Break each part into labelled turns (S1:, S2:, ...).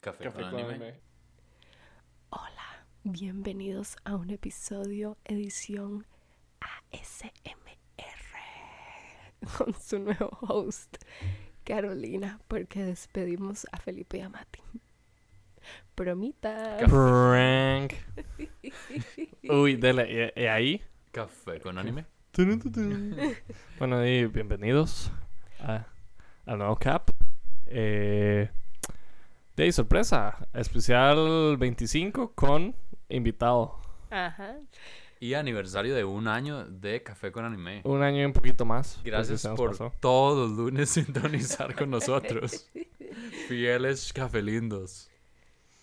S1: Café, con anime.
S2: Hola, bienvenidos a un episodio edición ASMR con su nuevo host, Carolina, porque despedimos a Felipe y a Mati. Promita.
S1: Café.
S3: Prank. Uy, dele, ¿y, y ahí?
S1: Café con anime.
S3: Turun, tu, turun. Bueno, y bienvenidos a, al nuevo cap. Eh, de ahí, sorpresa, especial 25 con invitado.
S2: Ajá.
S1: Y aniversario de un año de Café con anime.
S3: Un año y un poquito más. porque
S1: Gracias
S3: se Pues, nos
S1: por
S3: pasó.
S1: todos los lunes sintonizar con nosotros. Fieles cafelindos.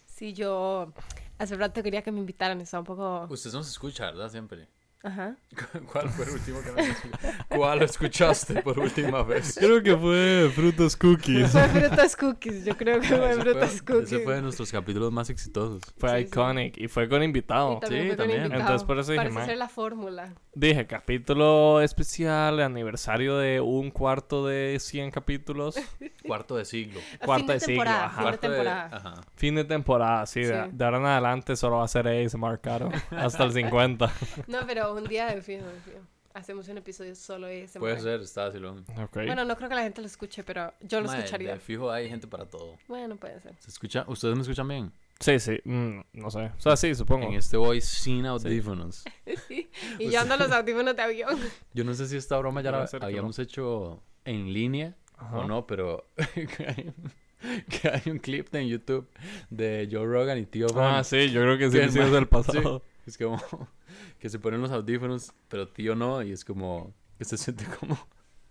S2: Sí, yo hace rato quería que me invitaran, estaba un poco.
S1: Usted nos escucha, ¿verdad? Siempre.
S2: Ajá.
S1: ¿Cu- ¿Cuál fue el último que nos escuchaste? ¿Cuál escuchaste por última vez?
S3: Creo que fue Frutas Cookies.
S2: Fue frutas cookies, yo creo que fue
S1: Ese fue-
S2: frutas cookies.
S1: Ese fue de nuestros capítulos más exitosos.
S3: fue
S2: Sí, sí.
S3: Iconic y fue con invitado.
S1: sí,
S2: fue con
S1: también.
S2: invitado.
S3: Entonces, por eso dije,
S2: Parece
S3: "Ma".
S2: ser la fórmula.
S3: Dije, capítulo especial, aniversario de un cuarto de 100 capítulos.
S1: Cuarto de siglo.
S3: Cuarta
S2: Fin
S3: de siglo,
S2: temporada,
S3: ajá.
S2: fin de
S1: Cuarto de...
S2: temporada.
S1: Ajá.
S3: Fin de temporada, sí. De,
S2: Sí.
S3: de ahora en adelante solo va a ser ASMR caro. Hasta el 50.
S2: No, pero un día de fijo, de fijo. Hacemos un episodio solo ese.
S1: Puede ser, está silón.
S3: Ok.
S2: Bueno, no creo que la gente lo escuche, pero yo lo
S1: Mae,
S2: escucharía.
S1: de fijo hay gente para todo.
S2: Bueno, puede ser.
S1: ¿Se escucha? ¿Ustedes me escuchan bien?
S3: sí, sí. mm, no sé. O sea, sí, supongo.
S1: En este voy sin audífonos.
S2: Y
S1: Pues
S2: yo ando los audífonos de avión.
S1: Yo no sé si esta broma ya
S3: Puede
S1: la
S3: ser que
S1: habíamos hecho en línea
S3: Ajá.
S1: o no, pero que, hay, que hay un clip de en YouTube de Joe Rogan y Tío Von.
S3: Ah, sí, yo creo que sí,
S1: Que el
S3: sí
S1: ma-
S3: es del pasado.
S1: Es como que se ponen los audífonos, pero Tío no, y es como que se siente como...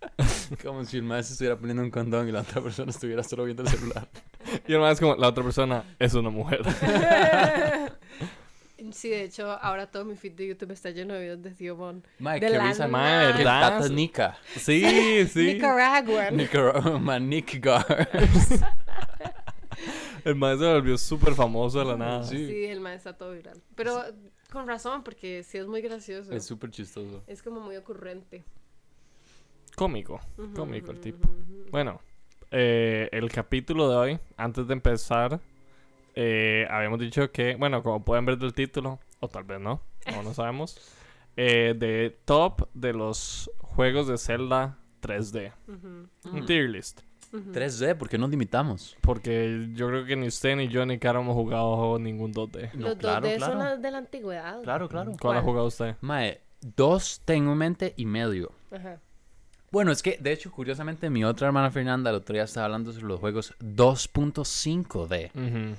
S1: Como si el maestro estuviera poniendo un condón y la otra persona estuviera solo viendo el celular.
S3: Y además, como la otra persona es una mujer.
S2: Sí, de hecho, ahora todo mi feed de YouTube está lleno de videos de Tío Bon.
S1: Mae,
S2: De
S1: qué
S2: la
S1: risa.
S3: Ma,
S2: nada.
S1: Que el
S3: ¿verdad?
S1: Tata Nica.
S3: Sí, sí.
S2: Nicaraguan.
S1: Nicaragua, ma, Nick Gar.
S3: El maestro se volvió súper famoso de la nada.
S1: Sí.
S2: Sí. el man está todo viral. Pero con razón, porque sí es muy gracioso.
S1: Es
S2: Es,
S1: súper chistoso.
S2: como muy ocurrente.
S3: Cómico. Cómico el tipo. Bueno, eh, el capítulo de hoy, antes de empezar, eh, habíamos dicho que, bueno, como pueden ver del título, o tal vez no, no lo sabemos, eh, de top de los juegos de Zelda 3D. Un tier list.
S1: 3D, ¿por qué nos limitamos?
S3: Porque yo creo que ni usted, ni yo, ni Caro hemos jugado ningún 2D.
S1: No,
S2: los
S1: claro,
S2: dos de
S1: claro.
S2: son las de la antigüedad.
S1: Claro, claro.
S3: ¿Cuál ha
S2: ¿Cuál?
S3: jugado usted?
S1: Mae, dos tengo en mente y medio.
S2: Ajá.
S1: Bueno, es que, de hecho, curiosamente, mi otra hermana Fernanda el otro día estaba hablando sobre los juegos 2.5D.
S3: Ujú.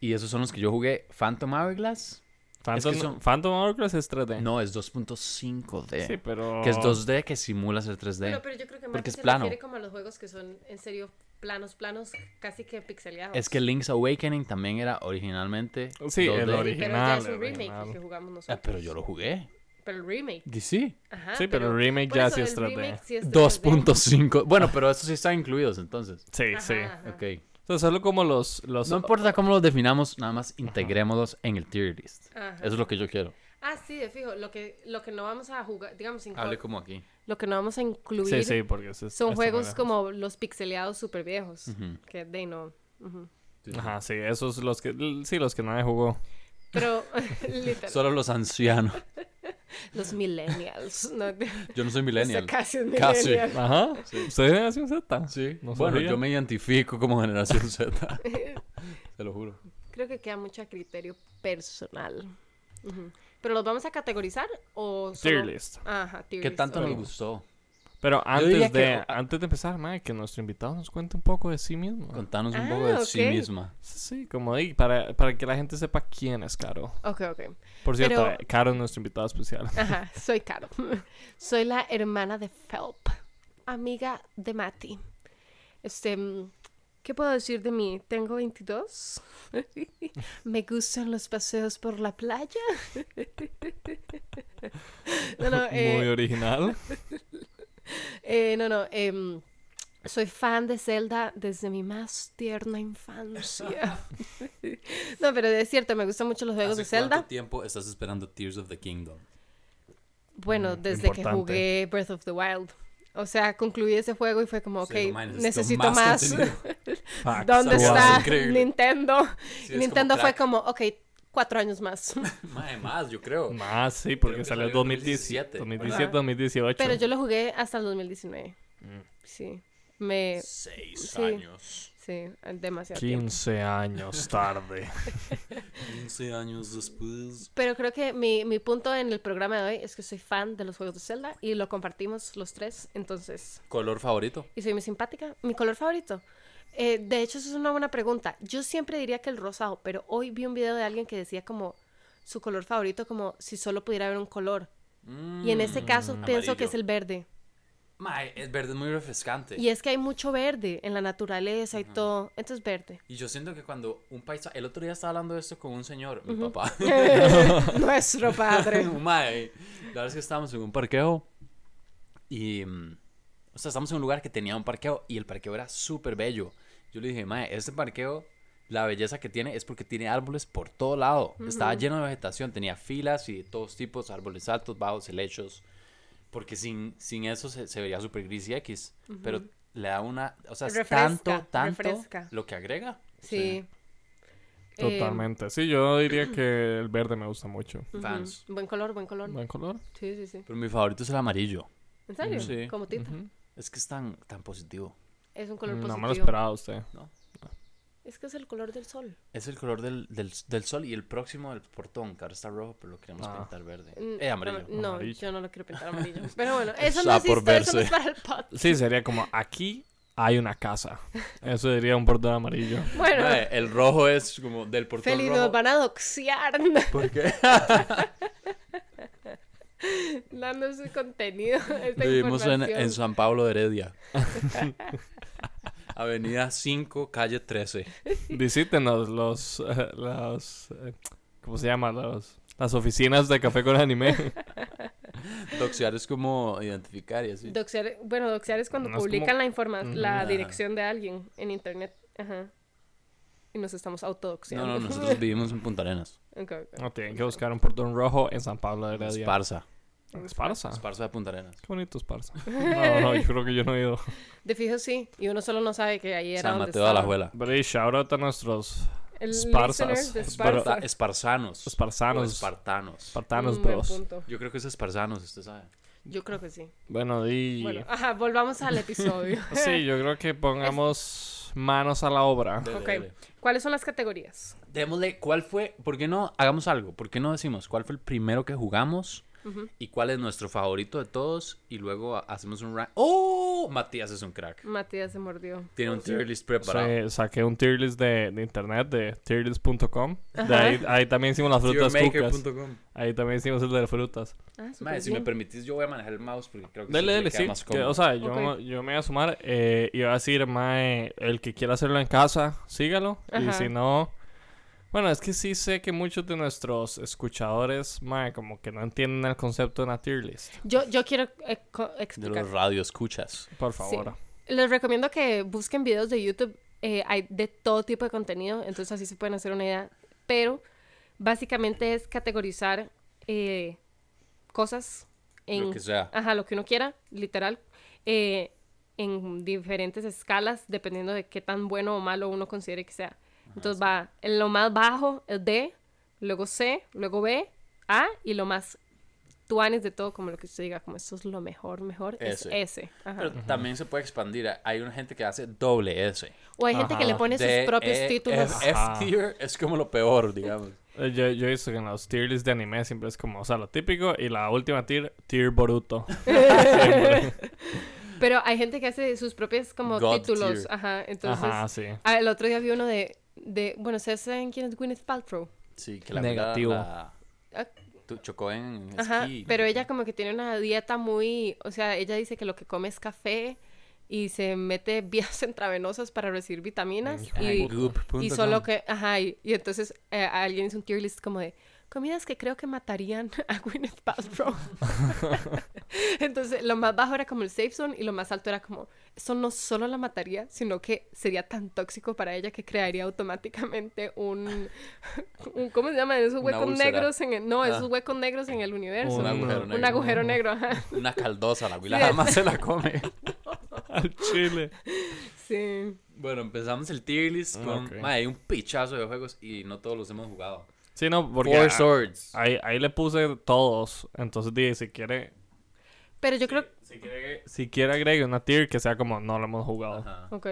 S1: Y esos son los que yo jugué. Phantom Hourglass.
S3: Phantom,
S1: son-
S3: Phantom Hourglass es 3D.
S1: No, es 2.5D.
S3: Sí, pero...
S1: Que es 2D que simula ser 3D.
S2: Bueno, pero yo creo que más
S1: Porque es
S2: se
S1: plano.
S2: refiere como a los juegos que son, en serio, planos, planos, casi que pixeleados.
S1: Es que Link's Awakening también era originalmente.
S3: Sí, el
S1: 2D.
S3: ori-
S2: Pero ya es
S3: original,
S2: un remake
S3: original.
S2: el que jugamos
S1: Ah,
S2: nosotros.
S1: pero yo lo jugué.
S2: Pero el remake.
S1: Y sí.
S2: Ajá,
S3: Sí, pero el remake
S2: por
S3: ya
S2: eso
S3: sí es
S2: el
S3: 3D.
S2: remake sí es 3D.
S1: 2.5. Bueno, pero estos sí están incluidos entonces.
S3: Sí,
S2: Ajá,
S3: sí.
S2: ajá.
S1: Ok.
S3: Entonces, solo como los... los
S1: No importa cómo los definamos, nada más integrémoslos en el tier list.
S2: Ajá.
S1: Eso es lo que yo quiero.
S2: Ah, sí, de fijo. Lo que, lo que no vamos a jugar, digamos, inco-
S1: Hable como aquí.
S2: lo que no vamos a incluir
S3: Sí, sí, porque ese es-
S2: son
S3: este
S2: juegos
S3: manera.
S2: como los pixeleados super viejos. Que de no. ujú.
S3: Ajá, sí, esos los que... l- Sí, los que nadie jugó.
S2: Pero, literal,
S1: Solo los ancianos.
S2: los millennials. No,
S1: Yo no soy millennial.
S2: O sea, casi es
S1: Casi.
S2: millennial.
S3: Ajá. ¿Usted es generación Z?
S1: Sí.
S3: No
S1: bueno,
S3: sabía.
S1: yo me identifico como generación Z. Se lo juro.
S2: Creo que queda mucho a criterio personal. Ujú. Pero los vamos a categorizar o solo...
S3: Tier list.
S2: Ajá, tier
S1: ¿Qué
S2: list,
S1: tanto
S2: ok.
S1: nos gustó?
S3: Pero
S1: diría
S3: antes de,
S1: que-
S3: antes de empezar, madre, que nuestro invitado nos cuente un poco de sí mismo.
S1: Contanos un
S2: Ah,
S1: poco de sí
S2: ok.
S1: misma.
S3: Sí, como ahí, para, para que la gente sepa quién es Caro.
S2: Ok, ok.
S3: Por cierto,
S2: Pero-
S3: eh, Caro es nuestro invitado especial.
S2: Ajá, soy Caro. Soy la hermana de Phelp, amiga de Mati. Este, mm, ¿qué puedo decir de mí? Tengo 22. Me gustan los paseos por la playa. No, no,
S3: Muy
S2: eh,
S3: original.
S2: eh, no, no, em, soy fan de Zelda desde mi más tierna infancia. No, pero es cierto, me gustan mucho los juegos de Zelda.
S1: tiempo estás esperando Tears of the Kingdom? Mm,
S2: Bueno, desde que
S3: importante.
S2: jugué Breath of the Wild. O sea, concluí ese juego y fue como, ok,
S1: Sí, como, "Mae,
S2: necesito más.
S1: contenido". Fuck, esa huevada
S2: ¿Dónde
S3: está
S2: está
S1: es increíble.
S2: Nintendo?
S1: Sí, es
S2: Nintendo
S1: como
S2: fue
S1: crack.
S2: como, ok, cuatro años más.
S1: Mae, más, yo creo.
S3: Más, Ah, sí, porque
S1: que
S3: salió en
S1: salió en 2017,
S3: 2017, 2017,
S2: ¿verdad?
S3: 2018.
S2: Pero yo lo jugué hasta el 2019. Sí, me...
S1: Eh, Seis
S2: Sí.
S1: años.
S2: Sí, demasiado tiempo.
S3: 15 años tarde.
S1: 15 años después.
S2: Pero creo que mi, mi punto en el programa de hoy es que soy fan de los juegos de Zelda y lo compartimos los tres, entonces...
S1: ¿Color favorito?
S2: Y soy muy simpática. ¿Mi color favorito? Eh, de hecho, eso es una buena pregunta. Yo siempre diría que el rosado, pero hoy vi un video de alguien que decía como su color favorito, como si solo pudiera haber un color. Y en
S1: Mm,
S2: ese caso pienso que es el verde.
S1: Mae, el verde es muy refrescante.
S2: Y es que hay mucho verde en la naturaleza y todo. Entonces, verde.
S1: Y yo siento que cuando un paisaje. El otro día estaba hablando de esto con un señor, mi papá.
S2: Nuestro padre.
S1: Mae, la verdad es que estábamos en un parqueo y. mm, O sea, estábamos en un lugar que tenía un parqueo y el parqueo era súper bello. Yo le dije, Mae, este parqueo, la belleza que tiene es porque tiene árboles por todo lado. Estaba lleno de vegetación, tenía filas y de todos tipos, árboles altos, bajos, helechos. Porque sin, sin eso se, se vería súper gris y X. Pero le da una. O sea, es tanto,
S2: Refresca,
S1: tanto
S2: refresca.
S1: lo que agrega.
S2: Sí. Eh,
S3: Totalmente. Sí, yo diría que el verde me gusta mucho.
S2: Eh, ujú.
S1: Fans.
S2: Buen color, buen color.
S3: Buen color.
S2: Sí, sí, sí.
S1: Pero mi favorito es el amarillo.
S2: ¿En serio?
S1: Sí. Mm,
S2: Como tinta.
S3: Ujú.
S1: Es que es tan, tan positivo.
S2: Es un color
S3: No
S2: positivo.
S3: me lo esperaba usted.
S2: Es que es el color del sol.
S1: Es el color del, del, del sol y el próximo del portón, que ahora está rojo, pero lo queremos
S3: Ah.
S1: pintar verde.
S2: Mm,
S1: Eh, amarillo.
S2: No,
S3: Amarillo.
S2: yo no lo quiero pintar amarillo. Pero bueno, eso no
S1: Está
S2: es
S1: por
S2: historia, eso no
S1: verse.
S2: es para el podcast.
S3: Sí, sería como aquí hay una casa. Eso diría un portón amarillo.
S2: Bueno,
S1: Mae, el rojo es como del portón
S2: Feli,
S1: rojo.
S2: nos van a doxear
S1: ¿Por qué?
S2: dando ese contenido. Esta
S1: Vivimos en,
S2: información.
S1: en San Pablo de Heredia. Avenida 5, calle 13.
S3: Visítenos los, eh, los eh, ¿cómo se llama? Los, las oficinas de Café con Anime.
S1: Doxear es como identificar y así.
S2: Doxear- bueno, doxear es cuando
S3: No, es
S2: publican
S3: como-
S2: la, informa la
S1: Ajá.
S2: dirección de alguien en internet. Ajá. Y nos estamos
S1: No,
S2: autodoxeando.
S1: no, nosotros vivimos en Punta Arenas.
S2: Ok, ok.
S3: No, tienen que buscar un portón rojo en San Pablo de Heredia.
S1: Esparza.
S3: Esparza.
S1: Esparza de Punta Arenas.
S3: Qué bonito Esparza. No, no, yo creo que yo no he ido.
S2: De fijo sí, y uno solo no sabe que ahí era
S1: San
S2: donde
S1: Mateo de la
S2: estaba.
S1: Juela.
S3: Pero y shout out a nuestros
S2: El
S3: Esparzas.
S2: listener de
S3: Esparza.
S2: Esparza.
S1: Esparta- esparzanos. O
S3: esparzanos.
S1: espartanos.
S3: Espartanos,
S2: Un Mm, buen
S3: bros.
S2: punto.
S1: Yo creo que es esparzanos, usted sabe.
S2: Yo creo que sí.
S3: Bueno, y...
S2: Bueno, ajá, volvamos al episodio.
S3: Sí, yo creo que pongamos manos a la obra.
S1: Dele,
S2: Ok.
S1: dele.
S2: ¿Cuáles son las categorías?
S1: Démosle, ¿cuál fue? ¿Por qué no hagamos algo? ¿Por qué no decimos cuál fue el primero que jugamos? ¿Y cuál es nuestro favorito de todos? Y luego ha- hacemos un rank. ¡Oh! Matías es un crack.
S2: Matías se mordió.
S1: Tiene un tier list preparado.
S3: Sí, saqué un tier list de, de internet, de tierlist.com. De ahí, ahí también hicimos las frutas cucas.
S1: Tiermaker.com.
S3: Ahí también hicimos el de las frutas.
S2: Ah,
S1: Mae,
S2: súper
S1: si me
S2: bien.
S1: permitís, yo voy a manejar el mouse porque creo que
S3: Dele,
S1: siempre
S3: dele,
S1: queda
S3: sí.
S1: más
S3: que,
S1: cómodo.
S3: o sea, yo,
S2: Ok.
S3: yo me voy a sumar eh, y voy a decir, mae, el que quiera hacerlo en casa, sígalo.
S2: Ajá.
S3: Y si no... Bueno, es que sí sé que muchos de nuestros escuchadores, mae, como que no entienden el concepto de una tier list.
S2: Yo, yo quiero eh, co-
S1: de
S2: explicar.
S1: los radio escuchas.
S3: Por
S2: Sí.
S3: favor.
S2: Les recomiendo que busquen videos de YouTube. eh, hay de todo tipo de contenido, entonces así se pueden hacer una idea. Pero básicamente es categorizar eh, cosas en...
S1: Lo que sea.
S2: Ajá, lo que uno quiera, literal. eh, en diferentes escalas, dependiendo de qué tan bueno o malo uno considere que sea. Entonces va en lo más bajo, el D, luego C, luego B, A y lo más tuanes de todo, como lo que usted diga, como esto es lo mejor, mejor,
S1: Ese.
S2: es S. Ajá.
S1: Pero también se puede expandir. Hay una gente que hace doble S.
S2: O hay gente que le
S3: Ajá.
S2: pone sus
S1: De-
S2: propios
S1: eh,
S2: títulos.
S1: F-
S3: Ajá.
S1: F tier es como lo peor, digamos.
S3: Eh, Yo, yo he visto que en los tier lists de anime siempre es como, o sea, lo típico y la última tier, tier Boruto. Siempre.
S2: Pero hay gente que hace sus propios como
S1: eh. God
S2: títulos.
S1: tier.
S2: Ajá. Entonces,
S3: Ajá, sí.
S2: ah, el otro día vi uno de, de bueno, ¿ustedes saben quién es Gwyneth Paltrow?
S1: Sí, que la
S3: Negativo.
S1: la-
S2: Ah.
S1: tu- chocó en
S2: Ajá.
S1: esquí.
S2: Pero ella como que tiene una dieta muy, o sea, ella dice que lo que come es café y se mete vías intravenosas para recibir vitaminas
S3: Hijo de
S2: y,
S3: puta.
S2: y solo que, ajá, y, y entonces eh, alguien hizo un tier list como de Comidas que creo que matarían a Gwyneth Paltrow. Entonces, lo más bajo era como el safe zone y lo más alto era como, eso no solo la mataría, sino que sería tan tóxico para ella que crearía automáticamente un, un- ¿cómo se llaman? Esos
S1: Una
S2: huecos
S1: úlcera.
S2: negros en el, no,
S1: Ah.
S2: esos huecos negros en el universo.
S1: Un
S2: Un,
S1: agujero negro.
S2: agujero negro, ajá.
S1: Una caldosa, la güila
S2: Sí.
S1: jamás se la come.
S3: Al chile.
S2: Sí.
S1: Bueno, empezamos el tier list
S3: Ah,
S1: con.
S3: ok.
S1: Madre, hay un pichazo de juegos y no todos los hemos jugado.
S3: Sí, no, porque
S1: Four
S3: a-
S1: Swords.
S3: ahí, ahí le puse todos. Entonces dije, si quiere,
S2: Pero yo creo,
S3: si quiere, si quiere agregue una tier que sea como no lo hemos jugado. Ajá,
S1: Ajá.
S2: ok.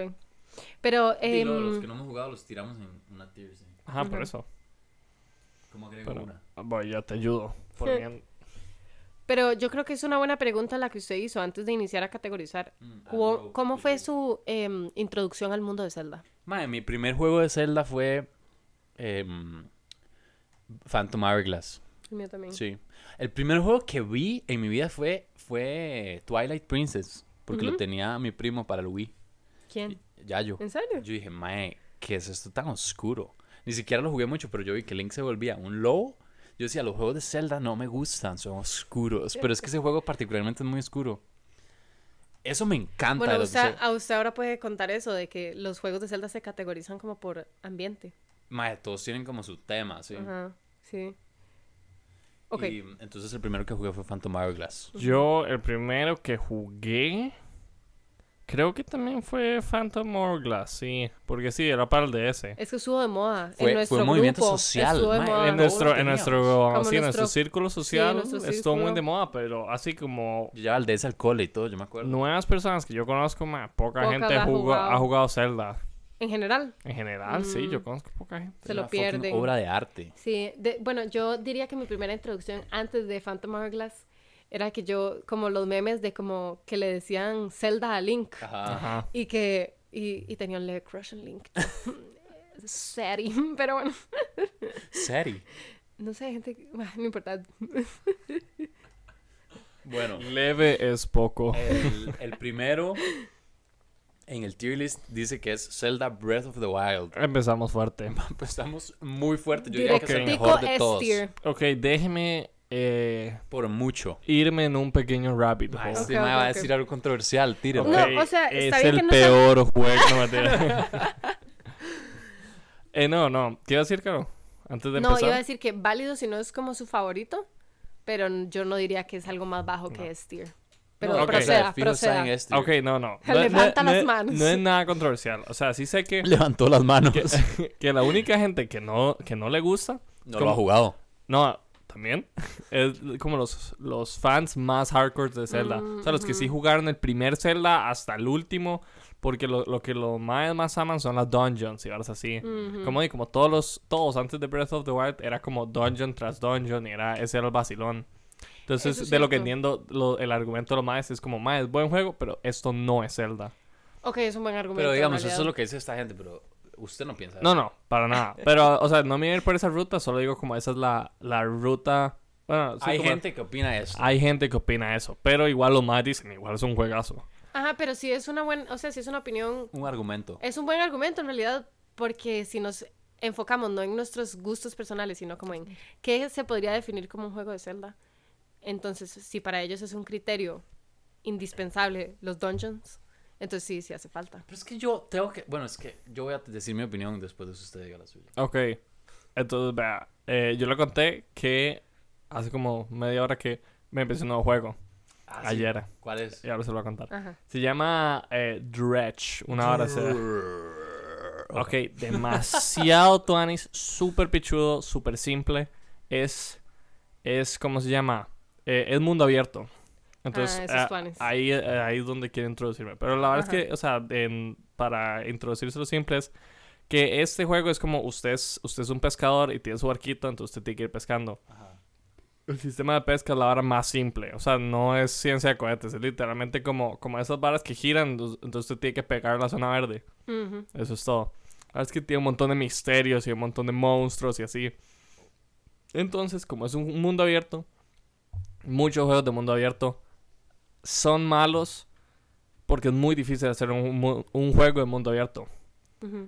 S2: Pero,
S1: Y lo- los
S2: em,
S1: que no hemos jugado los tiramos en una tier, sí.
S3: por
S2: Ujú.
S3: eso.
S1: ¿Cómo agrego
S3: Pero-
S1: una?
S3: Voy, yo te ayudo. Poniendo-
S2: pero yo creo que es una buena pregunta la que usted hizo antes de iniciar a categorizar.
S1: Mm,
S2: ¿Cómo,
S1: algo-
S2: cómo fue su em, introducción al mundo de Zelda?
S1: Madre, mi primer juego de Zelda fue. em, Phantom Hourglass.
S2: El mío también.
S1: Sí. El primer juego que vi en mi vida fue, fue Twilight Princess. Porque lo
S2: Ujú.
S1: tenía mi primo para el Wii.
S2: ¿Quién?
S1: Yayo.
S2: ¿En serio?
S1: Yo dije, mae, ¿qué es esto tan oscuro? Ni siquiera lo jugué mucho, pero yo vi que Link se volvía un lobo. Yo decía, los juegos de Zelda no me gustan, son oscuros. Pero es que ese juego particularmente es muy oscuro. Eso me encanta. de
S2: Bueno,
S1: los de
S2: usted,
S1: Zelda.
S2: a usted ahora puede contar eso de que los juegos de Zelda se categorizan como por ambiente.
S1: Mae, todos tienen como su tema, ¿sí?
S2: Ajá, sí. Ok.
S1: Y mm, entonces el primero que jugué fue Phantom Hourglass.
S3: Yo, el primero que jugué, creo que también fue Phantom Hourglass, sí. Porque sí, era para el DS.
S2: Es que estuvo de moda.
S1: Fue-
S2: en nuestro
S1: fue un movimiento
S2: grupo,
S1: social,
S2: Estuvo de
S1: mae.
S2: moda.
S1: Ah,
S3: En nuestro, en
S1: teníamos.
S3: nuestro,
S2: Como
S3: sí,
S2: nuestro-
S3: en nuestro círculo social
S2: nuestro
S3: estuvo muy
S2: círculo.
S3: de moda, pero así como
S1: Yo llevaba el DS al cole y todo, yo me acuerdo.
S3: nuevas personas que yo conozco, ma, poca,
S2: Poca
S3: gente
S2: la ha
S3: jugó-
S2: jugado.
S3: ha jugado Zelda.
S2: En general.
S3: En general, sí,
S2: Mm.
S3: yo conozco poca gente.
S2: Se lo
S1: Una fucking
S2: pierden.
S1: obra de arte.
S2: Sí, de- bueno, yo diría que mi primera introducción antes de Phantom Hourglass era que yo, como los memes de como que le decían Zelda a Link
S1: Ajá.
S3: Ajá.
S2: y que, y, y tenía un leve crush en Link. Seri, pero bueno,
S1: Seri.
S2: no sé, gente, que- bueno, no importa.
S1: Bueno.
S3: Leve es poco.
S1: El, el primero en el tier list dice que es Zelda Breath of the Wild.
S3: Empezamos fuerte.
S1: Empezamos muy fuerte. Yo diría que es el
S2: Directico
S1: mejor de
S2: S
S1: todos.
S2: tier.
S3: Ok, déjeme eh,
S1: Por mucho.
S3: irme en un pequeño rabbit
S1: Ma,
S3: hole.
S1: Este
S2: Ok,
S1: ma
S2: ok,
S1: va a
S2: ok.
S1: decir algo controversial, tíralo.
S2: No,
S3: Ok,
S2: o sea, está
S3: es
S2: bien
S3: el
S2: que no sea-
S3: peor juego. No, mentira. eh, no, no. ¿Qué iba a decir, Caro? Antes de
S2: No,
S3: empezar.
S2: iba a decir que válido si no es como su favorito, pero n- yo no diría que es algo más bajo que S tier. Pero
S3: ok.
S1: o sea,
S2: proceda,
S1: fijo está
S2: proceda.
S1: en este.
S3: Ok, no, no. No-
S2: Levanta
S3: no- no
S2: las
S3: es-
S2: manos.
S3: No es nada controversial. O sea, sí sé que,
S1: Levantó las manos.
S3: que la única gente que no, que no le gusta.
S1: No lo
S3: como-
S1: ha jugado.
S3: No, también. Es como los, los fans más hardcore de Zelda.
S2: Mm,
S3: o sea, los que sí jugaron el primer Zelda hasta el último. Porque lo, lo que los más, más aman son las dungeons y varas así. Como, y como todos los, todos antes de Breath of the Wild era como dungeon tras dungeon y era, ese era el vacilón. Entonces,
S2: Eso
S3: de
S2: es
S3: lo que
S2: cierto.
S3: entiendo, lo- el argumento de los más es como, más es buen juego, pero esto no es Zelda.
S2: Ok, es un buen argumento.
S1: Pero
S2: en
S1: digamos,
S2: realidad.
S1: eso es lo que dice esta gente, pero usted no piensa
S3: No, no, para nada. Pero, o sea, no me voy a ir por esa ruta, solo digo como esa es la, la ruta. Bueno, sí,
S1: Hay
S3: como-
S1: gente que opina eso.
S3: Hay gente que opina eso, pero igual los más dicen, igual es un juegazo.
S2: Ajá, pero sí es una buena, o sea, sí es una opinión,
S1: Un argumento.
S2: es un buen argumento en realidad, porque si nos enfocamos no en nuestros gustos personales, sino como en qué se podría definir como un juego de Zelda. Entonces, si para ellos es un criterio indispensable los dungeons, entonces sí, sí hace falta.
S1: Pero es que yo tengo que. Bueno, es que yo voy a decir mi opinión después de eso usted diga la suya.
S3: Ok, entonces vea, eh, yo le conté que hace como media hora que me empecé un nuevo juego,
S1: Ah, sí.
S3: ayer,
S1: ¿Cuál es?
S3: y ahora se lo voy a contar.
S2: Ajá.
S3: Se llama eh, Dredge, una hora será. Ok, demasiado tuanis, súper pichudo, súper simple. Es, es, ¿cómo se llama? Eh, es mundo abierto. Entonces,
S2: Ah, esos
S3: ah,
S2: tuanis.
S3: ahí, eh, ahí es donde quiero introducirme. Pero la verdad
S2: Ajá.
S3: es que, o sea, en- para introducírselo simple es que este juego es como usted es, usted es un pescador y tiene su barquito, entonces usted tiene que ir pescando.
S1: Ajá.
S3: El sistema de pesca es la vara más simple. O sea, no es ciencia de cohetes. Es literalmente como, como esas varas que giran. entonces- Entonces usted tiene que pegar la zona verde.
S2: Ujú.
S3: Eso es todo. La verdad es que tiene un montón de misterios y un montón de monstruos y así. Entonces, como es un mundo abierto, muchos juegos de mundo abierto son malos porque es muy difícil hacer un, mu- un juego de mundo abierto.
S2: Ujú.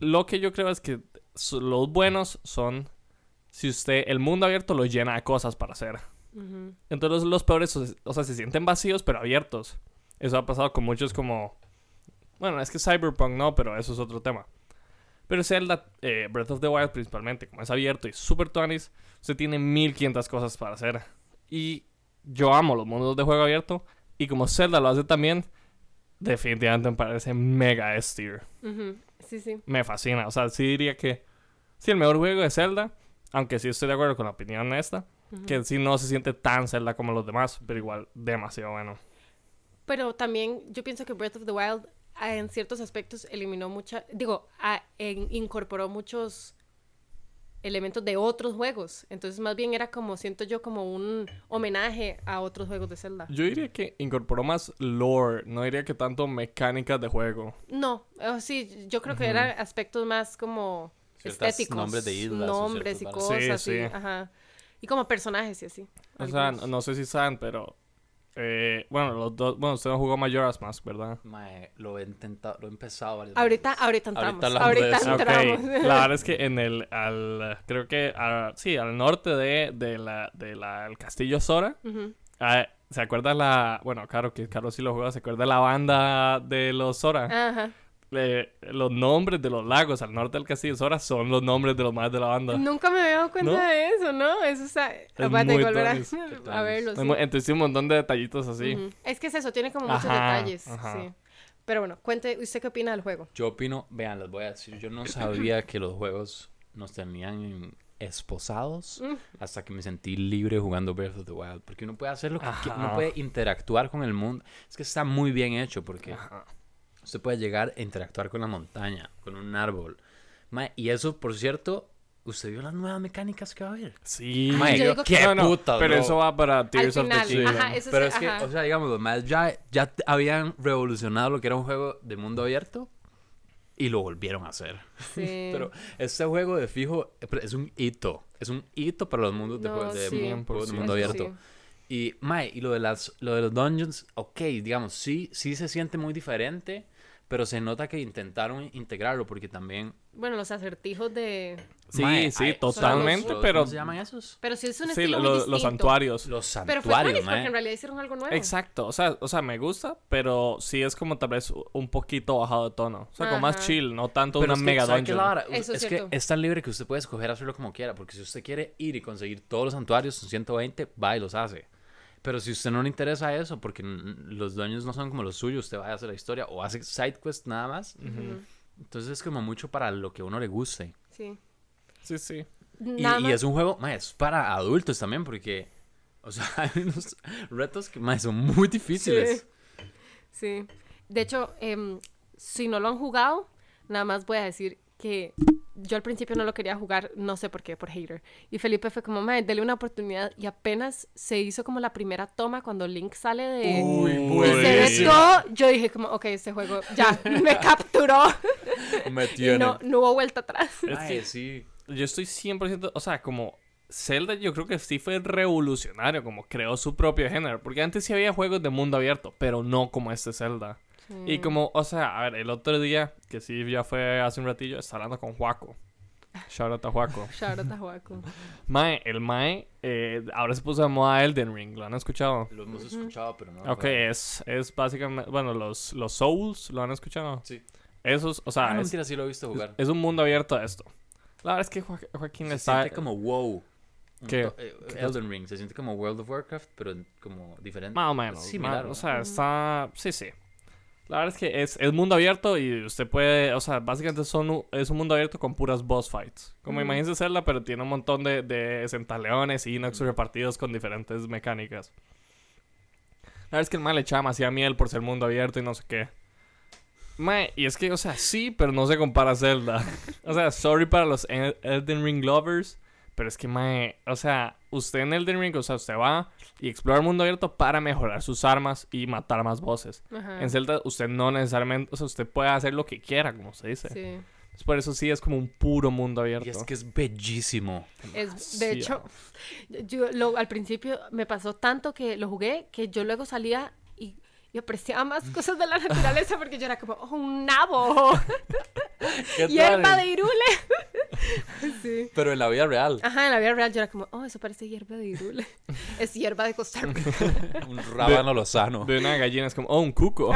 S3: Lo que yo creo es que su- los buenos son si usted, el mundo abierto lo llena de cosas para hacer.
S2: Ujú.
S3: Entonces los pobres, o o sea, se sienten vacíos pero abiertos. Eso ha pasado con muchos como... Bueno, es que Cyberpunk no, pero eso es otro tema. Pero Zelda, eh, Breath of the Wild principalmente, como es abierto y super tonis, usted tiene 1500 cosas para hacer. Y yo amo los mundos de juego abierto. Y como Zelda lo hace también, definitivamente me parece mega S-tier.
S2: Ujú. Sí, sí.
S3: Me fascina. O sea, sí diría que... Sí, el mejor juego de Zelda, aunque sí estoy de acuerdo con la opinión esta
S2: Ujú.
S3: que sí no se siente tan Zelda como los demás, pero igual demasiado bueno.
S2: Pero también yo pienso que Breath of the Wild ah, en ciertos aspectos eliminó mucha, digo, ah, en- incorporó muchos elementos de otros juegos. Entonces más bien era como, siento yo, como un homenaje a otros juegos de Zelda.
S3: Yo diría que incorporó más lore, no diría que tanto mecánicas de juego.
S2: No, eh, sí, yo creo que
S3: Ujú.
S2: eran aspectos más como
S1: Ciertas
S2: estéticos.
S1: nombres de islas o
S2: Nombres y
S1: ciertos
S3: barcos. Sí,
S2: cosas, sí,
S3: sí.
S2: ajá. Y como personajes y así.
S3: O sea,
S2: algunos.
S3: no, no sé si saben, pero... eh, bueno, los dos... Bueno, usted no jugó Majora's Mask, ¿verdad?
S1: Mae, lo he intentado, lo he empezado varias
S2: Ahorita,
S1: veces.
S2: ahorita entramos.
S1: Ahorita hablamos de
S2: Ahorita,
S1: eso.
S3: Ok,
S2: entramos.
S3: la verdad es que en el... Al, creo que... a- sí, al norte de, de la, de la- el castillo Sora.
S2: Ujú.
S3: ah, ¿Se acuerda la... Bueno, claro que Carlos sí lo juega. ¿Se acuerda la banda de los Sora?
S2: Ajá.
S3: le- los nombres de los lagos al norte del castillo Sora son los nombres de los más de la banda.
S2: Nunca me había dado cuenta
S3: ¿No?
S2: de eso, ¿no? Eso está... Va, tengo que
S3: muy
S2: volver a,
S3: tuanis,
S1: qué
S2: a verlo, sí.
S3: Hay mu- Entonces sí, un montón de detallitos así.
S2: Ujú. Es que es eso, tiene como muchos
S3: Ajá,
S2: detalles,
S3: ajá.
S2: sí. Pero bueno, cuente, ¿usted qué opina del juego?
S1: Yo opino, vean, les voy a decir, yo no sabía que los juegos nos tenían esposados
S2: Mm.
S1: hasta que me sentí libre jugando Breath of the Wild. Porque uno puede hacer lo que quiera, uno
S3: Ajá.
S1: puede interactuar con el mundo. Es que está muy bien hecho porque
S3: Ajá.
S1: usted puede llegar a interactuar con la montaña, con un árbol. Mae, y eso, por cierto, ¿usted vio las nuevas mecánicas que va a haber?
S3: Sí.
S1: Mae,
S2: yo digo
S1: qué
S3: No, no,
S1: puta,
S3: Pero
S1: bro.
S3: eso va para Tears
S2: Al
S3: of
S2: final,
S3: the Kingdom.
S2: ajá, eso
S1: Pero
S2: sí,
S1: es que,
S2: ajá.
S1: o sea, digamos, los más ya, ya t- habían revolucionado lo que era un juego de mundo abierto y lo volvieron a hacer.
S2: Sí.
S1: Pero este juego de fijo eh, pero es un hito. Es un hito para los mundos de,
S2: No,
S1: juegos de
S2: sí.
S1: mu- juegos de
S3: 100%.
S1: mundo
S2: Eso sí.
S1: abierto. Y, mae, y lo de, las, lo de los dungeons, ok, digamos, sí, sí se siente muy diferente, pero se nota que intentaron integrarlo porque también...
S2: Bueno, los acertijos de...
S3: Sí,
S1: mae,
S3: sí,
S1: hay-
S3: totalmente,
S1: los- los-
S3: pero-
S1: ¿Cómo se llaman esos?
S2: Pero sí es un
S3: Sí,
S2: estilo
S3: lo-
S2: muy distinto.
S3: los santuarios.
S1: Los
S2: Pero fue tuanis,
S1: santuarios,
S2: porque en
S1: mae.
S2: realidad hicieron algo nuevo.
S3: Exacto, o sea, o sea, me gusta, pero sí es como tal vez un poquito bajado de tono. O sea, como más
S2: Ajá.
S3: chill, no tanto
S1: Pero es
S3: una
S1: que,
S3: mega
S1: ¿sabe qué es la
S3: dungeon.
S1: vara?
S2: Eso es
S1: es que
S2: cierto.
S1: es tan libre que usted puede escoger hacerlo como quiera, porque si usted quiere ir y conseguir todos los santuarios, son 120, va y los hace. Pero si usted no le interesa eso, porque n- los dueños no son como los suyos, usted va a hacer la historia o hace side quest nada más.
S2: Ujú,
S1: Entonces es como mucho para lo que a uno le guste.
S2: Sí.
S3: Sí, sí.
S1: Y,
S2: Nada
S1: y
S2: más-
S1: es un juego, mae, es para adultos también, porque, o sea, hay unos retos que, mae, son muy difíciles.
S2: Sí. De hecho, em, si no lo han jugado, nada más voy a decir que yo al principio no lo quería jugar, no sé por qué, por hater. Y Felipe fue como, madre, dele una oportunidad. Y apenas se hizo como la primera toma cuando Link sale de... y se ve
S3: buenísimo.
S2: todo, yo dije como, ok, este juego ya me capturó
S1: Me
S2: y no, no hubo vuelta atrás.
S3: Es
S1: Mae,
S3: que-
S1: sí.
S3: Yo estoy 100%, o sea, como Zelda yo creo que sí fue revolucionario, como creó su propio género, porque antes sí había juegos de mundo abierto, pero no como este Zelda. Y
S1: Mm.
S3: como, o sea, a ver, el otro día, que sí ya fue hace un ratillo, estaba hablando con Juaco. Shout out a Juaco.
S2: Shout out a Juaco.
S3: Mae, el Mae, eh, ahora se puso de moda Elden Ring, ¿lo han escuchado?
S1: Lo hemos escuchado, pero no. lo
S3: Ok, eh,
S1: juego.
S3: es, es básicamente, bueno, los, los Souls, ¿lo han escuchado?
S1: Sí.
S3: Esos, o sea,
S1: Ah, no,
S3: es,
S1: mentira, sí lo he visto jugar.
S3: es un mundo abierto a esto. La verdad es que Joa- Joaquín
S1: Se
S3: está...
S1: siente como wow. Un
S3: ¿Qué?
S1: to- eh,
S3: ¿Qué
S1: Elden Ring, se siente como World of Warcraft, pero en- como diferente.
S3: Más o menos.
S1: Similar,
S3: ma-
S1: ¿no?
S3: o sea, está. Sí, sí. La verdad es que es, es mundo abierto y usted puede. O sea, básicamente son, u- es un mundo abierto con puras boss fights. Como
S2: Ujú.
S3: imagínense serla, pero tiene un montón de, de centaleones y Inox
S1: Ujú.
S3: repartidos con diferentes mecánicas. La verdad es que el mal le echaba demasiada miel por ser mundo abierto y no sé qué. Mae, y es que, o sea, sí, pero no se compara a Zelda. O sea, sorry para los El- Elden Ring lovers, pero es que, mae, o sea, usted en Elden Ring, o sea, usted va y explora el mundo abierto para mejorar sus armas y matar más voces.
S2: Ajá.
S3: En Zelda, usted no necesariamente, o sea, usted puede hacer lo que quiera, como se dice.
S2: Sí.
S3: Es Por eso sí es como un puro mundo abierto.
S1: y es que es bellísimo.
S2: Es, de
S3: Sí,
S2: hecho, yo lo, al principio me pasó tanto que lo jugué que yo luego salía y, y apreciaba más cosas de la naturaleza porque yo era como, oh, un nabo,
S1: ¿Qué
S2: hierba de irule. Sí.
S1: Pero en la vida real,
S2: Ajá, en la vida real yo era como, oh, eso parece hierba de irule. es hierba de Costa Rica.
S1: un rábano lozano,
S3: De una gallina es como, oh, un cuco.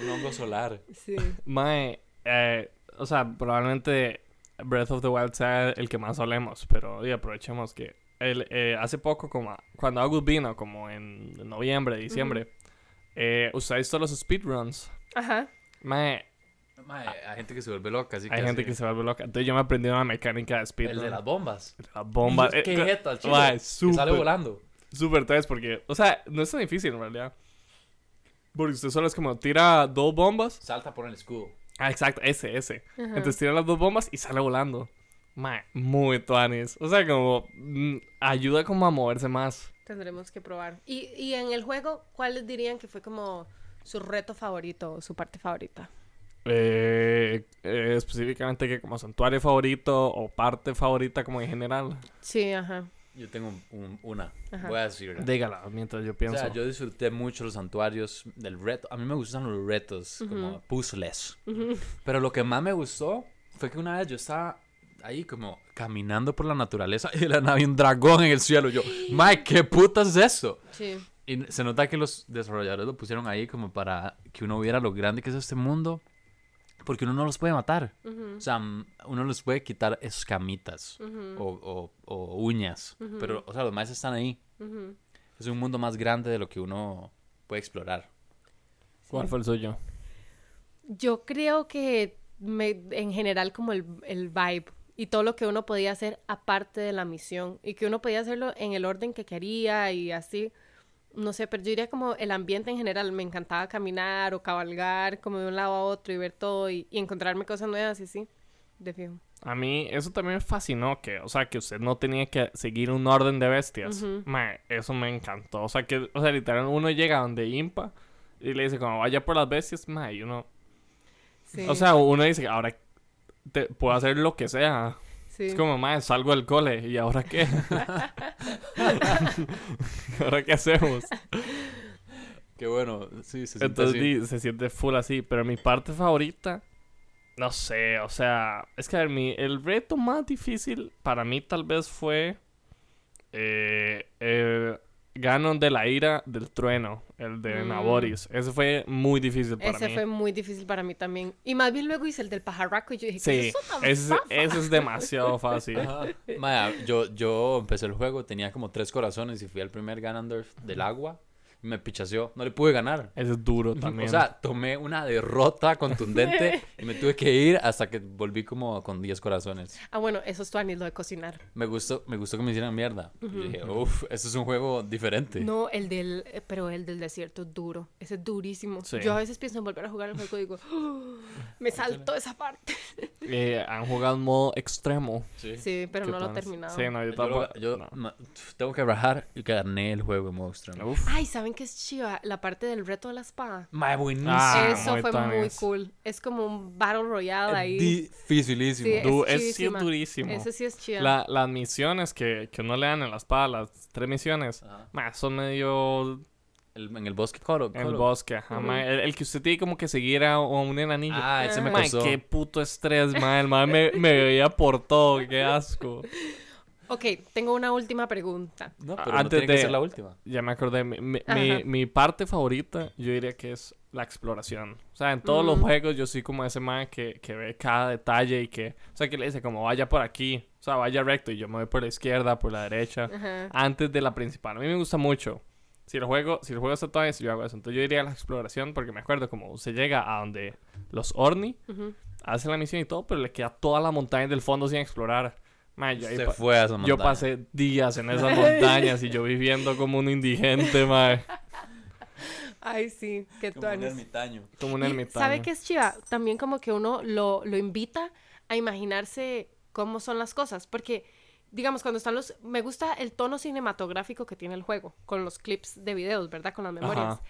S1: un hongo solar.
S2: Sí.
S3: Mae, eh, o sea, probablemente Breath of the Wild sea el que más solemos, pero y aprovechemos que el, eh, hace poco, como a- cuando August vino, como en noviembre, diciembre, eh, usáis todos los speedruns.
S2: Ajá.
S3: Mae,
S1: Mae, hay gente que se vuelve loca, así que...
S3: hay gente que se vuelve loca. Entonces yo me aprendí una mecánica de
S1: El de
S3: speedrun.
S1: las bombas.
S3: de la bomba.
S1: Qué
S3: eh,
S1: jeta, al chile.
S3: mae,
S1: Que
S3: súper-
S1: sale volando.
S3: Súper tres porque, o sea, no es tan difícil en realidad. Porque usted solo es como tira dos bombas.
S1: Salta por el escudo.
S3: Ah, exacto, ese, ese. Entonces tira las dos bombas y sale volando. Mae, muy tuanis. O sea, como mm, ayuda como a moverse más.
S2: Tendremos que probar. Y, y en el juego, ¿cuáles dirían que fue como su reto favorito o su parte favorita?
S3: Eh, eh, específicamente que como santuario favorito o parte favorita como en general.
S2: Sí, ajá.
S1: Yo tengo un- un- una.
S2: Ajá.
S1: Voy a decirla.
S3: Dígala mientras yo
S1: O
S3: pienso.
S1: sea, yo disfruté mucho los santuarios, del reto. A mí me gustan los retos, como puzzles. Pero lo que más me gustó fue que una vez yo estaba ahí como caminando por la naturaleza y de la nave un dragón en el cielo. Yo, Mike, ¿qué putas es eso?
S2: Sí.
S1: Y se nota que los desarrolladores lo pusieron ahí como para que uno viera lo grande que es este mundo. Porque uno no los puede matar. O sea, m- uno les puede quitar escamitas o, o- o uñas. Pero, o sea, los más están ahí. Es pues, un mundo más grande de lo que uno puede explorar.
S3: ¿Cuál fue el suyo?
S2: Yo creo que me, en general como el, el vibe y todo lo que uno podía hacer aparte de la misión y que uno podía hacerlo en el orden que quería y así. No sé, pero yo diría como el ambiente en general. Me encantaba caminar o cabalgar como de un lado a otro y ver todo y, y encontrarme cosas nuevas y sí. De fijo.
S3: A mí eso también me fascinó, que, o sea, que usted no tenía que seguir un orden de bestias. Mae, eso me encantó. O sea, que, o sea, literal, uno llega donde Impa y le dice, como, vaya por las bestias, mae, y uno...
S2: Sí,
S3: O sea, uno dice, ahora te, puedo hacer lo que sea.
S2: sí.
S3: Es como, mae, salgo del cole, ¿y ahora qué? ¿Ahora qué hacemos?
S1: Qué bueno, sí, se siente
S3: Entonces
S1: así.
S3: di- se siente full así, pero mi parte favorita, no sé, o sea, es que a ver, mi, el reto más difícil para mí tal vez fue eh, el Ganon de la ira del trueno, el de
S2: Mm.
S3: Naboris. Ese fue muy difícil para
S2: Ese
S3: mí.
S2: fue muy difícil para mí también. Y más bien luego hice el del pajarraco y yo dije, ¿qué
S3: Sí,
S2: es eso tan
S3: ese, ese es demasiado fácil.
S1: Ajá. Mae, yo, yo empecé el juego, tenía como tres corazones y fui al primer Ganondorf del agua. Y me pichaseó, no le pude ganar.
S3: Ese es duro también.
S1: O sea, tomé una derrota contundente y me tuve que ir hasta que volví como con 10 corazones.
S2: Ah, bueno, eso es tu anís, lo de cocinar.
S1: Me gustó, me gustó que me hicieran mierda. Y dije, uff, esto es un juego diferente.
S2: No, el del, eh, pero el del desierto es duro, ese es durísimo.
S3: Sí.
S2: Yo a veces pienso en volver a jugar el juego y digo, "Oh, me saltó esa parte.
S3: Eh, han jugado en modo extremo.
S1: Sí.
S2: Sí, pero
S3: Qué
S2: no lo he
S3: planes.
S2: terminado.
S3: Sí, no, yo
S1: Yo, lo-
S3: tampoco.
S1: yo
S3: no.
S1: ma- tengo que bajar y gané el juego en modo extremo.
S3: Uf.
S2: Ay, ¿saben qué es chiva? La parte del reto de la espada.
S1: Mae, buenísimo.
S3: Ah,
S2: eso
S3: muy
S2: fue muy
S3: tuanis.
S2: cool. Es como un battle royale ahí.
S1: Dificilísimo.
S2: Sí,
S3: Du-
S2: es
S3: es, sí es
S2: chivísima.
S3: durísimo.
S2: Ese sí es chiva.
S3: La- las misiones que, que no le dan en la espada, las tres misiones,
S1: Ajá.
S3: ma, son medio
S1: El- en el bosque Coro.
S3: en el
S1: Coro.
S3: bosque. ajá, ma. el, el que usted tiene como que seguir a, a un enanillo.
S1: Ah, ese me
S3: Ma,
S1: costó.
S3: qué puto estrés, ma. El ma me, me veía por todo, qué asco.
S2: Ok, tengo una última pregunta.
S1: No,
S3: Ah,
S1: pero no
S3: antes
S1: tiene que
S3: de-
S1: ser la última.
S3: Ya me acordé, mi, mi-
S2: Ajá.
S3: mi- mi parte favorita yo diría que es la exploración. O sea, en todos los juegos yo soy como ese man que, que ve cada detalle y que... O sea, que le dice como vaya por aquí, o sea, vaya recto y yo me voy por la izquierda, por la derecha.
S2: Ajá.
S3: antes de la principal. A mí me gusta mucho. Si el juego, si el juego está todavía, si yo hago eso. Entonces yo iría a la exploración porque me acuerdo como se llega a donde los Orni
S2: Ujú.
S3: hacen la misión y todo, pero le queda toda la montaña del fondo sin explorar. Ma, yo, ahí
S1: Se
S3: pa-
S1: fue a esa montaña.
S3: yo pasé días en esas montañas y yo viviendo como un indigente, ma,
S2: Ay, sí, qué
S1: Como un
S2: tuanis.
S1: ermitaño.
S3: como un
S2: Y,
S3: ermitaño.
S2: ¿Sabe qué es chiva? También como que uno lo, lo invita a imaginarse cómo son las cosas, porque digamos cuando están los me gusta el tono cinematográfico que tiene el juego con los clips de videos, ¿verdad? Con las memorias.
S3: Ajá.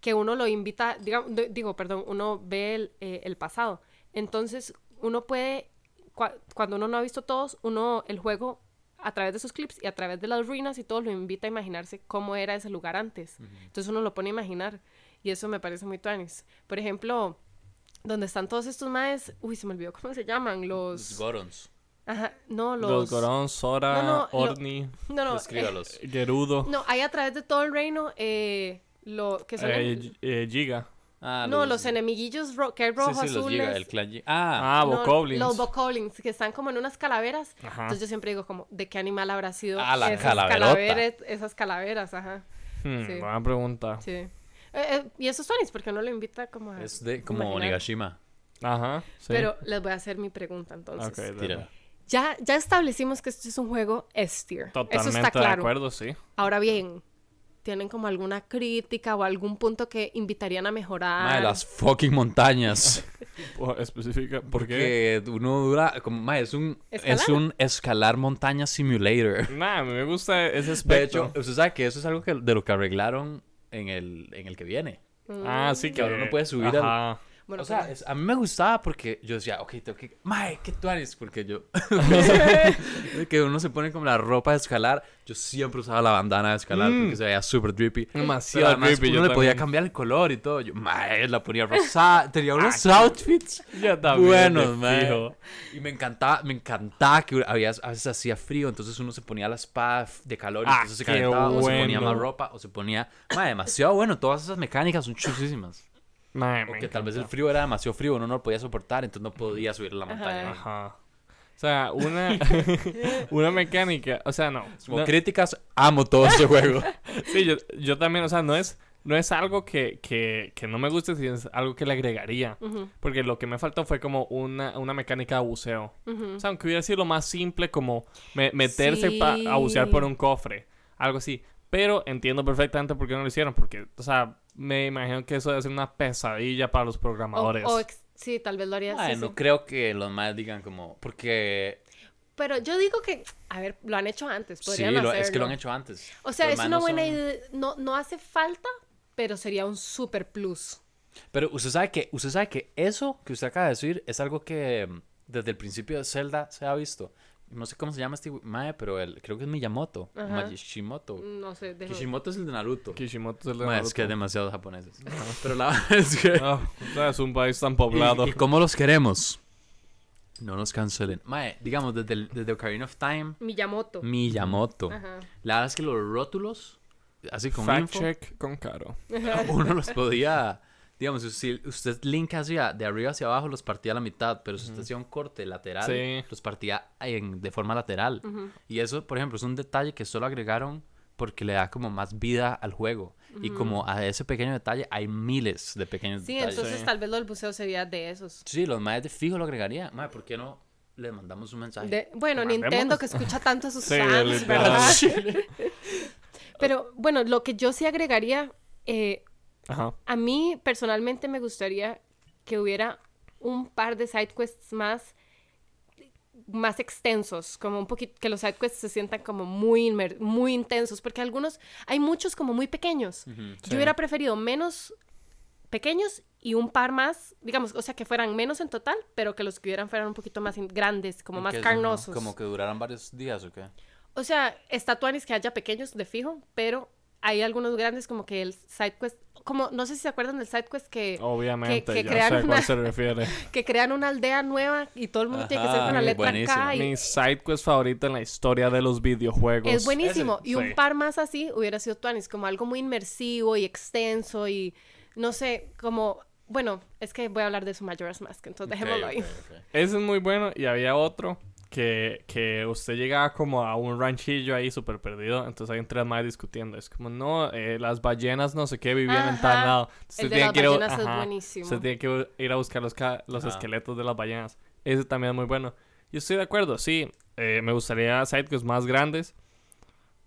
S2: Que uno lo invita, diga- de- digo, perdón, uno ve el, eh, el pasado. Entonces, uno puede cua- cuando uno no ha visto todos, uno el juego a través de sus clips y a través de las ruinas y todo lo invita a imaginarse cómo era ese lugar antes. Entonces uno lo pone a imaginar y eso me parece muy tuanis. Por ejemplo, donde están todos estos maes. Uy, se me olvidó cómo se llaman.
S1: Los
S2: Los.
S1: Gorons.
S2: Ajá, no, los.
S3: Los, Gorón,
S2: No,
S3: Sora,
S2: no, lo-
S3: Orni,
S2: No, no. eh,
S1: Descríbalos.
S3: Gerudo,
S2: no, hay a través de todo el reino. Eh, lo que son.
S3: eh,
S2: en-
S3: G- eh, Giga.
S1: Ah,
S2: no, los enemiguillos ro que hay
S1: Sí,
S2: rojos,
S1: sí, los
S2: azules.
S1: Giga, el clan Giga. Ah,
S3: Ah,
S2: No,
S3: Bokoblins.
S2: Los Bokoblins, que están como en unas calaveras.
S3: Ajá.
S2: Entonces yo siempre digo como, ¿de qué animal habrá sido
S1: Ah, la
S2: esas
S1: calaverota.
S2: calaveras? Esas calaveras, ajá.
S3: Hmm,
S2: sí.
S3: Buena pregunta.
S2: Sí. Eh, eh, y esos Tonis, porque uno lo invita como a...
S1: es de como
S2: imaginar.
S1: Onigashima.
S3: Ajá. Sí.
S2: Pero les voy a hacer mi pregunta entonces.
S3: Ok, dale.
S1: Tira.
S2: Ya, ya establecimos que esto es un juego S-tier. Eso
S3: Totalmente
S2: está
S3: de
S2: claro.
S3: acuerdo, sí.
S2: Ahora bien, ¿tienen como alguna crítica o algún punto que invitarían a mejorar?
S1: Mae, las fucking montañas.
S3: Po- Específica, ¿por qué?
S1: Porque uno dura. Como, mae, es un, es
S2: ¿Escalar?
S1: un escalar montaña simulator.
S3: Nah, a mí me gusta ese
S1: De
S3: aspecto.
S1: hecho, usted sabe que eso es algo que, de lo que arreglaron en el, en el que viene.
S3: ah, sí,
S1: que ahora uno puede subir al-
S3: Ajá.
S2: Bueno,
S1: o sea,
S2: pero-
S1: es- a mí me gustaba porque yo decía, ok, tengo que... Mae, ¿qué tú eres? Porque yo... que uno se pone como la ropa de escalar. Yo siempre usaba la bandana de escalar
S3: Mm.
S1: porque se veía súper drippy.
S3: Demasiado
S1: Pero además,
S3: drippy,
S1: Uno
S3: yo
S1: le podía
S3: también.
S1: cambiar el color y todo. Yo, mae, la ponía rosada. Tenía unos outfits
S3: Ya Ah, también.
S1: buenos,
S3: de
S1: mae.
S3: fijo.
S1: Y me encantaba, me encantaba que había, a veces hacía frío, entonces uno se ponía la espada f- de calor, y
S3: Ah,
S1: entonces se
S3: qué
S1: calentaba, o se ponía
S3: bueno.
S1: más ropa, o se ponía... Mae, demasiado bueno. Todas esas mecánicas son chusísimas.
S3: Mae, me
S1: Porque tal vez el
S3: encanta.
S1: frío era demasiado frío, uno no lo podía soportar, entonces no podía subir la montaña.
S3: Ajá. O sea, una, una mecánica. O sea, no.
S1: Como
S3: no-
S1: críticas, amo todo este juego.
S3: Sí, yo, yo también, o sea, no es, no es algo que, que, que no me guste, sino es algo que le agregaría. Porque lo que me faltó fue como una, una mecánica de buceo. O sea, aunque hubiera sido lo más simple como me- meterse pa- a bucear por
S2: Sí.
S3: un cofre, algo así. Pero entiendo perfectamente por qué no lo hicieron, porque, o sea, me imagino que eso debe ser una pesadilla para los
S2: o-
S3: programadores.
S2: o ex- sí, tal vez lo haría
S1: Mae,
S2: sí,
S1: no
S2: sí.
S1: creo que los más digan como... Porque...
S2: Pero yo digo que, a ver, lo han hecho antes,
S1: Sí,
S2: podrían
S1: lo- es que lo
S2: hacerlo.
S1: han hecho antes.
S2: O sea,
S1: Los
S2: es
S1: maes
S2: una
S1: no
S2: buena
S1: son-
S2: idea, no, no hace falta, pero sería un super plus.
S1: Pero usted sabe que, usted sabe que eso que usted acaba de decir es algo que mm, desde el principio de Zelda se ha visto. No sé cómo se llama este mae, pero el, creo que es Miyamoto.
S2: Ajá. Mm,
S1: Majishimoto.
S2: No sé, déjame-
S1: Kishimoto es el de Naruto.
S3: Kishimoto es el de
S1: Mae, es que hay
S3: Naruto.
S1: demasiados japoneses. Pero la verdad es que...
S3: Ah, o sea, es un país tan
S1: ¿Y-
S3: poblado.
S1: ¿Y, cómo los queremos? No nos cancelen. Mae, digamos, desde, el- desde Ocarina of Time,
S2: Miyamoto.
S1: Mm, Miyamoto.
S2: Ajá.
S1: La verdad es que los rótulos, así con
S3: Fact
S1: info,
S3: check con Caro.
S1: uno los podía... Digamos, si usted link hacía de arriba hacia abajo, los partía a la mitad, pero si usted hacía un corte lateral,
S3: Sí.
S1: los partía en- de forma lateral. Y eso, por ejemplo, es un detalle que solo agregaron porque le da como más vida al juego. Y como a ese pequeño detalle, hay miles de pequeños
S2: Sí,
S1: detalles.
S2: entonces tal vez lo del buceo sería de esos.
S1: Sí, los maes de fijo lo agregaría. Mae, ¿por qué no le mandamos un mensaje?
S2: De- Ah, bueno,
S3: Mandémonos.
S2: Nintendo que escucha tanto a sus
S3: Sí,
S2: fans,
S3: literal.
S2: ¿verdad? Pero bueno, lo que yo sí agregaría, eh,
S3: Ajá.
S2: a mí personalmente me gustaría que hubiera un par de side quests más más extensos, como un poquito que los side quests se sientan como muy inmer- muy intensos, porque algunos hay muchos como muy pequeños.
S3: sí.
S2: Yo hubiera preferido menos pequeños y un par más, digamos, o sea, que fueran menos en total, pero que los que hubieran fueran un poquito más in- grandes, como más
S1: Que es
S2: carnosos.
S1: Como que duraran varios días o qué.
S2: O sea, estatuanis que haya pequeños de fijo, pero hay algunos grandes como que el side quest, como no sé si se acuerdan del side quest que
S3: Obviamente,
S2: que
S3: yo
S2: crean
S3: sé a
S2: una-
S3: cuál se refiere.
S2: que crean una aldea nueva y todo el mundo tiene que
S1: Ajá,
S2: ser con la
S1: mm,
S2: letra
S1: buenísimo.
S2: K. y-
S3: Mi sidequest favorita en la historia de los videojuegos.
S2: es buenísimo.
S3: Ese-
S2: y un
S3: sí.
S2: par más así hubiera sido Tuanis, como algo muy inmersivo y extenso y no sé, como, bueno, es que voy a hablar de su Majora's Mask, entonces dejémoslo ahí.
S3: Ese es muy bueno. Y había otro que, que usted llegaba como a un ranchillo ahí súper perdido. Entonces hay un tres más discutiendo. Es como, no, eh, las ballenas no sé qué vivían en
S2: Ajá.
S3: tal lado.
S2: El de
S3: tiene
S2: las
S3: que ir a-
S2: ballenas es
S3: ajá.
S2: buenísimo.
S3: Usted tiene que ir a buscar los, ca- los
S1: Ah.
S3: esqueletos de las ballenas. Ese también es muy bueno. Yo estoy de acuerdo, sí. eh, me gustaría sidequests más grandes.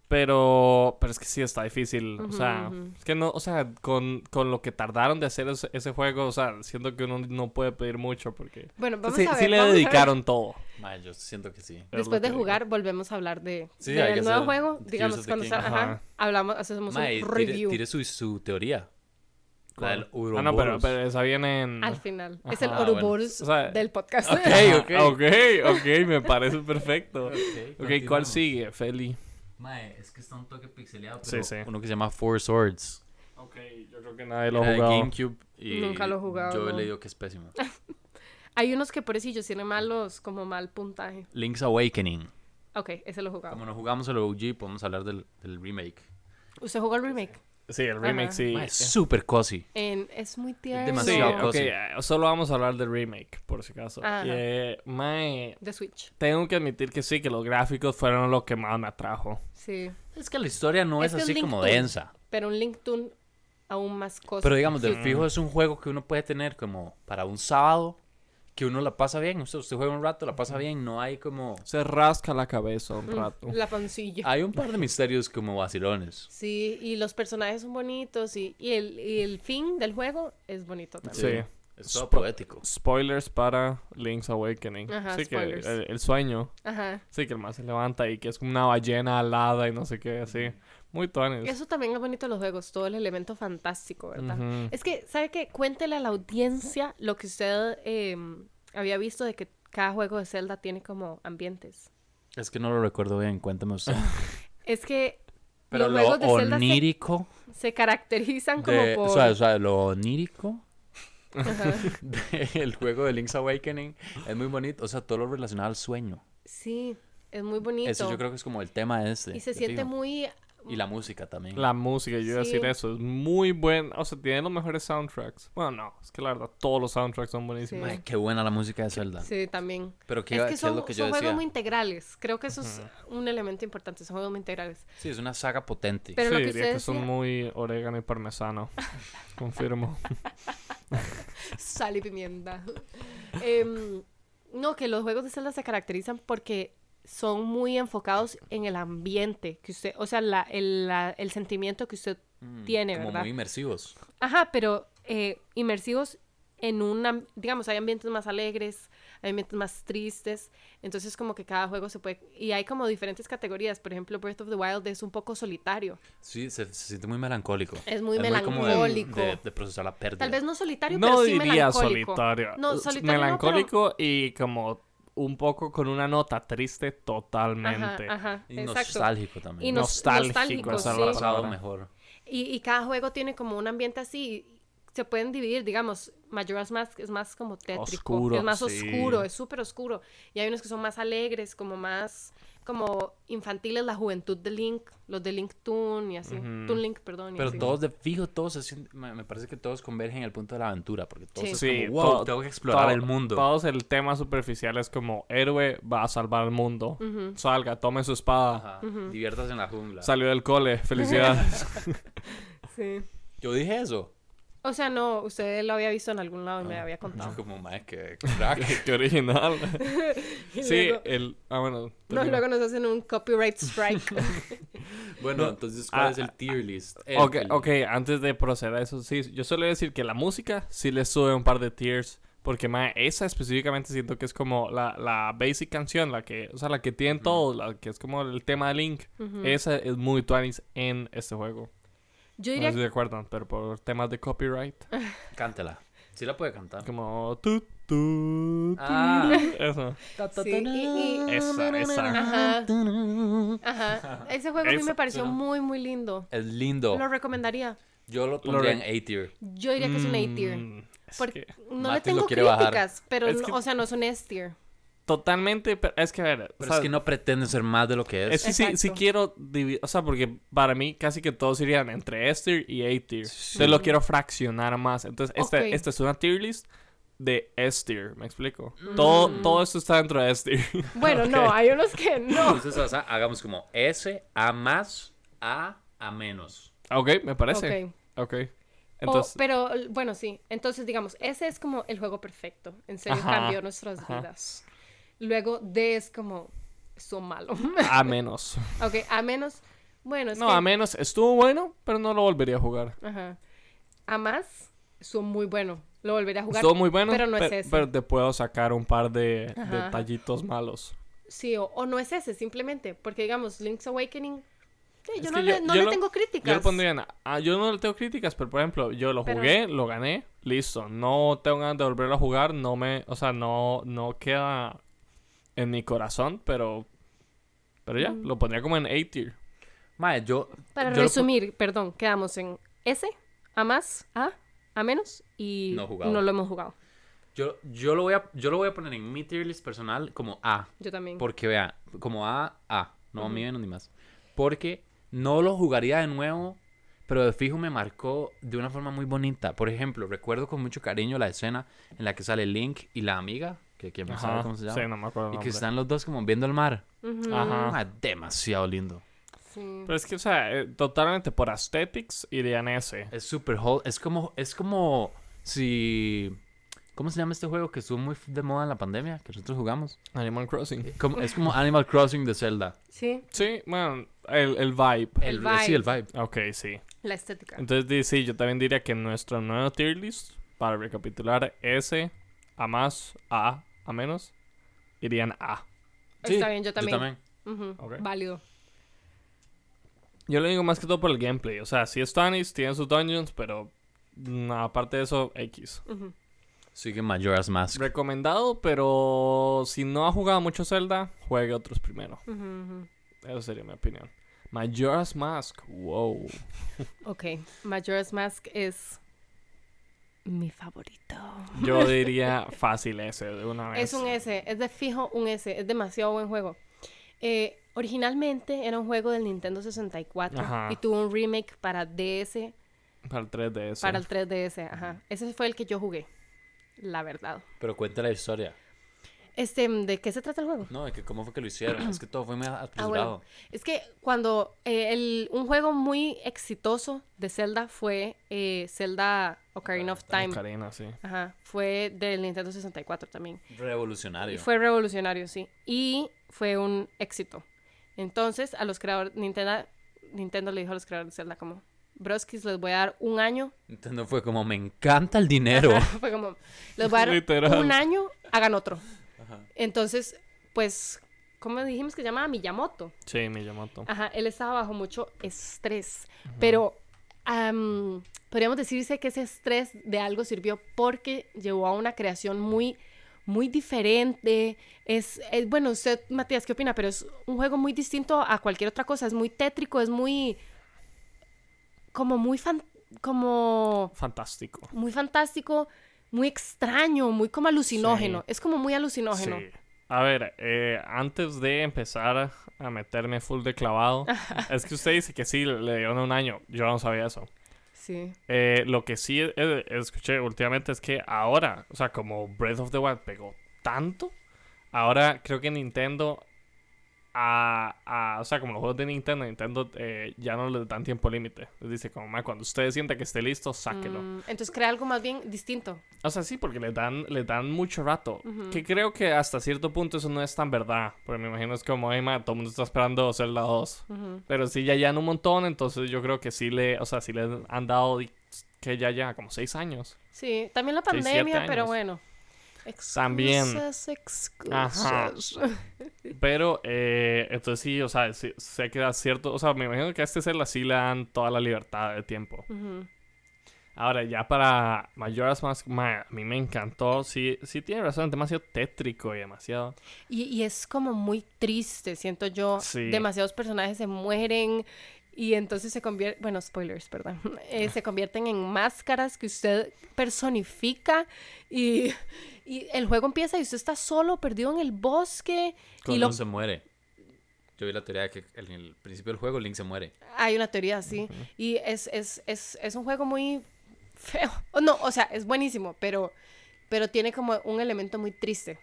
S3: Pero, pero es que sí está difícil. o sea, es que no, o sea, con, con lo que tardaron de hacer ese, ese juego, o sea, siento que uno no puede pedir mucho porque.
S2: Bueno, vamos
S3: sí,
S2: a ver.
S3: sí le
S2: vamos a ver.
S3: dedicaron todo.
S1: Mae, yo siento que sí.
S3: Es
S2: Después de
S3: lo que
S2: jugar, volvemos a hablar de,
S1: Sí,
S2: del
S1: hay que
S2: nuevo
S1: hacer
S2: juego.
S1: Tears of
S2: Digamos,
S1: the
S2: cuando
S1: King.
S2: sea- ajá,
S3: Ajá.
S2: hablamos, hacemos
S1: Mae,
S2: un
S1: tire,
S2: review
S1: tire su, su teoría. La del
S3: digo. Ah, no, pero,
S1: Ouroboros.
S3: pero esa viene en.
S2: al final. es el
S1: Ajá,
S2: Ouroboros
S3: bueno. O sea,
S2: del podcast.
S1: Ok, ok.
S3: Ah, ok, ok, me parece perfecto. Ok, ¿cuál
S1: continuamos.
S3: sigue, Feli?
S1: Mae, es que está un toque pixeleado,
S3: Sí,
S1: pero
S3: sí.
S1: uno que se llama Four Swords.
S3: Ok, yo creo que nadie lo ha
S1: Era de
S3: jugado.
S1: GameCube y
S2: Nunca lo he jugado,
S1: Yo
S2: no.
S1: he leído que es pésimo.
S2: Hay unos que pobrecillos tienen malos, como mal puntaje.
S1: Link's Awakening.
S2: Ok, ese lo he jugado.
S1: Como no jugamos el OG, podemos hablar del, del remake.
S2: ¿Usted jugó el remake?
S3: Sí, el remake
S2: Ajá.
S3: sí.
S1: Ma, es súper cozy.
S2: En- es muy tierno.
S3: Sí,
S1: demasiado
S3: ok,
S1: cozy.
S3: eh, solo vamos a hablar del remake, por si acaso.
S2: Ajá.
S3: Y, eh, mae,
S2: De Switch.
S3: tengo que admitir que sí, que los gráficos fueron los que más me atrajo.
S2: Sí.
S1: Es que la historia no
S2: Es
S1: es,
S2: que es
S1: así
S2: Link
S1: como
S2: to-
S1: densa.
S2: Pero un Link Toon aún más cosas.
S1: Pero digamos, de fijo es un juego que uno puede tener como para un sábado, que uno la pasa bien. Usted, usted juega un rato, la pasa bien, no hay como...
S3: Se rasca la cabeza
S2: Mm.
S3: un rato.
S2: La pancilla.
S1: Hay un par de misterios como vacilones.
S2: Sí, y los personajes son bonitos y, y el, y el fin del juego es bonito también.
S3: Sí.
S1: Es todo poético.
S3: Spoilers para Link's Awakening.
S2: Ajá,
S3: sí, que
S2: spoilers.
S3: el, el sueño.
S2: Ajá.
S3: Sí, que el más se levanta y que es como una ballena alada y no sé qué, así. Muy tuanis.
S2: Eso también es bonito de los juegos, todo el elemento fantástico, ¿verdad?
S3: Ujú.
S2: Es que, ¿sabe qué? Cuéntele a la audiencia lo que usted eh, había visto de que cada juego de Zelda tiene como ambientes.
S1: Es que no lo recuerdo bien, cuéntame usted.
S2: Es que
S1: Pero
S2: los
S1: lo
S2: juegos de Zelda se-
S1: onírico...
S2: se, caracterizan como
S1: de-
S2: por...
S1: o sea, o sea, lo onírico
S2: Ajá.
S1: del juego de Link's Awakening es muy bonito. O sea, todo lo relacionado al sueño.
S2: Sí, es muy bonito.
S1: Eso yo creo que es como el tema este.
S2: y se
S1: de
S2: siente
S1: fijo.
S2: muy...
S1: Y la música también.
S3: La música, yo iba a decir
S2: Sí.
S3: eso, es muy buena. O sea, tiene los mejores soundtracks. Bueno, no, es que la verdad, todos los soundtracks son buenísimos.
S1: Ay, qué buena la música de Zelda.
S2: Sí, también.
S1: Pero qué,
S2: es
S1: iba-
S2: que
S1: qué
S2: son,
S1: es lo que yo
S2: son juegos
S1: decía.
S2: muy integrales. Creo que eso es un elemento importante. Son juegos muy integrales.
S1: Sí, es una saga potente.
S2: Pero
S3: sí,
S2: lo que
S3: diría
S2: usted
S3: que son
S2: decía-
S3: muy orégano y parmesano. Confirmo.
S2: Sal y pimienta. Em, no, que los juegos de Zelda se caracterizan porque son muy enfocados en el ambiente que usted, o sea, la- el, la- el sentimiento que usted
S1: Mm,
S2: tiene,
S1: como
S2: ¿verdad?
S1: muy inmersivos.
S2: Ajá, pero eh, inmersivos en una, digamos, hay ambientes más alegres, hay ambientes más tristes, entonces como que cada juego se puede, y hay como diferentes categorías, por ejemplo, Breath of the Wild es un poco solitario,
S1: Sí, se, se siente muy melancólico.
S2: es muy
S1: como
S2: melancólico.
S1: de- de, de procesar la pérdida.
S2: Tal vez no solitario,
S3: No
S2: pero sí
S3: diría
S2: melancólico.
S3: solitario.
S2: No,
S3: Es
S2: solitario no, pero-
S3: Melancólico y como un poco con una nota triste
S2: Ajá,
S3: totalmente.
S2: ajá,
S1: Y
S2: exacto.
S1: nostálgico también.
S2: Y
S1: no
S2: nos-
S3: Nostálgico,
S2: nostálgico,
S3: esa es
S2: sí.
S3: la
S1: pasado
S3: palabra.
S1: mejor.
S2: Y, y cada juego tiene como un ambiente así. y Se pueden dividir, digamos, Majora's Mask es más como tétrico.
S3: Oscuro,
S2: es más
S3: sí.
S2: oscuro, es súper oscuro. Y hay unos que son más alegres, como más como infantiles, la juventud de Link, los de Link Toon y así.
S3: Ujú.
S2: Toon Link, perdón. y
S1: Pero
S2: así.
S1: todos de fijo, todos se sienten- me me parece que todos convergen en el punto de la aventura, porque todos
S2: Sí.
S1: es
S3: Sí,
S1: como, wow,
S3: todo-
S1: tengo que explorar
S3: todo-
S1: el mundo.
S3: Todos el tema superficial es como héroe va a salvar al mundo. Salga, tome su espada.
S1: Ajá, Diviertas en la jungla.
S3: Salió del cole, felicidades.
S2: Sí.
S1: Yo dije eso.
S2: O sea, no, usted lo había visto en algún lado y
S3: Ah.
S2: me había contado.
S1: Yo como, mae, que crack.
S3: Qué original.
S2: Y
S3: Sí,
S2: luego-
S3: el. Ah, bueno.
S2: no,
S3: termina.
S2: luego nos hacen un copyright strike.
S1: bueno, entonces, ¿cuál
S3: Ah,
S1: es el tier list? El-
S3: Ok,
S1: el-
S3: ok, antes de proceder a eso, sí, yo suelo decir que la música sí le sube un par de tiers. Porque, mae, esa específicamente siento que es como la, la basic canción, la que, o sea, la que tienen todos, la que es como el tema de Link. Esa es muy Twanis en este juego.
S2: Yo
S3: No
S2: diría Ah.
S3: sé si se acuerdan, pero por temas de copyright.
S1: Cántela. Sí la puede cantar.
S3: Como tu, tu, tu,
S1: Ah.
S3: Eso.
S2: Sí, y- y-
S3: Esa, esa.
S2: Ajá. Ajá. Ese juego a mí
S3: Esa-
S2: me pareció muy, muy lindo.
S1: Es
S3: Oh.
S1: lindo.
S2: Lo recomendaría.
S1: Yo lo pondría en
S3: re-
S1: A tier.
S2: Yo diría que es un A-tier.
S3: Mm, es
S2: Porque
S3: que-
S2: no
S1: Mati
S2: le
S1: lo
S2: tengo
S1: quiere bajar.
S2: críticas, pero,
S3: Es
S2: no-
S3: que-
S2: o sea, no es un S-tier.
S3: Totalmente, pero es que a ver. o
S1: Pero
S3: sea,
S1: es que no pretende ser más de lo que
S3: Es
S1: es.
S3: que sí, sí
S2: Exacto.
S3: quiero dividir, o sea, porque para mí casi que todos irían entre S tier y A tier. Entonces lo quiero fraccionar más. Entonces, esta,
S2: Ok.
S3: esta es una tier list de S tier, me explico. Todo, todo esto está dentro de S tier.
S2: Bueno, no, hay unos que no.
S1: Entonces, o sea, hagamos como S, A más, A, A menos.
S3: ok, me parece. Ok.
S2: O-
S3: Entonces,
S2: pero bueno, sí. Entonces, digamos, ese es como el juego perfecto. En serio,
S3: Ajá,
S2: cambió nuestras
S3: ajá.
S2: vidas. Luego, D es como, son malo.
S3: a menos.
S2: ok, a menos, bueno, es
S3: no,
S2: que-
S3: a menos estuvo bueno, pero no lo volvería a jugar.
S2: Ajá. A más, son muy bueno. Lo volveré a jugar.
S3: Estuvo muy bueno,
S2: Pero no es
S3: pe-
S2: ese.
S3: pero te puedo sacar un par de
S2: Ajá.
S3: detallitos malos.
S2: Sí, o, o no es ese, simplemente. Porque, digamos, Link's Awakening. sí,
S3: Es
S2: yo
S3: que
S2: no le,
S3: yo-
S2: no
S3: yo
S2: le
S3: lo-
S2: tengo críticas.
S3: Yo lo pondría en... ah, yo no le tengo críticas, pero por ejemplo, yo lo
S2: Pero-
S3: jugué, lo gané, listo. No tengo ganas de volverlo a jugar, no me... O sea, no, no queda en mi corazón, pero... Pero ya,
S2: Mm.
S3: lo pondría como en A tier.
S1: Mae, yo.
S2: Para
S1: yo lo
S2: resumir, perdón, quedamos en S, a más, a, a menos y
S1: No jugado.
S2: lo hemos jugado.
S1: Yo, yo, lo voy a, yo lo voy a poner en mi tier list personal como A.
S2: Yo también.
S1: Porque vea, como A, A. No, a mí menos ni más. Porque no lo jugaría de nuevo, pero de fijo me marcó de una forma muy bonita. Por ejemplo, recuerdo con mucho cariño la escena en la que sale Link y la amiga, que quien no sabe
S3: Ajá.
S1: cómo se llama.
S3: Sí, no me acuerdo. el
S1: y que
S3: nombre.
S1: están los dos como viendo el mar.
S2: Ujú,
S3: Ajá.
S1: Ah, demasiado lindo.
S2: sí.
S3: Pero es que, o sea, eh, totalmente por aesthetics irían ese.
S1: Es super hot. Es como, es como si... ¿Cómo se llama este juego que estuvo muy de moda en la pandemia? Que nosotros jugamos.
S3: Animal Crossing.
S1: Como- es como Animal Crossing de Zelda.
S2: Sí,
S3: Sí, bueno, el, el vibe.
S1: El,
S2: El
S1: Sí, el vibe.
S3: Ok, sí.
S2: la estética.
S3: Entonces, di- sí, yo también diría que nuestro nuevo tier list, para recapitular, S, A más, A, A menos, irían A.
S1: Sí,
S2: Está bien, yo también.
S1: también.
S2: Ujú,
S3: Ok.
S2: Válido.
S3: Yo lo digo más que todo por el gameplay. O sea, sí es Tanis, tiene sus dungeons, pero mm, aparte de eso, X.
S2: Ujú.
S1: Sigue Majora's Mask.
S3: Recomendado, pero si no ha jugado mucho Zelda, juegue otros primero.
S2: Ujú, ujú.
S3: Esa sería mi opinión. Majora's Mask, wow.
S2: Ok, Majora's Mask es mi favorito.
S3: Yo diría fácil ese de una vez.
S2: Es un S, es de fijo un S, es demasiado buen juego. Eh, originalmente era un juego del Nintendo 64
S3: Ajá.
S2: y tuvo un remake para DS,
S3: Para el 3DS.
S2: E para el 3DS, ajá. Ese fue el que yo jugué, la verdad.
S1: Pero cuenta la historia.
S2: Este, ¿de qué se trata el juego?
S1: No, de que cómo fue que lo hicieron. es que todo fue muy
S2: Ah,
S1: apresurado.
S2: bueno. Es que cuando eh, el- un juego muy exitoso de Zelda fue eh, Zelda Ocarina of Time.
S3: Ocarina, sí.
S2: Ajá, fue del Nintendo 64 también.
S1: Revolucionario.
S2: Y fue revolucionario, sí. Y fue un éxito. Entonces, a los creadores, Nintendo, Nintendo le dijo a los creadores de Zelda como, broskis, les voy a dar un año.
S1: Nintendo fue como, me encanta el dinero.
S2: Fue como, les voy a dar
S3: Literal.
S2: un año, hagan otro.
S1: Ajá.
S2: Entonces, pues, ¿cómo dijimos que se llamaba? Miyamoto.
S3: Sí, Miyamoto.
S2: Ajá, él estaba bajo mucho estrés, pero am, podríamos decirse que ese estrés de algo sirvió porque llevó a una creación muy, muy diferente. Es, es- bueno, usted, Matías, ¿qué opina? Pero es un juego muy distinto a cualquier otra cosa. Es muy tétrico, es muy, como muy, fan- como
S3: Fantástico.
S2: muy fantástico, muy extraño, muy como alucinógeno.
S3: Sí.
S2: Es como muy alucinógeno.
S3: Sí. A ver, eh, antes de empezar a- a meterme full de clavado, es que usted dice que sí, le dieron un año. Yo no sabía eso.
S2: Sí.
S3: Eh, lo que sí eh, escuché últimamente es que ahora, o sea, como Breath of the Wild pegó tanto, ahora creo que Nintendo, a, a- o sea, como los juegos de Nintendo, Nintendo eh, ya no les dan tiempo límite. Les dice como, "Ma, cuando usted sienta que esté listo, sáquelo.
S2: Mm, entonces crea algo más bien distinto.
S3: O sea, sí, porque le dan, le dan mucho rato.
S2: Ujú.
S3: Que creo que hasta cierto punto eso no es tan verdad. Porque me imagino es como, hey, ma, todo el mundo está esperando Zelda 2.
S2: Ujú.
S3: Pero sí, ya llevan un montón, entonces yo creo que sí le, o sea, sí le han dado di- que ya ya como seis años.
S2: Sí, también la
S3: Seis, siete
S2: pandemia, pero
S3: años.
S2: bueno.
S3: También.
S2: Excusas, excusas.
S3: Pero, eh, entonces sí, o sea, sí- sé que da cierto, o sea, me imagino que a este Zelda sí le dan toda la libertad de tiempo.
S2: Ujú.
S3: Ahora, ya para Majora's Mask, ma, a mí me encantó, sí, sí tiene razón, demasiado tétrico y demasiado.
S2: Y, y es como muy triste, siento yo.
S3: Sí.
S2: Demasiados personajes se mueren y entonces se convierten, bueno, spoilers, perdón, Eh, se convierten en máscaras que usted personifica y, y el juego empieza y usted está solo, perdido en el bosque y
S1: Cuando
S2: lo-
S1: se muere. Yo vi la teoría de que en el principio del juego Link se muere.
S2: hay una teoría así y es, es, es, es un juego muy feo. O No, o sea, es buenísimo, pero, pero tiene como un elemento muy triste.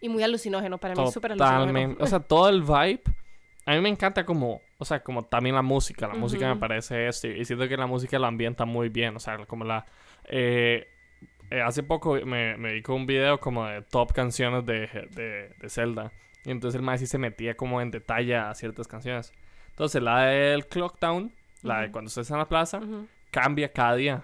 S2: Y muy alucinógeno, para mí es súper alucinógeno.
S3: Totalmente. O sea, todo el vibe. A mí me encanta como, o sea, como también la música. La música me
S2: Ujú.
S3: parece esto. Y siento que la música la ambienta muy bien. O sea, como la... eh, eh, hace poco me, me dedicó un video como de top canciones de, de, de Zelda. Y entonces el maestro sí se metía como en detalle a ciertas canciones. Entonces la del Clock Town, la de
S2: Ujú.
S3: cuando usted está en la plaza,
S2: Ujú.
S3: cambia cada día.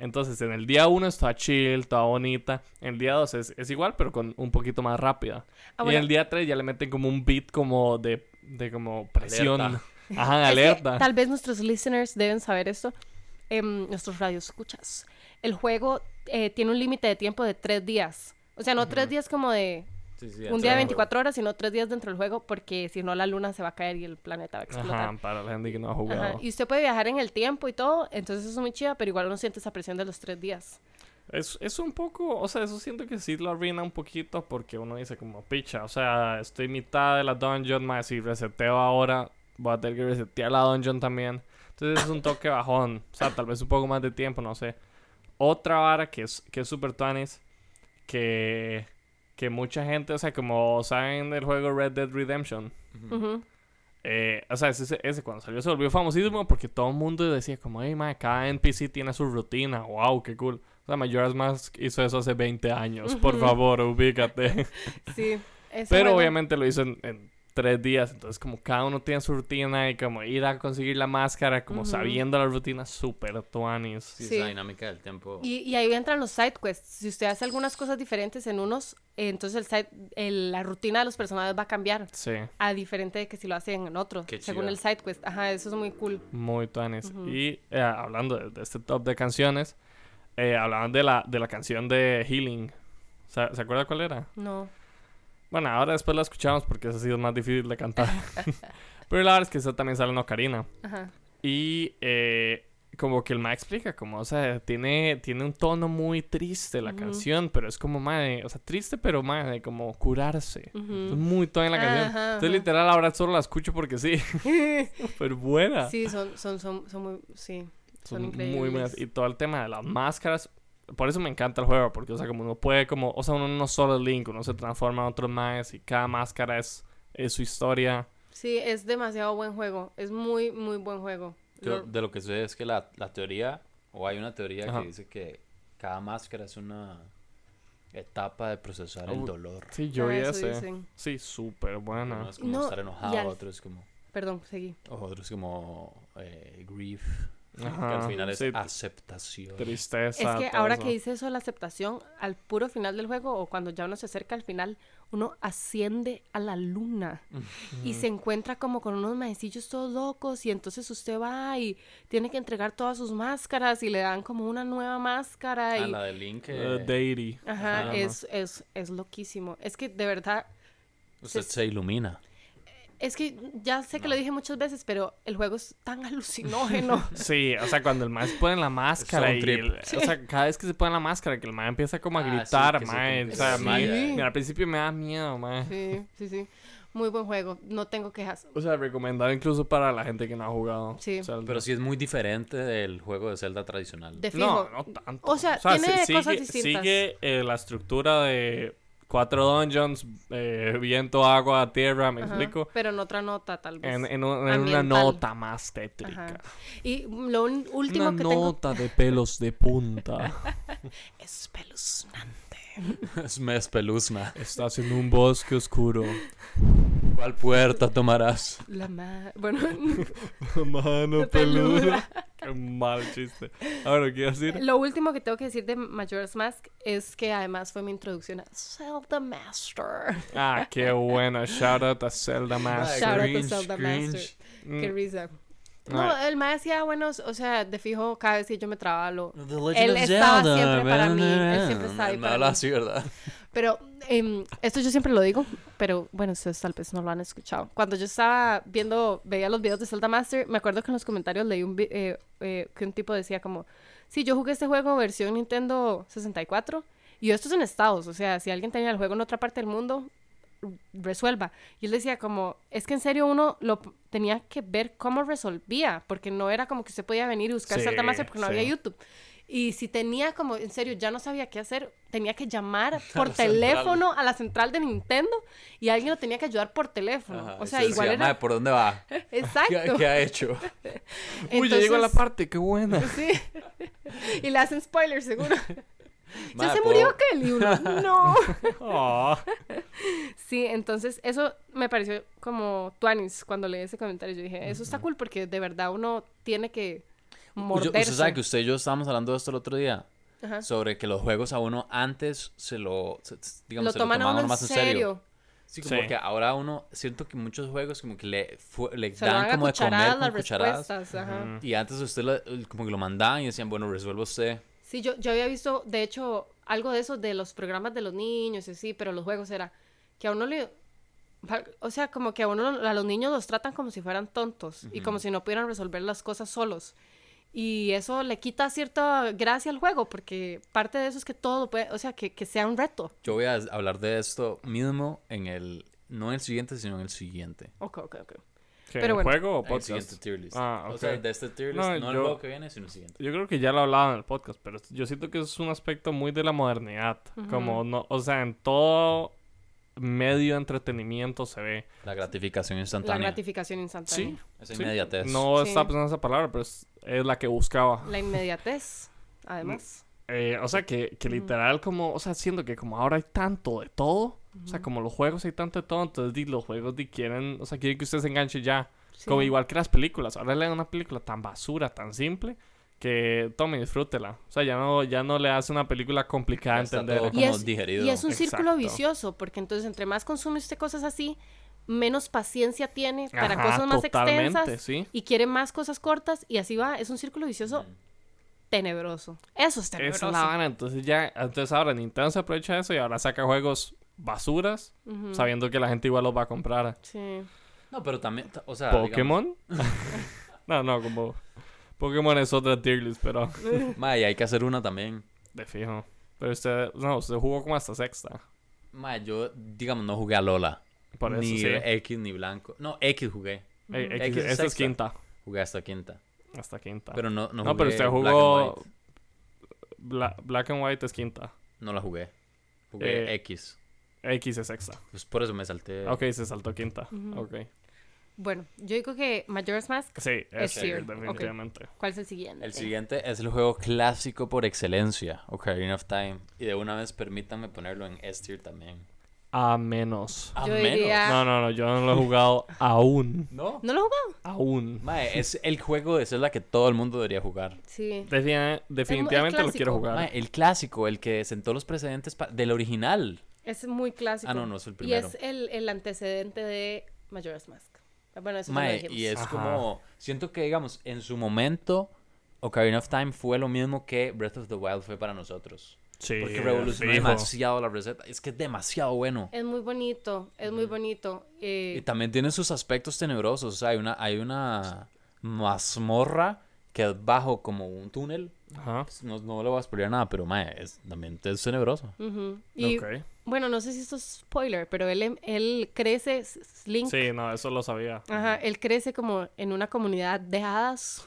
S3: Entonces, en el día uno está chill, está bonita. En el día dos es, es igual, pero con un poquito más rápida.
S2: Ah,
S3: Y
S2: bueno,
S3: en el día 3 ya le meten como un beat como de, de como presión.
S1: Alerta.
S3: Ajá,
S2: es que
S3: alerta.
S2: tal vez nuestros listeners deben saber esto. em, nuestros radios escuchas. El juego eh, tiene un límite de tiempo de tres días. O sea, no tres días como de
S1: Sí, sí,
S2: Un día de
S3: claro.
S2: 24 horas, sino tres días dentro del juego, porque si no la luna se va a caer y el planeta va a explotar.
S3: Ajá, para la gente que no ha
S2: Ajá,
S3: jugado.
S2: Y usted puede viajar en el tiempo y todo, entonces eso es muy chida, pero igual uno siente esa presión de los tres días.
S3: Es, es un poco, o sea, eso siento que sí lo arruina un poquito porque uno dice como, picha, o sea, estoy mitad de la dungeon, más si reseteo ahora, voy a tener que resetear la dungeon también. Entonces es un toque bajón, o sea, tal vez un poco más de tiempo, no sé. Otra vara que es que es super tuanis, que, que mucha gente, o sea, como saben del juego Red Dead Redemption,
S2: Ujú.
S3: eh, o sea, ese, ese cuando salió se volvió famosísimo porque todo el mundo decía como, hey, mae, cada NPC tiene su rutina, wow, qué cool. O sea, Majora's Mask hizo eso hace 20 años, por favor, ubícate.
S2: Sí. ese
S3: Pero
S2: juego-
S3: obviamente lo hizo en, en tres días, entonces como cada uno tiene su rutina y como ir a conseguir la máscara, como
S2: Ujú.
S3: sabiendo la rutina, súper tuanis.
S1: Sí,
S2: Sí.
S1: esa dinámica del tiempo.
S2: Y, y ahí entran los side quests. Si usted hace algunas cosas diferentes en unos, eh, entonces el side- el- la rutina de los personajes va a cambiar.
S3: Sí,
S2: A diferente de que si lo hacen en otro,
S1: Qué
S2: según
S1: chido.
S2: el side quest. Ajá, eso es muy cool.
S3: muy tuanis.
S2: Ujú.
S3: Y eh, hablando de, de este top de canciones, eh, hablaban de la, de la canción de Healing. ¿Se, ¿Se acuerda cuál era?
S2: No.
S3: Bueno, ahora después la escuchamos porque esa sí es más difícil de cantar. Pero la verdad es que esa también sale en Ocarina.
S2: Ajá.
S3: Y eh, como que el Ma explica, como, o sea, tiene, tiene un tono muy triste la
S2: Ujú.
S3: canción, pero es como, madre, o sea, triste, pero madre, como curarse. Es
S2: Ujú.
S3: muy tono en la canción.
S2: Ajá,
S3: Entonces,
S2: ajá.
S3: literal, ahora solo la escucho porque sí. Pero buena.
S2: Sí, son, son, son, son muy. Sí. Son,
S3: Ah. Son muy
S2: increíbles.
S3: buenas. Y todo el tema de las máscaras. Por eso me encanta el juego, porque, o sea, como uno puede, como, o sea, uno no solo es Link, uno se transforma en otros maes y cada máscara es, es su historia.
S2: Sí, es demasiado buen juego. Es muy, muy buen juego.
S1: Yo-
S2: Lo-
S1: de lo que sé es que la, la teoría, o hay una teoría
S3: Ajá.
S1: que dice que cada máscara es una etapa de procesar el
S3: Uh,
S1: dolor.
S3: Sí, yo
S2: Ah,
S3: vi
S2: eso
S3: ese.
S2: dicen.
S3: Sí, súper buena.
S1: Uno es como
S2: No,
S1: estar
S2: y
S1: enojado,
S2: al-
S1: otro es como,
S2: Perdón, seguí.
S1: otro es como eh, grief, que
S3: Ajá,
S1: al final es
S3: sí,
S1: aceptación.
S3: Tristeza.
S2: es que
S3: todo
S2: ahora
S3: eso.
S2: que dice eso de la aceptación, al puro final del juego, o cuando ya uno se acerca al final, uno asciende a la luna y se encuentra como con unos maecillos todos locos y entonces usted va y tiene que entregar todas sus máscaras y le dan como una nueva máscara
S1: Ah,
S2: y...
S1: la de Link,
S3: Eh,
S1: eh,
S3: Deity.
S2: Ajá,
S1: Ajá.
S2: es, es, es loquísimo. Es que de verdad,
S1: usted
S2: se-
S1: se ilumina.
S2: es que ya sé que lo dije muchas veces, pero el juego es tan alucinógeno.
S3: Sí, o sea, cuando el mae se pone la máscara
S1: un
S3: y
S1: trip.
S3: el- o sea, cada vez que se pone la máscara que el mae empieza como a
S1: Ah, sí,
S3: gritar,
S1: que se-
S3: mae,
S1: que
S3: o sea, a
S1: se
S3: mí-
S1: desmaya.
S3: mira, al principio me da miedo, mae.
S2: sí, sí, sí. Muy buen juego, no tengo quejas.
S3: O sea, recomendado incluso para la gente que no ha jugado.
S2: Sí.
S3: O sea,
S1: Pero sí es muy diferente del juego de Zelda tradicional.
S2: De fijo.
S3: no, no tanto.
S2: O sea, tiene
S3: sí-
S2: cosas
S3: sigue-
S2: distintas.
S3: Sigue eh, la estructura de cuatro dungeons, eh, viento, agua, tierra, me
S2: Ajá,
S3: explico.
S2: Pero en otra nota, tal vez.
S3: En, en un- en una
S2: Ambiental.
S3: nota más tétrica.
S2: Ajá. Y lo un- último
S3: Una
S2: que tengo
S3: nota de pelos de punta.
S2: es espeluznante.
S1: es me espeluzna.
S3: Estás en un bosque oscuro.
S1: ¿Cuál puerta tomarás?
S2: La ma... Bueno,
S3: Mano peluda. Qué mal chiste. Ahora, ¿qué iba a decir?
S2: lo último que tengo que decir de Majora's Mask es que además fue mi introducción a Zelda Master.
S3: Ah, qué bueno. Shout out a Zelda Master.
S2: Shout out a
S1: Cringe,
S2: Zelda
S1: cringe.
S2: Master.
S3: Mm,
S2: Qué risa. No,
S3: Right.
S2: el ma decía buenos, o sea, de fijo, cada vez que yo me trababa lo...
S1: The Legend
S2: Él
S1: of
S2: estaba
S1: Zelda,
S2: siempre para mí, él siempre
S1: ¿verdad?
S2: estaba ahí
S1: Me
S2: para
S1: habla
S2: mí.
S1: así, ¿verdad?
S2: Pero em, esto yo siempre lo digo, pero bueno, ustedes tal vez no lo han escuchado. Cuando yo estaba viendo, veía los videos de Zelda Master, me acuerdo que en los comentarios leí un vi- eh, eh, que un tipo decía como, sí, yo jugué este juego versión Nintendo 64 y esto es en Estados, o sea, si alguien tenía el juego en otra parte del mundo, r- resuelva. Y él decía como, es que en serio uno lo p- tenía que ver cómo resolvía, porque no era como que usted podía venir y buscar
S3: Sí,
S2: Zelda Master porque no
S3: sí.
S2: había YouTube. Y si tenía como, en serio, ya no sabía qué hacer, tenía que llamar por teléfono a la central de Nintendo y alguien lo tenía que ayudar por teléfono.
S1: Ajá,
S2: o sea,
S1: eso sí,
S2: igual
S1: "Mae,
S2: era...
S1: ¿por dónde va? ¿Qué,
S2: Exacto.
S1: qué ha hecho?
S3: Uy, ya llegó la
S2: Entonces,
S3: parte. Qué buena.
S2: Sí. y le hacen spoilers, seguro.
S1: Mae,
S2: ya se
S1: ¿puedo-
S2: murió Kelly. uno, no.
S3: Aw.
S2: Sí, entonces eso me pareció como Tuanis cuando leí ese comentario. Yo dije, eso está cool porque de verdad uno tiene que
S1: Usted-
S2: morderse. Ah.
S1: Usted sabe que usted y yo estábamos hablando de esto el otro día.
S2: Ajá.
S1: Sobre que los juegos a uno antes se lo. se- se- digamos,
S2: Lo
S1: se
S2: toman a uno en
S1: más
S2: serio.
S1: Sí, como
S3: Sí.
S1: que ahora uno. Siento que muchos juegos como que le, fu- le
S2: Se lo
S1: dan
S2: dan a
S1: como de comer
S2: cucharadas
S1: con
S2: las
S1: cucharadas.
S2: respuestas. Ajá.
S3: Ujú.
S1: Y antes usted lo- como que lo mandaban y decían, bueno, resuelva usted.
S2: Sí, yo, yo había visto, de hecho, algo de eso de los programas de los niños y así, pero los juegos era, que a uno le... O sea, como que a uno, a los niños los tratan como si fueran tontos y como si no pudieran resolver las cosas solos. Y eso le quita cierta gracia al juego, porque parte de eso es que todo lo puede, o sea, que, que sea un reto.
S1: Yo voy a hablar de esto mismo en el. No en el siguiente, sino en el siguiente.
S2: Ok, ok, ok.
S3: ¿Qué,
S2: Pero bueno.
S3: ¿Juego o
S1: En el
S3: podcast?
S1: siguiente tier list.
S3: Ah,
S1: O
S3: ok.
S1: sea, de este tier list,
S3: No,
S1: no, el
S3: yo-
S1: juego que viene, sino el siguiente.
S3: Yo creo que ya lo hablaba en el podcast, pero yo siento que es un aspecto muy de la modernidad. Como no, o sea, en todo medio de entretenimiento se ve.
S1: La gratificación
S2: La
S1: instantánea.
S2: gratificación instantánea.
S3: Sí.
S1: Esa inmediatez.
S3: No
S2: Sí.
S3: estaba pensando esa palabra, pero es, es la que buscaba.
S2: La inmediatez, además.
S3: Eh, o sea, que, que literal como, o sea, siento que como ahora hay tanto de todo, o sea, como los juegos hay tanto de todo, entonces di, los juegos di, quieren, o sea, quieren que usted se enganche ya.
S2: Sí.
S3: Como igual que las películas. Ahora le dan una película tan basura, tan simple, que tome, disfrútela. O sea, ya no, ya no le hace una película complicada de
S1: Está
S3: entender.
S1: todo
S2: Y
S1: como
S2: es-
S1: digerido.
S2: Y es un círculo
S3: Exacto.
S2: vicioso, porque entonces entre más consume usted cosas así, menos paciencia tiene para
S3: Ajá,
S2: cosas más
S3: totalmente,
S2: extensas
S3: sí.
S2: y quiere más cosas cortas y así va. Es un círculo vicioso
S1: Mm.
S2: tenebroso. Eso es
S3: Esa
S2: tenebroso.
S3: es la vara. Entonces ya, entonces ahora Nintendo se aprovecha de eso y ahora saca juegos basuras,
S2: Mm.
S3: sabiendo que la gente igual los va a comprar.
S2: Sí.
S1: No, pero también, o sea, Ah, digamos,
S3: ¿Pokémon? no, no, como... Pokémon es otra tier list, pero...
S1: mae, hay que hacer una también.
S3: De fijo. Pero usted... No, usted jugó como hasta sexta.
S1: Mae, yo, digamos, no jugué a Lola.
S3: Por eso,
S1: ni
S3: sí.
S1: X ni Blanco. No, X jugué.
S3: Eh, X-
S1: X es
S3: esa es
S1: sexta.
S3: quinta.
S1: Jugué hasta quinta.
S3: Hasta quinta.
S1: Pero no, no jugué.
S3: Ah. no, pero usted
S1: Black and
S3: jugó...
S1: White.
S3: Bla- Black and White es quinta.
S1: No la jugué. Jugué
S3: Eh,
S1: X.
S3: X es sexta.
S1: Pues por eso me salté.
S3: Ok, se saltó quinta. Ok.
S2: Bueno, yo digo que Majora's Mask,
S3: Sí, es
S2: Es
S3: tier,
S2: tier,
S3: definitivamente.
S2: ¿cuál es el siguiente?
S1: El siguiente es el juego clásico por excelencia, Ocarina of Time. Y de una vez permítanme ponerlo en S-Tier también.
S3: A menos.
S1: A
S2: Yo
S1: menos.
S2: diría-
S3: No, no, no. Yo no lo he jugado aún.
S1: No.
S2: ¿No lo he jugado?
S3: Aún.
S1: Mae, es el juego de Zelda que todo el mundo debería jugar.
S2: Sí.
S3: Defini- definitivamente lo
S2: clásico.
S3: quiero jugar.
S1: Mae, el clásico, el que sentó los precedentes pa- del original.
S2: Es muy clásico.
S1: Ah, no, no, es el
S2: Y
S1: primero.
S2: es el, el antecedente de Majora's Mask. Bueno, eso ya lo
S1: Mae,
S2: dijimos.
S1: y es
S3: Ajá.
S1: como. Siento que, digamos, en su momento, Ocarina of Time fue lo mismo que Breath of the Wild fue para nosotros.
S3: Sí,
S1: Porque revolucionó
S3: fijo.
S1: demasiado la receta. Es que es demasiado bueno.
S2: Es muy bonito, es muy bonito. eh,
S1: Y también tiene sus aspectos tenebrosos. O sea, hay una, hay una mazmorra que es bajo como un túnel.
S3: Ajá.
S1: Pues No, no le voy a spoilear nada, pero mae, es, también es tenebroso.
S2: ujú. Y
S3: Ok.
S2: bueno, no sé si esto es spoiler, pero él, em- él crece, s- s- Link.
S3: Sí, no, eso lo sabía.
S2: Ajá, él crece como en una comunidad de hadas.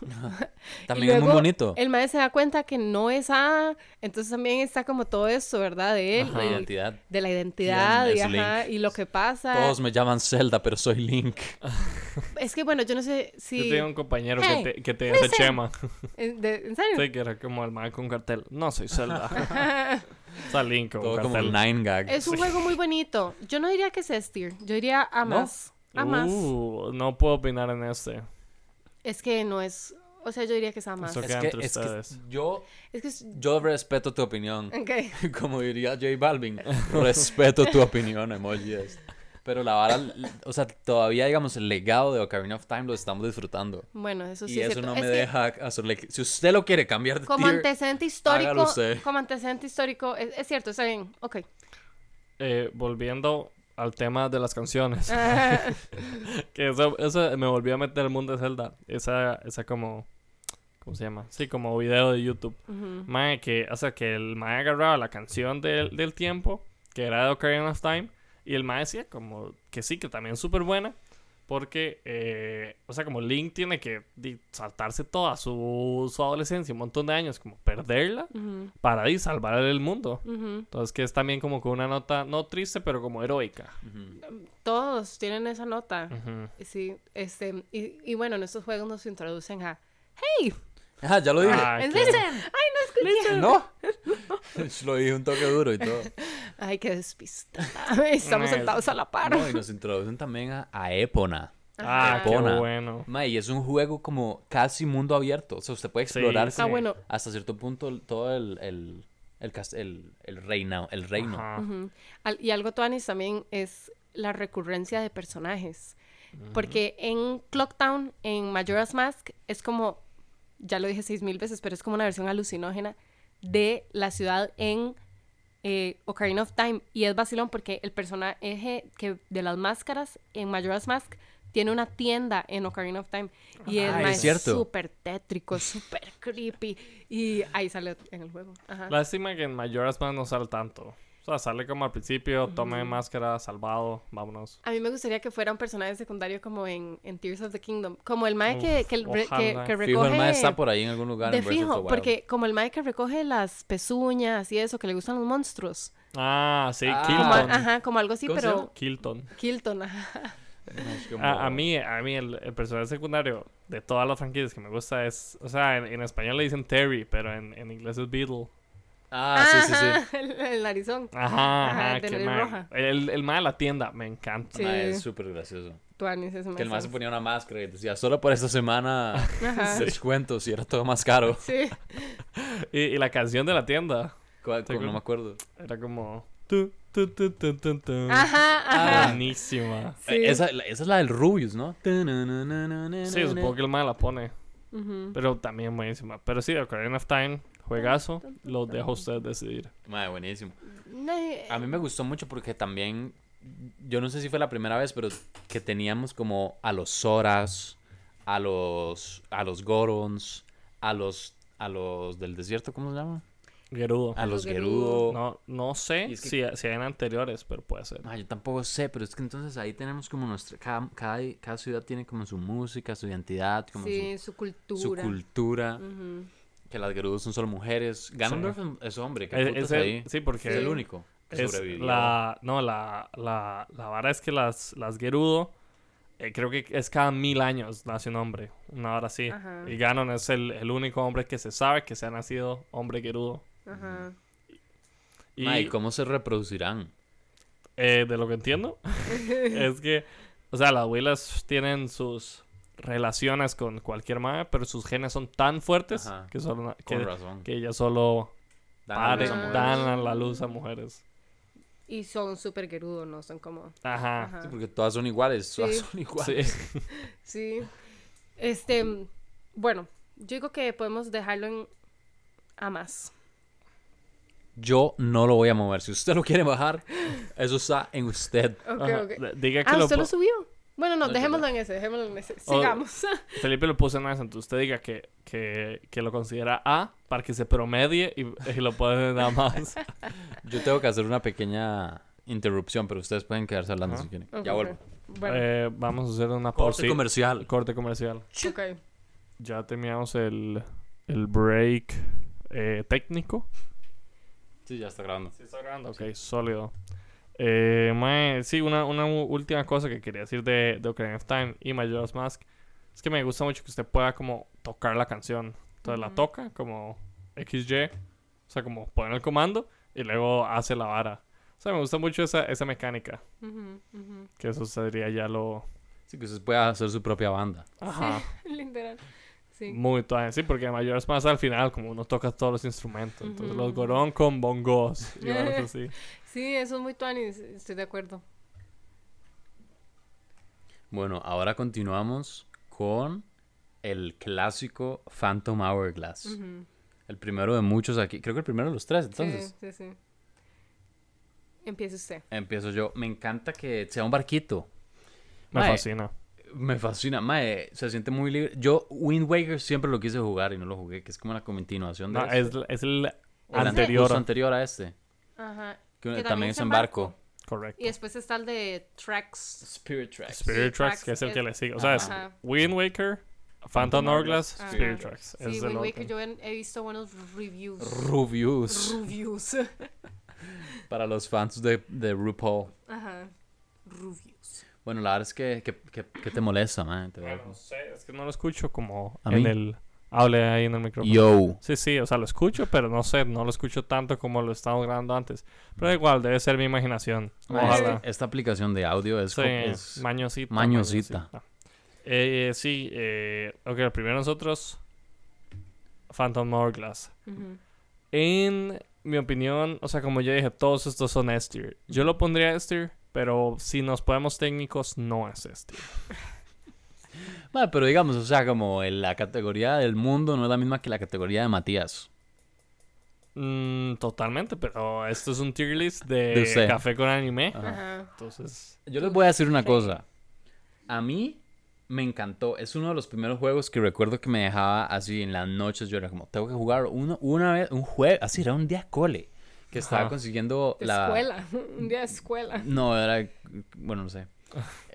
S1: También
S2: Y
S1: es muy
S2: luego
S1: bonito.
S2: El maestro se da cuenta que no es hada, entonces también está como todo eso, ¿verdad? De él.
S1: La
S2: y-
S1: identidad.
S2: De la identidad
S1: ¿Quién
S2: y,
S1: es
S2: ajá,
S1: Link?
S2: y lo que pasa.
S1: Todos me llaman Zelda, pero soy Link.
S2: Es que bueno, yo no sé
S3: Yo
S2: si...
S3: tenía un compañero
S2: Hey,
S3: que, te, que tenía ese chema.
S2: ¿En, de- en serio?
S3: Sí, que era como el man con cartel. No, soy Zelda. o sea, Link con
S1: Todo como
S3: cartel.
S1: Nine Gag.
S2: Es un juego muy bonito. Yo no diría que es S-tier, yo diría a
S1: ¿No?
S2: más. A más.
S3: Uh, no puedo opinar en este.
S2: Es que no es. O sea, yo diría que es a más.
S3: Eso
S1: Es
S3: queda
S1: que,
S3: entre
S1: es que
S3: ustedes.
S1: yo,
S2: Es que es.
S1: yo respeto tu opinión.
S2: Ok.
S1: Como diría J Balvin, respeto tu opinión, emoji. es. Pero la vara, o sea, todavía, digamos, el legado de Ocarina of Time lo estamos disfrutando.
S2: Bueno, eso sí
S1: y
S2: es
S1: eso
S2: cierto.
S1: no
S2: Es
S1: me
S2: que
S1: deja hacerle... que- Si usted lo quiere cambiar de
S2: Como
S1: tier,
S2: antecedente
S1: hágalo
S2: histórico.
S1: usted.
S2: Como antecedente histórico. Es, es cierto, está bien. Ok.
S3: Eh, volviendo al tema de las
S2: Ah.
S3: canciones. que eso, eso me volvió a meter el mundo de Zelda. Esa, esa como... ¿Cómo se llama? Sí, como video de YouTube. Mae, que, o sea, que el mae agarraba la canción del, del tiempo, que era de Ocarina of Time, y el mae decía como que sí, que también es súper buena, porque, eh, o sea, como Link tiene que di, saltarse toda su, su adolescencia, un montón de años, como perderla, para di, salvar el mundo. Entonces, que es también como con una nota, no triste, pero como heroica.
S2: Todos tienen esa nota.
S1: Mm.
S3: Ujú.
S2: Sí. Este, y, y bueno, en estos juegos nos introducen a. ¡Hey!
S1: Ah, ya lo dije.
S3: Ah,
S2: ¿En
S3: qué-
S2: serio? ¡Ay, no escuché!
S1: No. lo dije un toque duro y todo.
S2: ¡Ay, qué despista! Estamos
S3: Mae,
S2: sentados a la par.
S1: No, y nos introducen también a, a Epona.
S3: Ah,
S2: Ajá.
S3: qué
S1: Epona.
S3: bueno.
S1: Ma, y es un juego como casi mundo abierto. O sea, usted puede
S3: Sí.
S1: explorar
S3: Ah,
S2: bueno.
S1: hasta cierto punto el- todo el, el, el, cas- el, el reina- el reino.
S3: Ajá.
S2: Al- y algo tuanis también es la recurrencia de personajes. Porque en Clock Town, en Majora's Mask, es como, ya lo dije seis mil veces, pero es como una versión alucinógena de la ciudad en eh, Ocarina of Time. Y es vacilón porque el personaje que de las máscaras en Majora's Mask tiene una tienda en Ocarina of Time. Y el
S1: Ah,
S2: mae
S1: es
S2: es
S1: cierto.
S2: súper tétrico, súper creepy. Y ahí sale en el juego. Ajá.
S3: Lástima que en Majora's Mask no sale tanto. O sea, sale como al principio, tome máscara, salvado, vámonos.
S2: A mí me gustaría que fuera un personaje secundario como en, en Tears of the Kingdom. Como el mae que,
S3: Uf,
S2: que, el re- que,
S3: ojalá.
S2: que recoge...
S1: Fijo, el mae está por ahí en algún lugar.
S2: De
S1: en Breath of the
S2: fijo,
S1: Wild.
S2: porque como el mae que recoge las pezuñas y eso, que le gustan los monstruos.
S3: Ah, sí,
S1: Ah.
S2: Como, a-
S3: Kilton.
S2: ajá, como algo así,
S1: ¿Cómo se
S2: pero...
S1: llama?
S3: Kilton.
S2: Kilton, ajá.
S1: No, es como-
S3: A, a mí, a mí el, el personaje secundario de todas las franquicias que me gusta es... O sea, en, en español le dicen Terry, pero en, en inglés es Beetle.
S1: Ah, sí, sí, sí.
S2: Ajá, El, el narizón,
S3: Ajá,
S2: Ajá,
S3: ajá,
S2: de
S3: qué
S2: nariz
S3: mae.
S2: roja.
S3: El, el mae de la tienda, me encanta.
S2: Sí.
S1: Mae, es súper gracioso.
S2: Tuanis, ese mae
S1: Que el mae se
S2: está-
S1: ponía una máscara y decía, solo por esta semana
S2: Ajá.
S1: descuentos y era todo más caro.
S2: Sí.
S3: Y, y la canción de la tienda
S1: ¿Cuál-
S3: ¿Te
S1: cuál? no
S3: acuerdas?
S1: me acuerdo.
S3: era como... tu, tu, tu, tu, tu, tu.
S2: Ajá, ajá.
S3: Buenísima.
S2: Sí.
S1: Ah, Eh, Esa, la- esa es la del Rubius, ¿no?
S3: Sí,
S1: Sí,
S3: supongo que el mae la pone.
S2: Ujú.
S3: Pero también buenísima. Pero sí, Ocarina of Time, juegazo, lo dejo a ustedes decidir.
S1: Mae, buenísimo.
S2: Nadie-
S1: A mí me gustó mucho porque también, yo no sé si fue la primera vez, pero que teníamos como a los Zoras, a los, a los Gorons, a los, a los del desierto, ¿cómo se llama?
S3: Gerudo.
S1: A los
S2: los Gerudo.
S1: Gerudo.
S3: No, no sé
S1: Ah, oh. Y es que-
S3: si, si hay en anteriores, pero puede ser.
S1: Mae, Ah, yo tampoco sé, pero es que entonces ahí tenemos como nuestra, cada, cada, cada ciudad tiene como su música, su identidad, como
S2: Sí, su
S1: su, su
S2: cultura.
S1: cultura,
S2: Ujú.
S1: que las Gerudo son solo mujeres. Ganondorf es hombre, que
S3: Es-
S1: putas
S3: es el-
S1: ahí.
S3: E, sí, porque
S1: Es
S3: él
S1: el único que
S3: es
S1: sobrevivió.
S3: la, no, la, la, la vara es que las, las Gerudo, eh, creo que es cada mil años nace un hombre, una vara así.
S2: Ajá.
S3: Y Ganon es el, el único hombre que se sabe que se ha nacido hombre Gerudo.
S2: Ajá.
S3: Y
S1: Mae, ¿cómo se reproducirán?
S3: eh, de lo que entiendo, es que, o sea, las abuelas tienen sus relaciones con cualquier madre, pero sus genes son tan fuertes
S1: Ajá.
S3: que, solo,
S1: Con
S3: que,
S1: razón.
S3: que ellas solo
S1: Dan a
S3: paren-
S1: luz a
S2: mujeres.
S3: dan a la luz a mujeres.
S2: Y son súper gerudos, ¿no? Son como...
S3: Ajá.
S2: Ajá.
S1: Sí, porque todas son iguales, todas
S2: Sí.
S1: son iguales.
S3: Sí.
S2: Sí. Este, mm, bueno, yo digo que podemos dejarlo en a más.
S1: Yo no lo voy a mover. Si usted lo quiere bajar, eso está en usted.
S2: Ok,
S3: Ajá.
S2: ok.
S3: D- Diga que
S2: Ah,
S3: lo
S2: usted
S3: po-
S2: lo subió. Bueno, no,
S1: No, yo
S2: dejémoslo en ese, dejémoslo en ese.
S3: O-
S2: Sigamos.
S3: Felipe lo puso en eso, entonces usted diga que, que, que lo considera A para que se promedie y, y lo puede nada más.
S1: Yo tengo que hacer una pequeña interrupción, pero ustedes pueden quedarse hablando
S3: Ajá.
S1: si quieren.
S2: Ok,
S1: Ya vuelvo.
S2: Bueno,
S3: Eh, vamos a hacer una
S1: Corte
S3: pausi-
S1: comercial.
S3: Corte comercial.
S2: ok.
S3: Ya terminamos el, el break eh, técnico.
S1: Sí, ya está grabando.
S3: Sí, está grabando. Ok, sólido. Eh, mae, sí, una, una u- última cosa que quería decir de, de Ocarina of Time y Majora's Mask es que me gusta mucho que usted pueda como tocar la canción. Entonces la
S2: Ujú.
S3: toca como XY, o sea, como pone el comando y luego hace la vara. O sea, me gusta mucho esa, esa mecánica,
S2: Ujú, ujú.
S3: que eso sería ya lo...
S1: Así que usted puede hacer su propia banda.
S3: Ajá,
S2: Literal. Sí.
S3: muy tuanes. Sí, porque en Majora's Mask al final como uno toca todos los instrumentos. Entonces
S2: Ujú.
S3: los gorón con bongos
S2: Eh.
S3: y varas así.
S2: sí, eso es muy tuanis, estoy de acuerdo.
S1: Bueno, ahora continuamos con el clásico Phantom Hourglass.
S2: Ujú.
S1: El primero de muchos aquí. Creo que el primero de los tres, entonces.
S2: Sí, sí, sí. Empiece usted.
S1: Empiezo yo. Me encanta que sea un barquito.
S3: Me
S1: Mae,
S3: fascina.
S1: Me fascina, mae, se siente muy libre. Yo Wind Waker siempre lo quise jugar y no lo jugué, que es como la continuación de
S3: No,
S1: este.
S3: Ah, es, es el
S1: O la-
S3: anterior.
S1: justo anterior a este,
S2: Ajá.
S1: que,
S2: Que
S1: también, es
S2: en
S1: en barco.
S3: Correcto.
S2: Y después está el de Tracks.
S1: Spirit Tracks.
S3: Spirit
S2: Sí,
S3: Tracks,
S2: Tracks
S3: que es el
S2: es-
S3: que le sigue. O sea, es
S2: Ajá.
S3: Wind Waker, Phantom Hourglass,
S2: Hourglass,
S3: Spirit
S2: ajá. Sí,
S3: Tracks. es el
S2: Wind
S3: orden.
S2: Waker, yo he, he visto buenos reviews.
S1: Reviews
S2: Reviews.
S1: para los fans de, de RuPaul.
S2: Ajá. Reviews.
S1: Bueno, la verdad es que, que, que- que te molesta, mae. te-
S3: Bueno, no sé, es que no lo escucho como
S1: ¿A
S3: en
S1: mí?
S3: el... Hable ahí en el micrófono.
S1: Yo.
S3: Sí, sí, o sea, lo escucho, pero no sé, no lo escucho tanto como lo estábamos grabando antes. Pero igual, debe ser mi imaginación.
S1: Mae, este,
S3: Ojalá.
S1: esta, esta aplicación de audio es,
S3: Sí,
S1: co- es
S3: mañosita.
S1: mañosita.
S3: Eh, eh, sí, eh, ok, primero nosotros, Phantom Hourglass.
S2: Ujú.
S3: En mi opinión, o sea, como ya dije, todos estos son S tier. Yo lo pondría S tier, pero si nos ponemos técnicos, no es S tier.
S1: Mae, pero digamos, o sea, como en la categoría del mundo no es la misma que la categoría de Matías.
S3: Mm, totalmente, pero esto es un tier list de,
S1: De usted. Ah.
S3: café con anime.
S1: Ajá.
S2: Ajá.
S3: Entonces,
S1: Yo les voy a decir una cosa. A mí me encantó. Es uno de los primeros juegos que recuerdo que me dejaba así en las noches. Yo era como, tengo que jugar uno, una vez, un juego. Así era un día cole. Que estaba
S3: Ajá.
S1: consiguiendo
S2: De
S1: la.
S2: escuela. Un día de escuela.
S1: No, era. Bueno, no sé.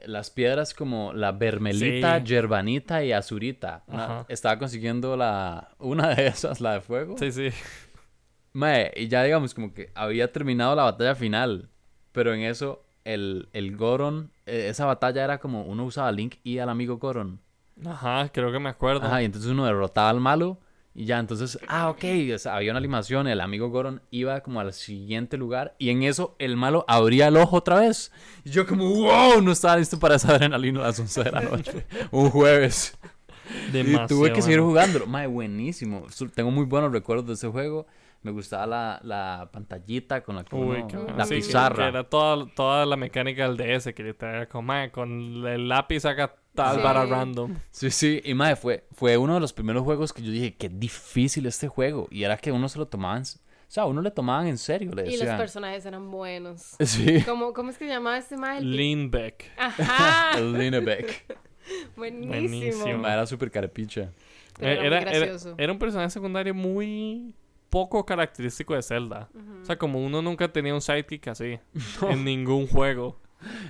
S1: Las piedras como la bermelita,
S3: Sí.
S1: yerbanita y azurita. Una-
S3: Ajá.
S1: estaba consiguiendo la una de esas, la de fuego.
S3: sí, sí.
S1: Mae, y ya digamos como que había terminado la batalla final, pero en eso el, el Goron, eh, esa batalla era como uno usaba a Link y al amigo Goron.
S3: Ajá, creo que me acuerdo.
S1: Ajá, y entonces uno derrotaba al malo y ya entonces, ah, ok, o sea, había una animación, el amigo Goron iba como al siguiente lugar y en eso el malo abría el ojo otra vez. Y yo como, wow, no estaba listo para esa adrenalina a las 11 de la noche, un jueves. Y tuve que seguir
S3: Demasiado.
S1: jugándolo. Mae, buenísimo. Su- Tengo muy buenos recuerdos de ese juego. Me gustaba la, la pantallita con la que
S3: Uy,
S1: uno-
S3: qué bueno.
S1: la
S3: Sí, que-
S1: pizarra.
S3: que era toda, toda la mecánica del DS que literal con, mae, con el lápiz haga tal
S2: Sí.
S3: vara random.
S1: Sí, sí. Y mae, fue, fue uno de los primeros juegos que yo dije, qué difícil este juego. Y era que uno se lo tomaban. O sea, a uno le tomaban en serio. Le
S2: Y los
S1: decían.
S2: personajes eran buenos.
S1: Sí.
S2: ¿Cómo, cómo es que se llamaba este mal?
S3: Leanback.
S2: Ajá.
S1: El Linebeck.
S2: Buenísimo.
S3: Buenísimo.
S1: Mae, era súper carepicha.
S2: Pero
S3: Eh,
S2: era muy
S3: era, era-
S2: gracioso.
S3: era un personaje secundario muy poco característico de Zelda. O sea, como uno nunca tenía un sidekick así en ningún juego.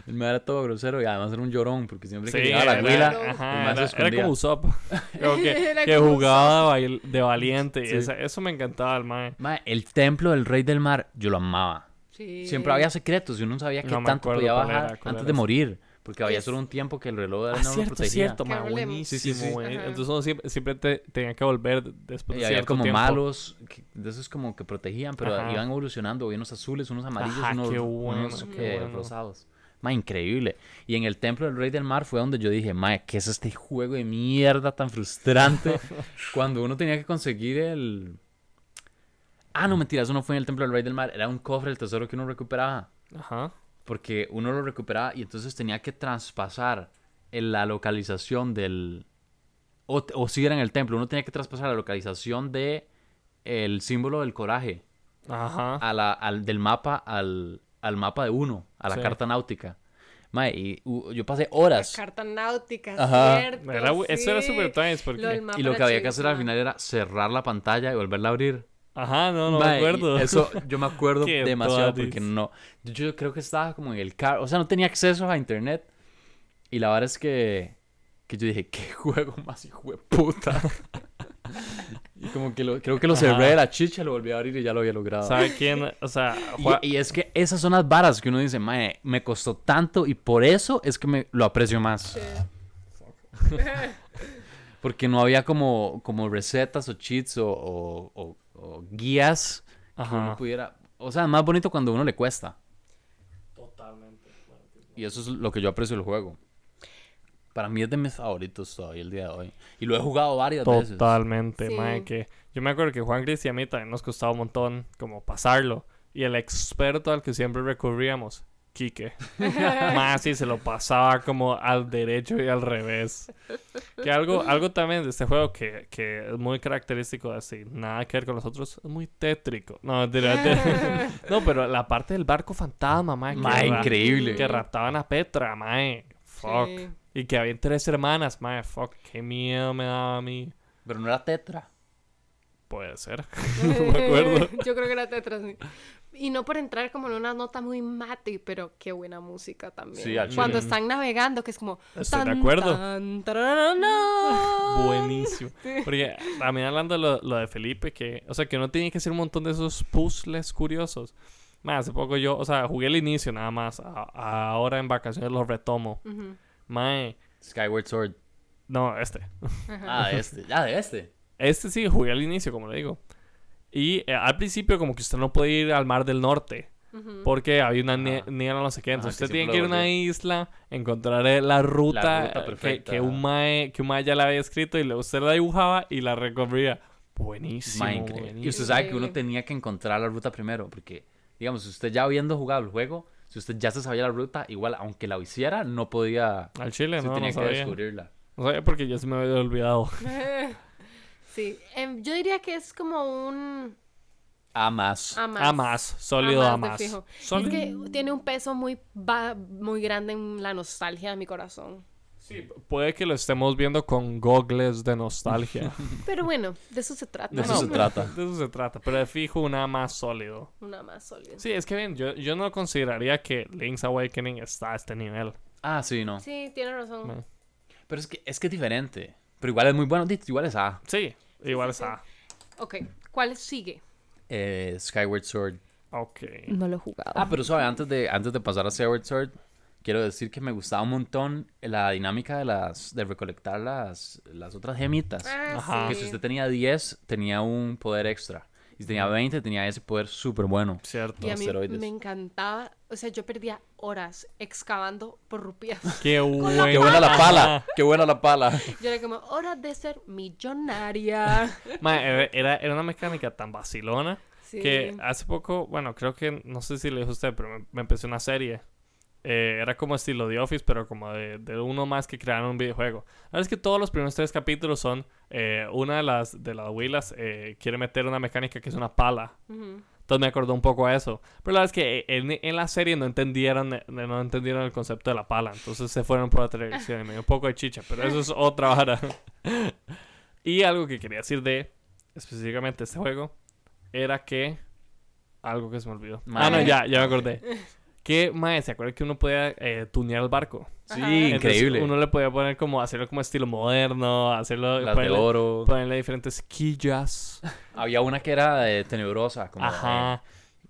S1: El mae era todo grosero y además era un llorón porque siempre
S3: Sí,
S1: que llegaba la
S3: era-
S1: güila.
S3: ajá,
S1: el man se
S3: era, era
S1: escondía.
S3: como Usopp. Como que,
S2: Era
S3: que
S2: como
S3: jugaba de bail- de valiente. y
S1: Sí.
S3: esa- eso me encantaba el mae.
S1: Mae, el templo del rey del mar, yo lo amaba.
S2: Sí.
S1: Siempre había secretos y uno no sabía qué
S3: No me
S1: tanto
S3: acuerdo
S1: podía
S3: cuál era,
S1: bajar
S3: cuál
S1: antes
S3: era
S1: de
S3: ese.
S1: morir. Porque había
S2: Es-
S1: solo un tiempo que el reloj de
S3: Ah,
S1: arena no lo
S3: cierto,
S1: protegía.
S3: cierto, mae,
S2: Carol Lemmons.
S3: buenísimo.
S1: Sí, sí, sí.
S3: buenísimo.
S2: Ajá.
S3: Entonces uno siempre, siempre te- tenía que volver después
S1: Y
S3: de
S1: había
S3: cierto
S1: como
S3: tiempo.
S1: malos, que- de esos como que protegían, pero
S3: Ajá.
S1: iban evolucionando. Había unos azules, unos amarillos,
S3: Ajá,
S1: unos,
S3: qué bueno,
S1: unos,
S3: qué
S1: eh,
S3: bueno.
S1: rosados. Mae, increíble. Y en el templo del rey del mar fue donde yo dije, mae, ¿qué es este juego de mierda tan frustrante? Cuando uno tenía que conseguir el... Ah, no, mentira, eso no fue en el templo del rey del mar. Era un cofre, el tesoro que uno recuperaba.
S3: Ajá.
S1: porque uno lo recuperaba y entonces tenía que traspasar en la localización del o, o si era en el templo uno tenía que traspasar la localización de el símbolo del coraje
S3: Ajá.
S2: Ah,
S1: a la- al, del mapa al, al mapa de uno a la
S3: Sí.
S1: carta náutica Mae, y u- yo pasé
S2: La
S1: horas
S2: carta náutica,
S1: Ajá.
S2: cierto.
S3: Era bu- Eso era
S2: sí.
S3: super times
S2: Lo del
S3: porque...
S2: mapa
S1: y lo que había que hacer
S2: chivísimo.
S1: al final era cerrar la pantalla y volverla a abrir
S3: Ajá, no, no
S1: Mae,
S3: me
S1: y
S3: acuerdo.
S1: Eso yo me acuerdo
S3: Qué
S1: demasiado
S3: tuanis.
S1: porque no. Yo, yo creo que estaba como en el carro. O sea, no tenía acceso a internet. Y la verdad es que, que yo dije, qué juego más hijo de puta. y como que lo- creo que lo
S3: Ajá.
S1: cerré de la chicha, lo volví a abrir y ya lo había logrado.
S3: ¿Sabe quién? O sea, Juan-
S1: Y, y es que esas son las varas que uno dice, mae, me costó tanto y por eso es que me lo aprecio más. Porque no había como, como recetas o cheats o, o- o- o guías que
S3: Ajá.
S1: uno pudiera. O sea, es más bonito cuando a uno le cuesta. Totalmente. Y eso es lo que yo aprecio del juego. Para mí es de mis favoritos todavía el día de hoy. Y lo he jugado varias veces.
S3: Totalmente,
S2: Sí.
S3: mae, que yo me acuerdo que Juan Gris y a mí también nos costaba un montón como pasarlo. Y el experto al que siempre recurríamos, Quique. más sí, se lo pasaba como al derecho y al revés. Que algo, algo también de este juego que, que es muy característico de así, nada que ver con los otros, es muy tétrico. No, mentira, mentira. no pero la parte del barco fantasma, mae, que
S1: Mae,
S3: ra-
S1: increíble.
S3: Que raptaban a Petra, mae. Fuck.
S2: Sí.
S3: Y que había tres hermanas, mae, fuck, qué miedo me daba a mí.
S1: Pero no era Tetra.
S3: Puede ser. no me acuerdo.
S2: Yo creo que era Tetris. Y no por entrar como en una nota muy mate, pero qué buena música también.
S1: Sí, al
S2: Cuando
S3: chile.
S2: están navegando, que es como.
S3: Estoy de acuerdo.
S2: tan, tararana.
S3: Buenísimo. Porque también hablando de lo, lo de Felipe, que, o sea, que uno tiene que hacer un montón de esos puzzles curiosos. Más hace poco yo, o sea, jugué el inicio nada más. a- a- ahora en vacaciones los retomo.
S2: Ujú.
S3: Mae,
S1: Skyward Sword.
S3: no, este.
S1: Ah, de este. Ah, de este.
S3: Este sí, jugué al inicio, como le digo. Y eh, al principio, como que usted no puede ir al mar del norte.
S2: Ujú.
S3: Porque había una nie-
S1: Ajá.
S3: niebla, no sé qué.
S1: Ajá,
S3: Entonces
S1: que
S3: usted tiene
S1: siempre
S3: que ir a
S1: lo
S3: una
S1: volví.
S3: isla, encontrar eh, la ruta,
S1: ruta
S3: eh, que-
S1: perfecta,
S3: que, un
S1: ajá.
S3: mae, que un mae ya la había escrito y luego usted la dibujaba y la recorría. Buenísimo.
S1: Mae, increíble. Y
S3: buenísimo.
S1: usted sabe que uno
S2: Increíble.
S1: tenía que encontrar la ruta primero, porque, digamos, si usted ya habiendo jugado el juego, si usted ya se sabía la ruta, igual, aunque la hiciera, no podía.
S3: Al chile,
S1: usted
S3: no,
S1: tenía
S3: no
S1: que
S3: sabía.
S1: descubrirla.
S3: No sabía porque ya se me había olvidado.
S2: Sí, em, yo diría que es como un
S1: A más.
S2: A más.
S3: A más, sólido a
S2: de
S3: más.
S2: fijo. Es
S3: Sólido.
S2: que tiene un peso muy, va- muy grande en la nostalgia de mi corazón.
S3: Sí, puede que lo estemos viendo con gogles de nostalgia.
S2: Pero bueno, de eso se trata.
S1: De eso
S3: No,
S1: se
S3: no,
S1: trata.
S3: De eso se trata, pero de fijo una más sólido.
S2: Una más sólida. Sí.
S3: Sí, es que bien, yo, yo no consideraría que Link's Awakening está a este nivel.
S1: Ah, sí, no.
S2: tiene razón.
S3: Me-
S1: Pero es que, es que es diferente. Pero igual es muy bueno. Dito, Igual es A.
S3: Sí, igual
S2: sí,
S3: está.
S2: Ok, ¿cuál sigue?
S1: Eh, Skyward Sword.
S3: Ok.
S2: No lo he jugado.
S1: Ah, pero suave, antes de, antes de pasar a Skyward Sword, quiero decir que me gustaba un montón la dinámica de las de recolectar las, las otras gemitas.
S3: Ajá.
S1: Que si usted tenía 10, tenía un poder extra. Y si tenía 20, tenía ese poder súper bueno.
S3: Cierto.
S2: Y a mí
S1: asteroides.
S2: me encantaba, o sea, yo perdía horas excavando por rupias.
S3: Qué buena.
S1: ¡Qué buena la pala! ¡Qué buena la pala!
S2: Yo era como, horas de ser millonaria.
S3: Ma, eh, era, era- era una mecánica tan vacilona
S2: Sí.
S3: que hace poco, bueno, creo que, no sé si le dijo usted, pero me, me empecé una serie. Eh, era como estilo de Office, pero como de, de uno más que crearon un videojuego. La verdad es que todos los primeros tres capítulos son, eh, una de las, de las huilas eh, quiere meter una mecánica que es una pala.
S2: Ujú.
S3: Entonces me acordó un poco a eso. Pero la verdad es que en, en la serie no entendieron, eh, no entendieron el concepto de la pala. Entonces se fueron por otra dirección y me dio un poco de chicha. Pero eso es otra vara. y algo que quería decir de específicamente este juego era que... Algo que se me olvidó. Ah, no,
S1: Mae.
S3: ya, ya me acordé. Que, mae, ¿se acuerdan que uno podía eh, tunear el barco?
S1: Sí,
S2: Ajá.
S3: Entonces,
S1: increíble.
S3: uno le podía poner como, hacerlo como estilo moderno, hacerlo...
S1: Las de
S3: ponerle-
S1: oro.
S3: ponerle diferentes quillas.
S1: Había una que era eh, tenebrosa, como
S3: Ajá.
S1: eh,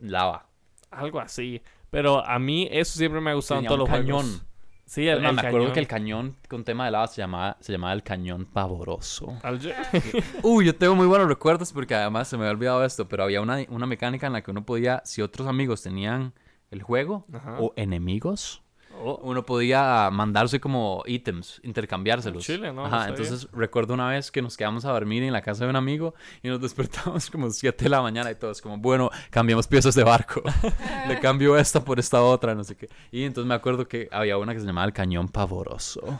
S1: lava.
S3: Algo así. Pero a mí eso siempre me ha gustado en
S1: Tenía
S3: todos los
S1: un cañón.
S3: juegos. Sí, el,
S1: No,
S3: el
S1: me
S3: cañón.
S1: acuerdo que el cañón con tema de lava se llamaba, se llamaba el cañón pavoroso.
S3: Al- yo-
S1: Uy, yo tengo muy buenos recuerdos porque además se me había olvidado esto, pero había una, una mecánica en la que uno podía, si otros amigos tenían el juego
S3: Ajá.
S1: o enemigos,
S3: Oh,
S1: uno podía mandarse como ítems, intercambiárselos.
S3: Chile, ¿no? No
S1: Ajá,
S3: sabía.
S1: entonces recuerdo una vez que nos quedamos a dormir en la casa de un amigo y nos despertamos como 7 de la mañana y todos como, bueno, cambiamos piezas de barco. Le cambio esta por esta otra, no sé qué. Y entonces me acuerdo que había una que se llamaba el cañón pavoroso.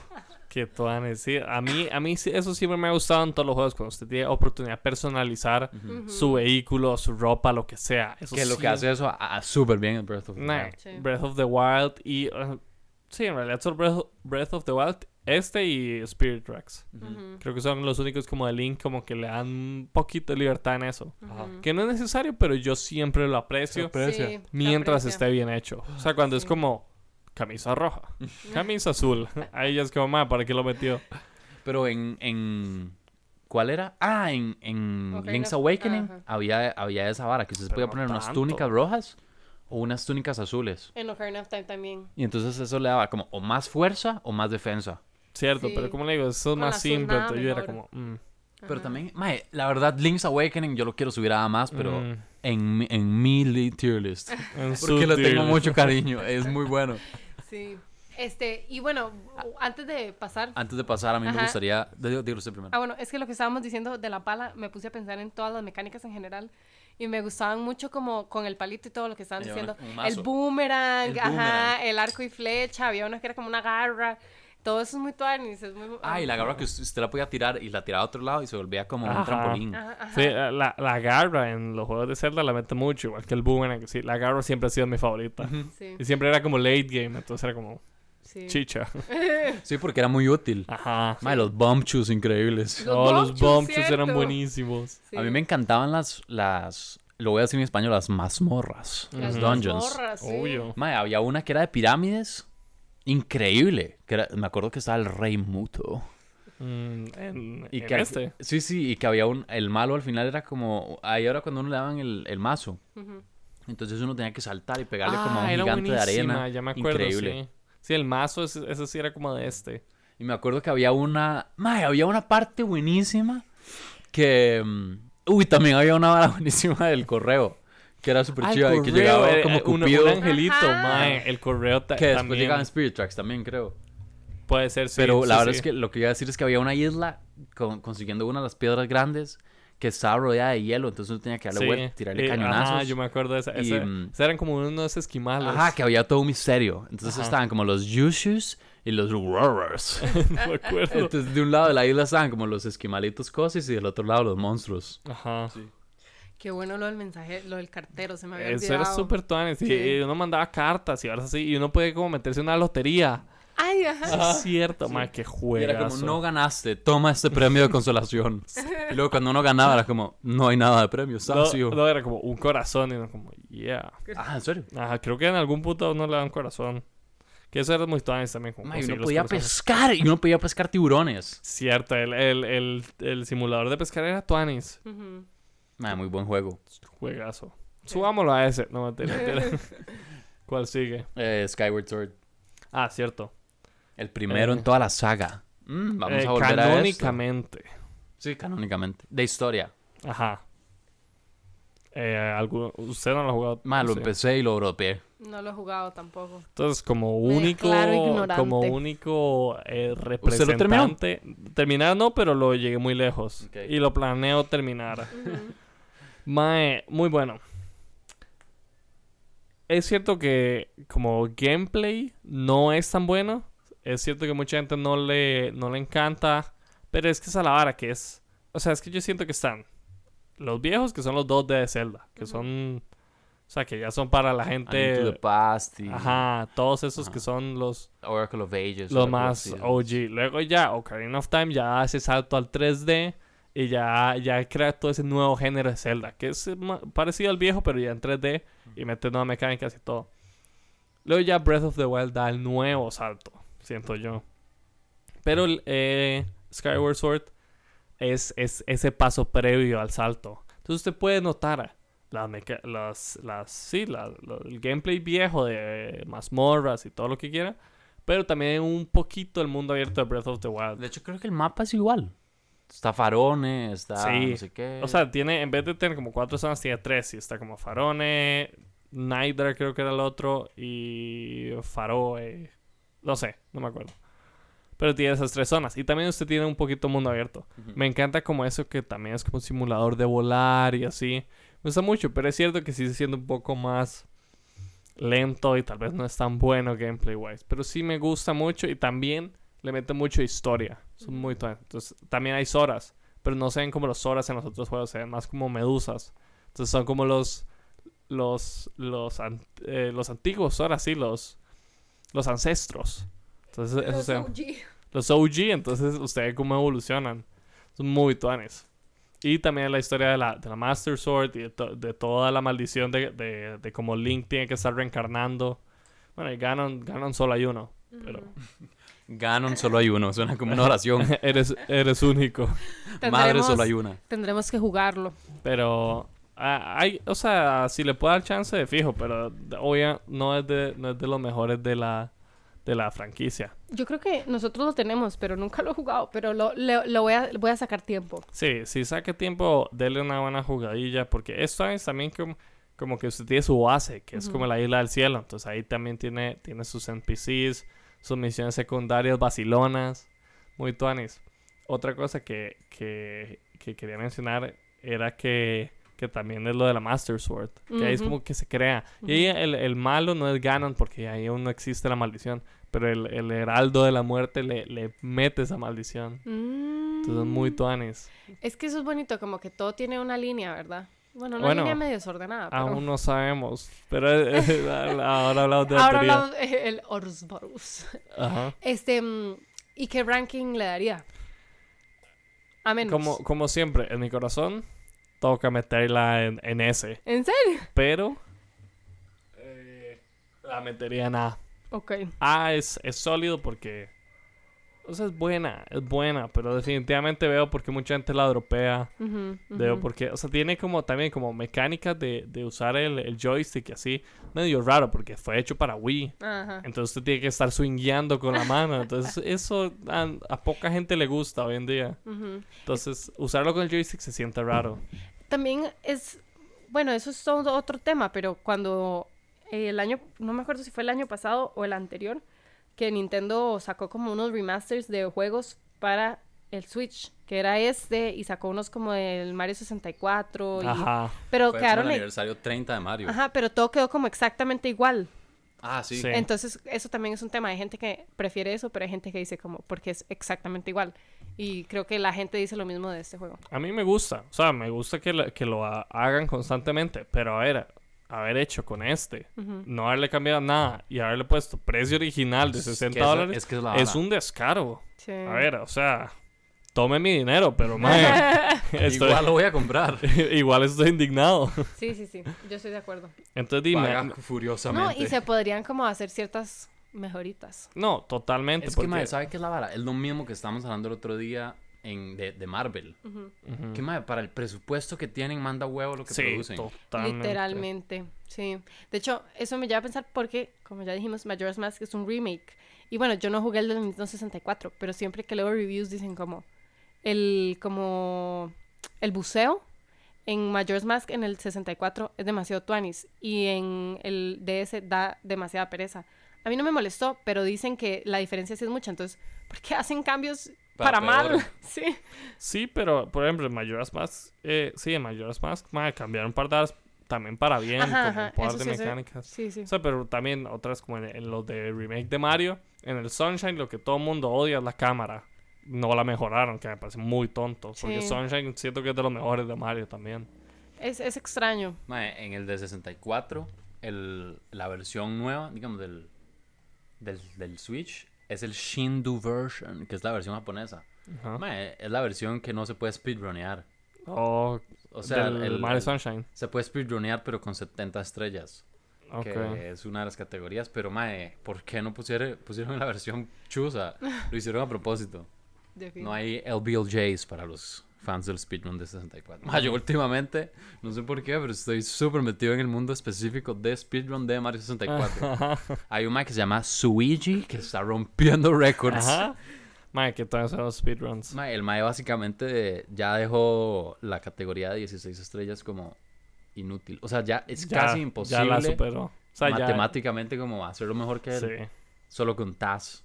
S3: qué tuanes. Sí, a mí, a mí sí- eso siempre me ha gustado en todos los juegos. Cuando usted tiene oportunidad de personalizar su vehículo, su ropa, lo que sea. Eso
S1: que lo
S3: sí
S1: que
S3: es-
S1: hace eso a- a- súper bien en Breath of the
S3: Nah,
S1: Wild.
S2: Sí.
S3: Breath of the Wild y... uh, sí, en realidad son Breath, Breath of the Wild, este y Spirit Tracks.
S2: Ujú.
S3: Creo que son los únicos como de Link como que le dan un poquito de libertad en eso.
S1: Ajá.
S3: Que no es necesario, pero yo siempre lo aprecio.
S1: Precio.
S2: Sí, la
S3: Mientras
S2: precio.
S3: esté bien hecho. O sea, cuando es
S2: Sí.
S3: como camisa roja, camisa azul. Ahí ya es como, ma, ¿para qué lo metió?
S1: Pero en, en- ¿Cuál era? Ah, en, en
S2: Ocarina
S1: Link's
S2: of-
S1: Awakening
S2: ajá.
S1: había, había esa vara que ustedes
S3: Pero
S1: podían
S3: no
S1: poner unas
S3: tanto.
S1: túnicas rojas o unas túnicas azules.
S2: En Ocarina of Time también.
S1: Y entonces eso le daba como o más fuerza o más defensa.
S3: Cierto,
S2: Sí.
S3: pero como le digo, eso es
S2: Con
S3: más
S2: azul
S3: simple.
S2: nada
S3: Entonces yo era como,
S2: mejor.
S3: mm,
S1: Pero también, mae, la verdad, Link's Awakening yo lo quiero subir a más, pero
S3: Mm.
S1: en, mi- en mi li- tier list.
S3: en
S1: Porque le tengo
S3: sutil.
S1: mucho cariño, es muy bueno.
S2: Sí. Este, y bueno, antes de pasar.
S1: Antes de pasar, a mí me
S2: Ajá.
S1: gustaría... Digo, digo usted primero.
S2: Ah, bueno, es que lo que estábamos diciendo de la pala, me puse a pensar en todas las mecánicas en general y me gustaban mucho como con el palito y todo lo que estaban
S1: Había
S2: diciendo.
S1: una- un
S2: el
S1: mazo.
S2: boomerang,
S1: El
S2: ajá,
S1: boomerang.
S2: el arco y flecha, había uno que era como una garra. Todo eso es muy tuanis, es muy...
S1: Ah, y la garra que usted, usted la podía tirar y la tiraba a otro lado y se volvía como
S3: Ajá.
S1: un trampolín.
S2: Ajá, ajá.
S3: Sí, eh, la, la garra en los juegos de Zelda la meto mucho, igual que el boomerang. que Sí, la garra siempre ha sido mi favorita.
S2: Sí,
S3: Y siempre era como late game, entonces era como
S2: sí.
S3: chicha.
S1: Sí, porque era muy útil.
S3: Ajá.
S1: Mae, los bomb shoes increíbles.
S2: Los
S3: oh, los
S2: bombchus,
S3: bomb chus
S2: cierto.
S3: eran buenísimos.
S2: Sí.
S1: A mí me encantaban las, las, lo voy a decir en español, las mazmorras,
S2: Las
S1: los dungeons.
S2: mazmorras, sí.
S3: Obvio.
S1: Mae, había una que era de pirámides, increíble. Que era- me acuerdo que estaba el rey muto.
S3: Mm, en
S1: Y
S3: en
S1: que al-
S3: este.
S1: Sí, sí, y que había un, el malo al final era como, ahí ahora cuando uno le daban el, el mazo.
S2: Ujú.
S1: Entonces uno tenía que saltar y pegarle
S3: Ah,
S1: como a un
S3: era
S1: gigante de
S3: buenísima,
S1: arena.
S3: Ya me acuerdo,
S1: increíble.
S3: sí. Sí, el mazo, ese, ese sí era como de este.
S1: Y me acuerdo que había una. Mae, había una parte buenísima que. mm, Uy, también había una vara buenísima del correo. Que era súper
S3: Ah, el
S1: chiva y que
S3: correo,
S1: llegaba
S3: eh,
S1: como
S3: eh, un-
S1: Cupido.
S3: Un, angelito,
S2: Ajá.
S3: mae. El correo ta-
S1: que después
S3: también
S1: llegaba en Spirit Tracks también, creo.
S3: puede ser, sí,
S1: Pero la
S3: sí,
S1: verdad
S3: sí.
S1: es que lo que iba a decir es que había una isla con- consiguiendo una de las piedras grandes que estaba rodeada de hielo. Entonces uno tenía que darle
S3: Sí.
S1: vuelta, tirarle
S3: Eh,
S1: cañonazos.
S3: Ajá, yo me acuerdo de esa.
S1: Y,
S3: esa-
S1: mm,
S3: esa eran como unos esquimales.
S1: Ajá, que había todo un misterio. Entonces
S3: Ajá.
S1: estaban como los Yushus y los Roarers.
S3: no me acuerdo.
S1: Entonces de un lado de la isla estaban como los esquimalitos cosis y del otro lado los monstruos.
S3: Ajá.
S2: Qué bueno lo del mensaje, lo del cartero, se me había
S3: Eso
S2: olvidado.
S3: era súper tuanes. Y,
S2: Sí.
S3: y uno mandaba cartas y ahora así. Y uno puede como meterse en una lotería.
S2: Ay, ajá.
S1: Ajá.
S3: Es cierto, man, que
S1: Y
S3: juega.
S1: era como, no ganaste, toma este premio de consolación. Y luego cuando uno ganaba era como, no hay nada de premio,
S3: no,
S1: Sacio.
S3: no, era como un corazón. Y uno como, yeah.
S1: Ah, en serio.
S3: Ajá, creo que en algún punto a uno le dan corazón. Que eso era muy tuanes también. Como
S1: Mae, uno
S3: conseguir los
S1: podía
S3: corazones.
S1: pescar y uno podía pescar tiburones.
S3: Cierto, el, el, el, el simulador de pescar era tuanes.
S2: Ujú.
S1: Mae, muy buen juego.
S3: Juegazo. Subámoslo a ese. No, mentira, mentira. ¿Cuál sigue?
S1: Eh, Skyward Sword,
S3: Ah, cierto.
S1: el primero
S3: Eh.
S1: en toda la saga. Mm, vamos
S3: Eh,
S1: a volver a esto.
S3: canónicamente.
S1: Sí, canónicamente. De historia.
S3: Ajá. Eh, algu- usted no lo ha jugado.
S1: Mae, lo
S3: sí.
S1: empecé y lo broteé.
S2: No lo he jugado tampoco.
S3: Entonces, como
S2: Me
S3: único,
S2: declaro ignorante.
S3: como único eh,
S1: ¿Usted lo terminó?
S3: representante. Terminar no, pero lo llegué muy lejos.
S1: Ok.
S3: Y lo planeo terminar. Mae, muy bueno. Es cierto que como gameplay no es tan bueno. Es cierto que mucha gente no le, no le encanta. Pero es que es a la vara que es. O sea, es que yo siento que están los viejos, que son los dos de Zelda. Que
S2: Ujú.
S3: son. O sea, que ya son para la
S1: A Link to the
S3: gente.
S1: Past y
S3: Ajá, todos esos
S1: Ajá.
S3: que son los,
S1: Oracle of Ages.
S3: los
S1: Oracle of
S3: más
S1: Seasons.
S3: OG. Luego ya Ocarina of Time ya hace salto al 3D y ya, ya crea todo ese nuevo género de Zelda, que es eh, ma- parecido al viejo, pero ya en 3D y mete nuevas mecánicas y todo. Luego ya Breath of the Wild da el nuevo salto, siento yo. Pero el, eh, Skyward Sword es, es ese paso previo al salto. Entonces usted puede notar las, meca- las, las- sí, la- lo- el gameplay viejo de mazmorras y todo lo que quiera, pero también un poquito el mundo abierto de Breath of the Wild.
S1: De hecho, creo que el mapa es igual. Está Farones, está
S3: Sí.
S1: no sé qué.
S3: O sea, tiene, en vez de tener como cuatro zonas, tiene tres. Y está como Farone, Nydra creo que era el otro, y Faroe. No sé, no me acuerdo. Pero tiene esas tres zonas. Y también usted tiene un poquito mundo abierto.
S1: Ujú.
S3: Me encanta como eso que también es como un simulador de volar y así. Me gusta mucho, pero es cierto que sí se siente un poco más lento y tal vez no es tan bueno gameplay wise. Pero sí me gusta mucho y también le mete mucho historia. Son muy tuanes. Entonces, también hay Zoras, pero no se ven como los Zoras en los otros juegos, se ven más como medusas. Entonces son como los los los, an- eh, los antiguos Zoras, sí, los los ancestros. Entonces, eso se ven- los OG, entonces ustedes cómo evolucionan. Son muy tuanes. Y también la historia de la, de la Master Sword y de, to- de toda la maldición de, de, de cómo Link tiene que estar reencarnando. Bueno, y Ganon, Ganon solo hay uno. Pero
S1: Ganon solo hay uno. Suena como una oración.
S3: eres, eres único.
S1: Madre solo hay una.
S2: Tendremos que jugarlo.
S3: Pero ah, hay, o sea, si le puedo dar chance de fijo, pero de- obvia no es de, no es de los mejores de la, de la franquicia.
S2: Yo creo que nosotros lo tenemos, pero nunca lo he jugado. Pero lo, le- lo voy, a, voy a sacar tiempo.
S3: Sí, si saque tiempo, dele una buena jugadilla, porque esto es también como, como que usted tiene su base, que es
S2: Ujú.
S3: como la isla del cielo, entonces ahí también tiene, tiene sus NPCs, sus misiones secundarias, vacilonas, muy tuanis. Otra cosa que, que, que quería mencionar era que, que también es lo de la Master Sword, que ahí es
S2: Ujú.
S3: como que se crea. Y ahí el, el malo no es Ganon, porque ahí aún no existe la maldición, pero el, el heraldo de la muerte le, le mete esa maldición. Entonces es muy
S2: Mm.
S3: tuanis.
S2: Es que eso es bonito, como que todo tiene una línea, ¿verdad? Bueno, una
S3: Bueno,
S2: línea medio desordenada. Ah, Pero...
S3: Aún no sabemos, pero eh, eh, ahora hablamos de la
S2: Ahora
S3: teoría.
S2: hablamos eh, el Orusborus.
S3: Ajá.
S2: Este, mm, ¿y qué ranking le daría? A menos.
S3: Como, como siempre, en mi corazón, toca meterla en, en S,
S2: ¿En serio?
S3: pero eh, la metería en A.
S2: Ok.
S3: A es, es sólido porque, o sea, es buena, es buena, pero definitivamente veo porque mucha gente la dropea.
S2: Ujú,
S3: Veo
S2: ujú.
S3: porque, o sea, tiene como también como mecánicas de, de usar el, el joystick y así, medio raro porque fue hecho para Wii.
S2: Ajá.
S3: Entonces usted tiene que estar swingueando con la mano. Entonces eso a, a poca gente le gusta hoy en día.
S2: Ujú.
S3: Entonces usarlo con el joystick se siente raro.
S2: También es, bueno, eso es todo otro tema, pero cuando eh, el año, no me acuerdo si fue el año pasado o el anterior, que Nintendo sacó como unos remasters de juegos para el Switch, que era este, y sacó unos como el Mario 64, y-
S3: Ajá.
S2: pero
S1: Fue como
S2: quedaron...
S1: el
S2: e-
S1: aniversario 30 de Mario.
S2: Ajá, pero todo quedó como exactamente igual.
S1: Ah, sí.
S3: Sí.
S2: Entonces, eso también es un tema. Hay gente que prefiere eso, pero hay gente que dice como, porque es exactamente igual. Y creo que la gente dice lo mismo de este juego.
S3: A mí me gusta, o sea, me gusta que, la- que lo ha- hagan constantemente, pero a ver, haber hecho con este, no haberle cambiado nada y haberle puesto precio original de
S1: Es que
S3: 60
S1: eso-
S3: dólares,
S1: es que es la
S3: es
S1: vara.
S3: un descaro.
S2: Sí.
S3: A ver, o sea, tome mi dinero, pero mae, estoy-
S1: Igual lo voy a comprar.
S3: igual estoy indignado.
S2: Sí, sí, sí. Yo estoy de acuerdo.
S3: Entonces dime,
S1: Paga
S2: No,
S1: furiosamente.
S2: y se podrían como hacer ciertas mejoritas.
S3: no, totalmente.
S1: Es que,
S3: porque-
S1: mae, ¿sabe qué es la vara? Es lo mismo que estábamos hablando el otro día en, de, de Marvel. Que, mae, para el presupuesto que tienen, manda huevo lo que
S3: sí,
S1: producen.
S3: totalmente.
S2: Literalmente, sí. De hecho, eso me lleva a pensar porque, como ya dijimos, Majora's Mask es un remake. Y bueno, yo no jugué el del Nintendo 64, pero siempre que leo reviews dicen como el, como el buceo en Majora's Mask en el 64 es demasiado tuanis y en el DS da demasiada pereza. A mí no me molestó, pero dicen que la diferencia sí es mucha. Entonces, ¿por qué hacen cambios para,
S1: Para peor.
S2: mal? Sí.
S3: Sí, pero por ejemplo, en Majora's Mask, eh, sí, en Majora's Mask, mae, cambiaron un par de horas también para bien,
S2: Ajá,
S3: como
S2: ajá,
S3: un par
S2: eso
S3: de
S2: sí es-
S3: mecánicas.
S2: Sí, sí.
S3: O sea, pero también otras como en, en los de remake de Mario, en el Sunshine lo que todo el mundo odia es la cámara. No la mejoraron, que me parece muy tonto. Porque
S2: Sí.
S3: Sunshine siento que es de los mejores de Mario también.
S2: Es, es extraño.
S1: Mae, en el de 64, el, la versión nueva, digamos, del, del, del Switch, es el Shindu version, que es la versión japonesa.
S3: Ajá.
S1: Mae, es la versión que no se puede speedrunear.
S3: O,
S1: O sea,
S3: Oh, del
S1: el-
S3: Mario
S1: el-
S3: Sunshine.
S1: se puede speedrunear, pero con 70 estrellas.
S3: Ok.
S1: Que es una de las categorías, pero mae, ¿por qué no pusieron, pusieron la versión chusa? Lo hicieron a propósito. No hay LBLJs para los fans del speedrun de 64. Ma, yo últimamente, no sé por qué, pero estoy súper metido en el mundo específico de speedrun de Mario 64. Hay un mae que se llama Suigi que está rompiendo récords.
S3: Ajá. Mae, que también son los speedruns.
S1: Ma, el mae básicamente ya dejó la categoría de 16 estrellas como inútil. O sea, ya es
S3: Ya-
S1: casi imposible
S3: Ya la superó. O sea, ya-
S1: matemáticamente como hacerlo mejor que él.
S3: Sí.
S1: Solo con TAS.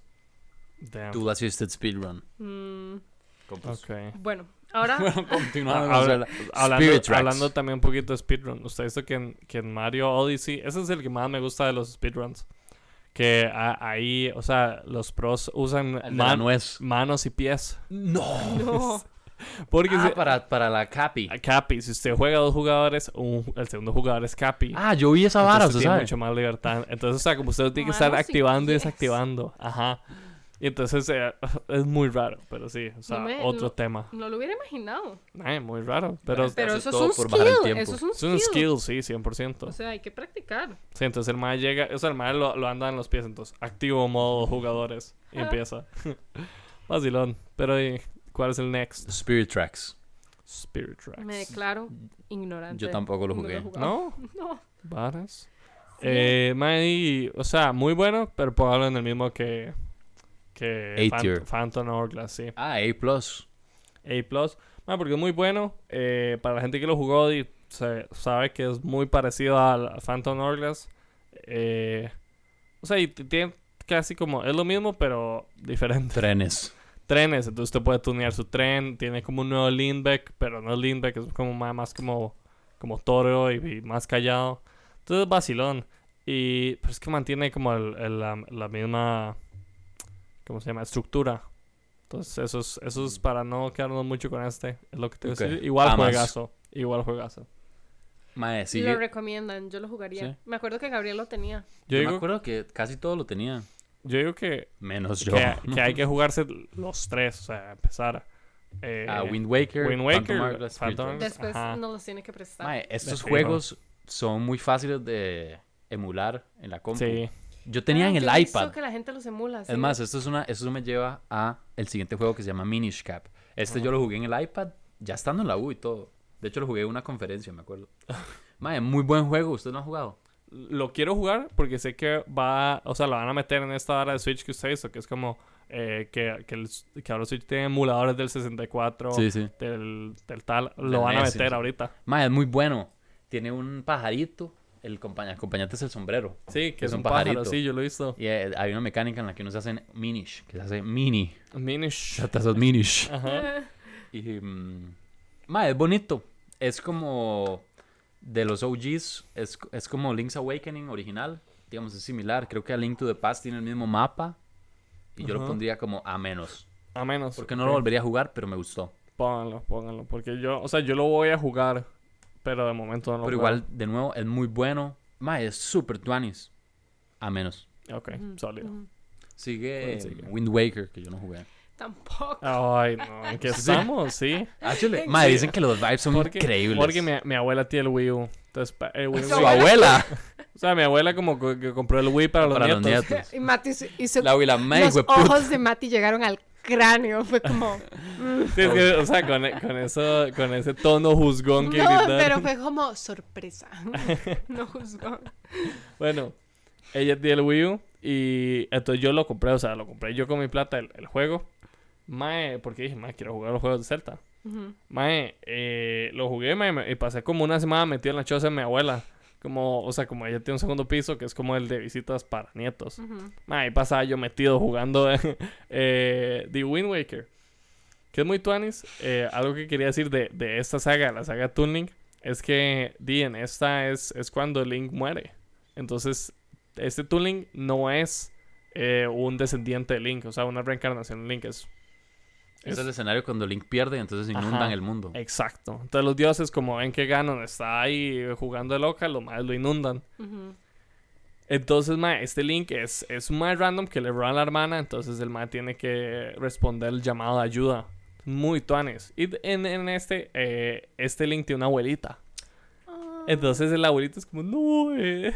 S3: Damn.
S1: Tool Assisted Speedrun.
S2: Mm,
S1: Compus.
S3: Ok.
S2: bueno, ahora
S1: Bueno, continuando.
S3: Ah, habla-
S1: o sea,
S3: Hablando,
S1: Spirit Tracks.
S3: hablando también un poquito de speedrun, usted hizo que en, que en Mario Odyssey, ese es el que más me gusta de los speedruns. Que a- ahí, o sea, los pros usan
S1: El de la
S3: man-
S1: nuez.
S3: manos y pies.
S1: No.
S2: no.
S3: Porque
S1: Ah,
S3: si-
S1: para, para la Capi.
S3: a Capi, si usted juega dos jugadores, un- el segundo jugador es Capi.
S1: Ah, yo vi esa vara,
S3: entonces
S1: ¿usted
S3: tiene
S1: sabe?
S3: mucho más libertad. Entonces, o sea, como usted tiene que estar
S2: Manos y
S3: activando y
S2: pies.
S3: desactivando. Ajá. Y entonces eh, es muy raro, pero sí, o sea,
S2: No me-
S3: otro
S2: no-
S3: tema.
S1: pues.
S2: No lo hubiera imaginado.
S3: Ay, muy raro, pero
S1: Este-
S2: Pero
S1: hace
S2: eso es
S1: todo
S2: un
S1: por bajar el
S2: skill.
S1: tiempo.
S2: Eso es un
S3: es un
S2: skill.
S3: skill, sí, 100%.
S2: O sea, hay que practicar.
S3: Sí, entonces el mae llega, o sea, el mae lo, lo anda en los pies, entonces activo modo jugadores y empieza. Vacilón. Pero, ¿y ¿cuál es el next?
S1: Spirit Tracks.
S3: Spirit Tracks.
S2: Me declaro ignorante.
S1: Yo tampoco lo
S2: No
S1: jugué.
S2: jugaba.
S3: ¿No?
S2: No.
S3: ¿Varas? Eh, mae, y- o sea, muy bueno, pero puedo hablar en el mismo que. que
S1: A tier.
S3: Phantom Hourglass, sí.
S1: Ah, A+. Plus.
S3: A Plus. Mae, porque es muy bueno. eh, para la gente que lo jugó, di- se- sabe que es muy parecido al Phantom Hourglass. Eh, o sea, y t- tiene casi como. Es lo mismo, pero diferente.
S1: Trenes.
S3: trenes. Entonces usted puede tunear su tren. Tiene como un nuevo leanback, pero no es leanback, es como más, más como, como toro y, y más callado. Entonces es vacilón. Y pero es que mantiene como el- el- la, la misma, ¿cómo se llama? Estructura. Entonces eso es, eso es para no quedarnos mucho con este. Es lo que te voy a
S1: Ok. Ah,
S3: decir. Igual
S1: Amas.
S3: juegazo. Igual juegazo.
S1: Mae, sí.
S2: Lo
S1: Yo,
S2: recomiendan. Yo lo jugaría.
S1: Sí.
S2: Me acuerdo que Gabriel lo tenía.
S3: Yo
S1: me
S3: digo,
S1: acuerdo que casi todo lo tenía.
S3: yo digo que,
S1: Menos yo.
S3: que, que hay que jugarse los tres. O sea, empezar. Eh,
S1: Ah, Wind Waker.
S3: Wind
S1: Phantom
S3: Waker,
S1: Hourglass, Spirit
S3: Phantom-
S1: Tracks.
S2: Después
S3: Ajá.
S2: nos los tiene que prestar.
S1: Pues, Mae, estos
S3: Sí,
S1: juegos son muy fáciles de emular en la compu.
S3: sí.
S1: Yo tenía
S2: Ah,
S1: en el
S2: yo he visto
S1: iPad.
S2: que la gente los emula. sí.
S1: Es más, esto, es una, esto me lleva a el siguiente juego que se llama Minish Cap. Este yo lo jugué en el iPad, ya estando en la U y todo. De hecho, lo jugué en una conferencia, me acuerdo. Mae, muy buen juego. ¿Usted no ha jugado?
S3: lo quiero jugar porque sé que va, o sea, lo van a meter en esta hora de Switch que usted hizo, que es como eh, que, que, el, que ahora Switch tiene emuladores del 64,
S1: Sí, sí.
S3: Del, del tal, lo
S1: Del
S3: van a
S1: NES,
S3: meter
S1: sí.
S3: ahorita.
S1: Mae, es muy bueno. Tiene un pajarito. El compañía, acompañante es el sombrero.
S3: Sí, que
S1: Es
S3: es,
S1: un
S3: un pájaro,
S1: pajarito.
S3: sí, yo lo he visto.
S1: Y eh, hay una mecánica en la que uno se hace minish, que se hace mini.
S3: Minish.
S1: Chatas son minish.
S3: Ajá.
S1: Y, mm, mae, es bonito. Es como de los OGs, es, es como Link's Awakening original. Digamos, es similar. Creo que a Link to the Past tiene el mismo mapa. Y yo lo
S3: Ajá.
S1: pondría como A menos.
S3: A menos.
S1: Porque no lo
S3: ok.
S1: volvería a jugar, pero me gustó.
S3: Pónganlo, pónganlo. Porque yo, o sea, yo lo voy a jugar, pero de momento no lo
S1: pero
S3: juego.
S1: igual, de nuevo, es muy bueno. Mae, es super tuanis. A menos.
S3: Ok, sólido.
S1: Sigue
S3: Bueno, sigue.
S1: Wind Waker, que yo no jugué. ah,
S2: Tampoco.
S3: Ay, no, ¿en qué estamos? Sí.
S1: Actually, Ah, mae, dicen que los vibes son
S3: Porque,
S1: increíbles.
S3: porque mi, mi abuela tiene el Wii U. Entonces, pa- el Wii
S1: Su
S3: U-
S1: abuela.
S3: O sea, mi abuela como co- que compró el Wii para los
S1: Para los
S3: nietos.
S1: nietos.
S2: Y Mati se- hizo.
S1: La abuela, mae,
S2: los
S1: hueputa.
S2: ojos de Mati llegaron al cráneo. Fue como.
S3: Sí, es que, o sea, con, con eso, con ese tono juzgón
S2: No,
S3: que gritaron.
S2: pero fue como sorpresa. No juzgó.
S3: Bueno, ella tiene el Wii U y entonces yo lo compré, o sea, lo compré yo con mi plata el, el juego. Mae, porque dije, mae, quiero jugar los juegos de Zelda.
S2: Ujú.
S3: Mae, eh, lo jugué mae, me- y pasé como una semana metido en la choza de mi abuela. Como, o sea, como ella tiene un segundo piso que es como el de visitas para nietos.
S2: Ujú.
S3: Mae, ahí pasaba yo metido jugando eh, The Wind Waker. Que es muy tuanis. Eh, algo que quería decir de, de esta saga, la saga Toon Link, es que di, en esta es, es cuando Link muere. Entonces, este Toon Link no es eh, un descendiente de Link, o sea, una reencarnación de Link. Es,
S1: Es el escenario cuando Link pierde y entonces inundan
S3: Ajá. Eh,
S1: el mundo.
S3: Exacto. Entonces los dioses, como ven que Ganon está ahí jugando de loca, los más lo inundan.
S2: Ujú.
S3: Entonces, ma, este Link es, es un mae random que le roban la hermana, entonces el mae tiene que responder el llamado de ayuda. Muy tuanes. Y d- en, en este, eh, este Link tiene una abuelita.
S2: Ah.
S3: Entonces el abuelito es como, no, eh,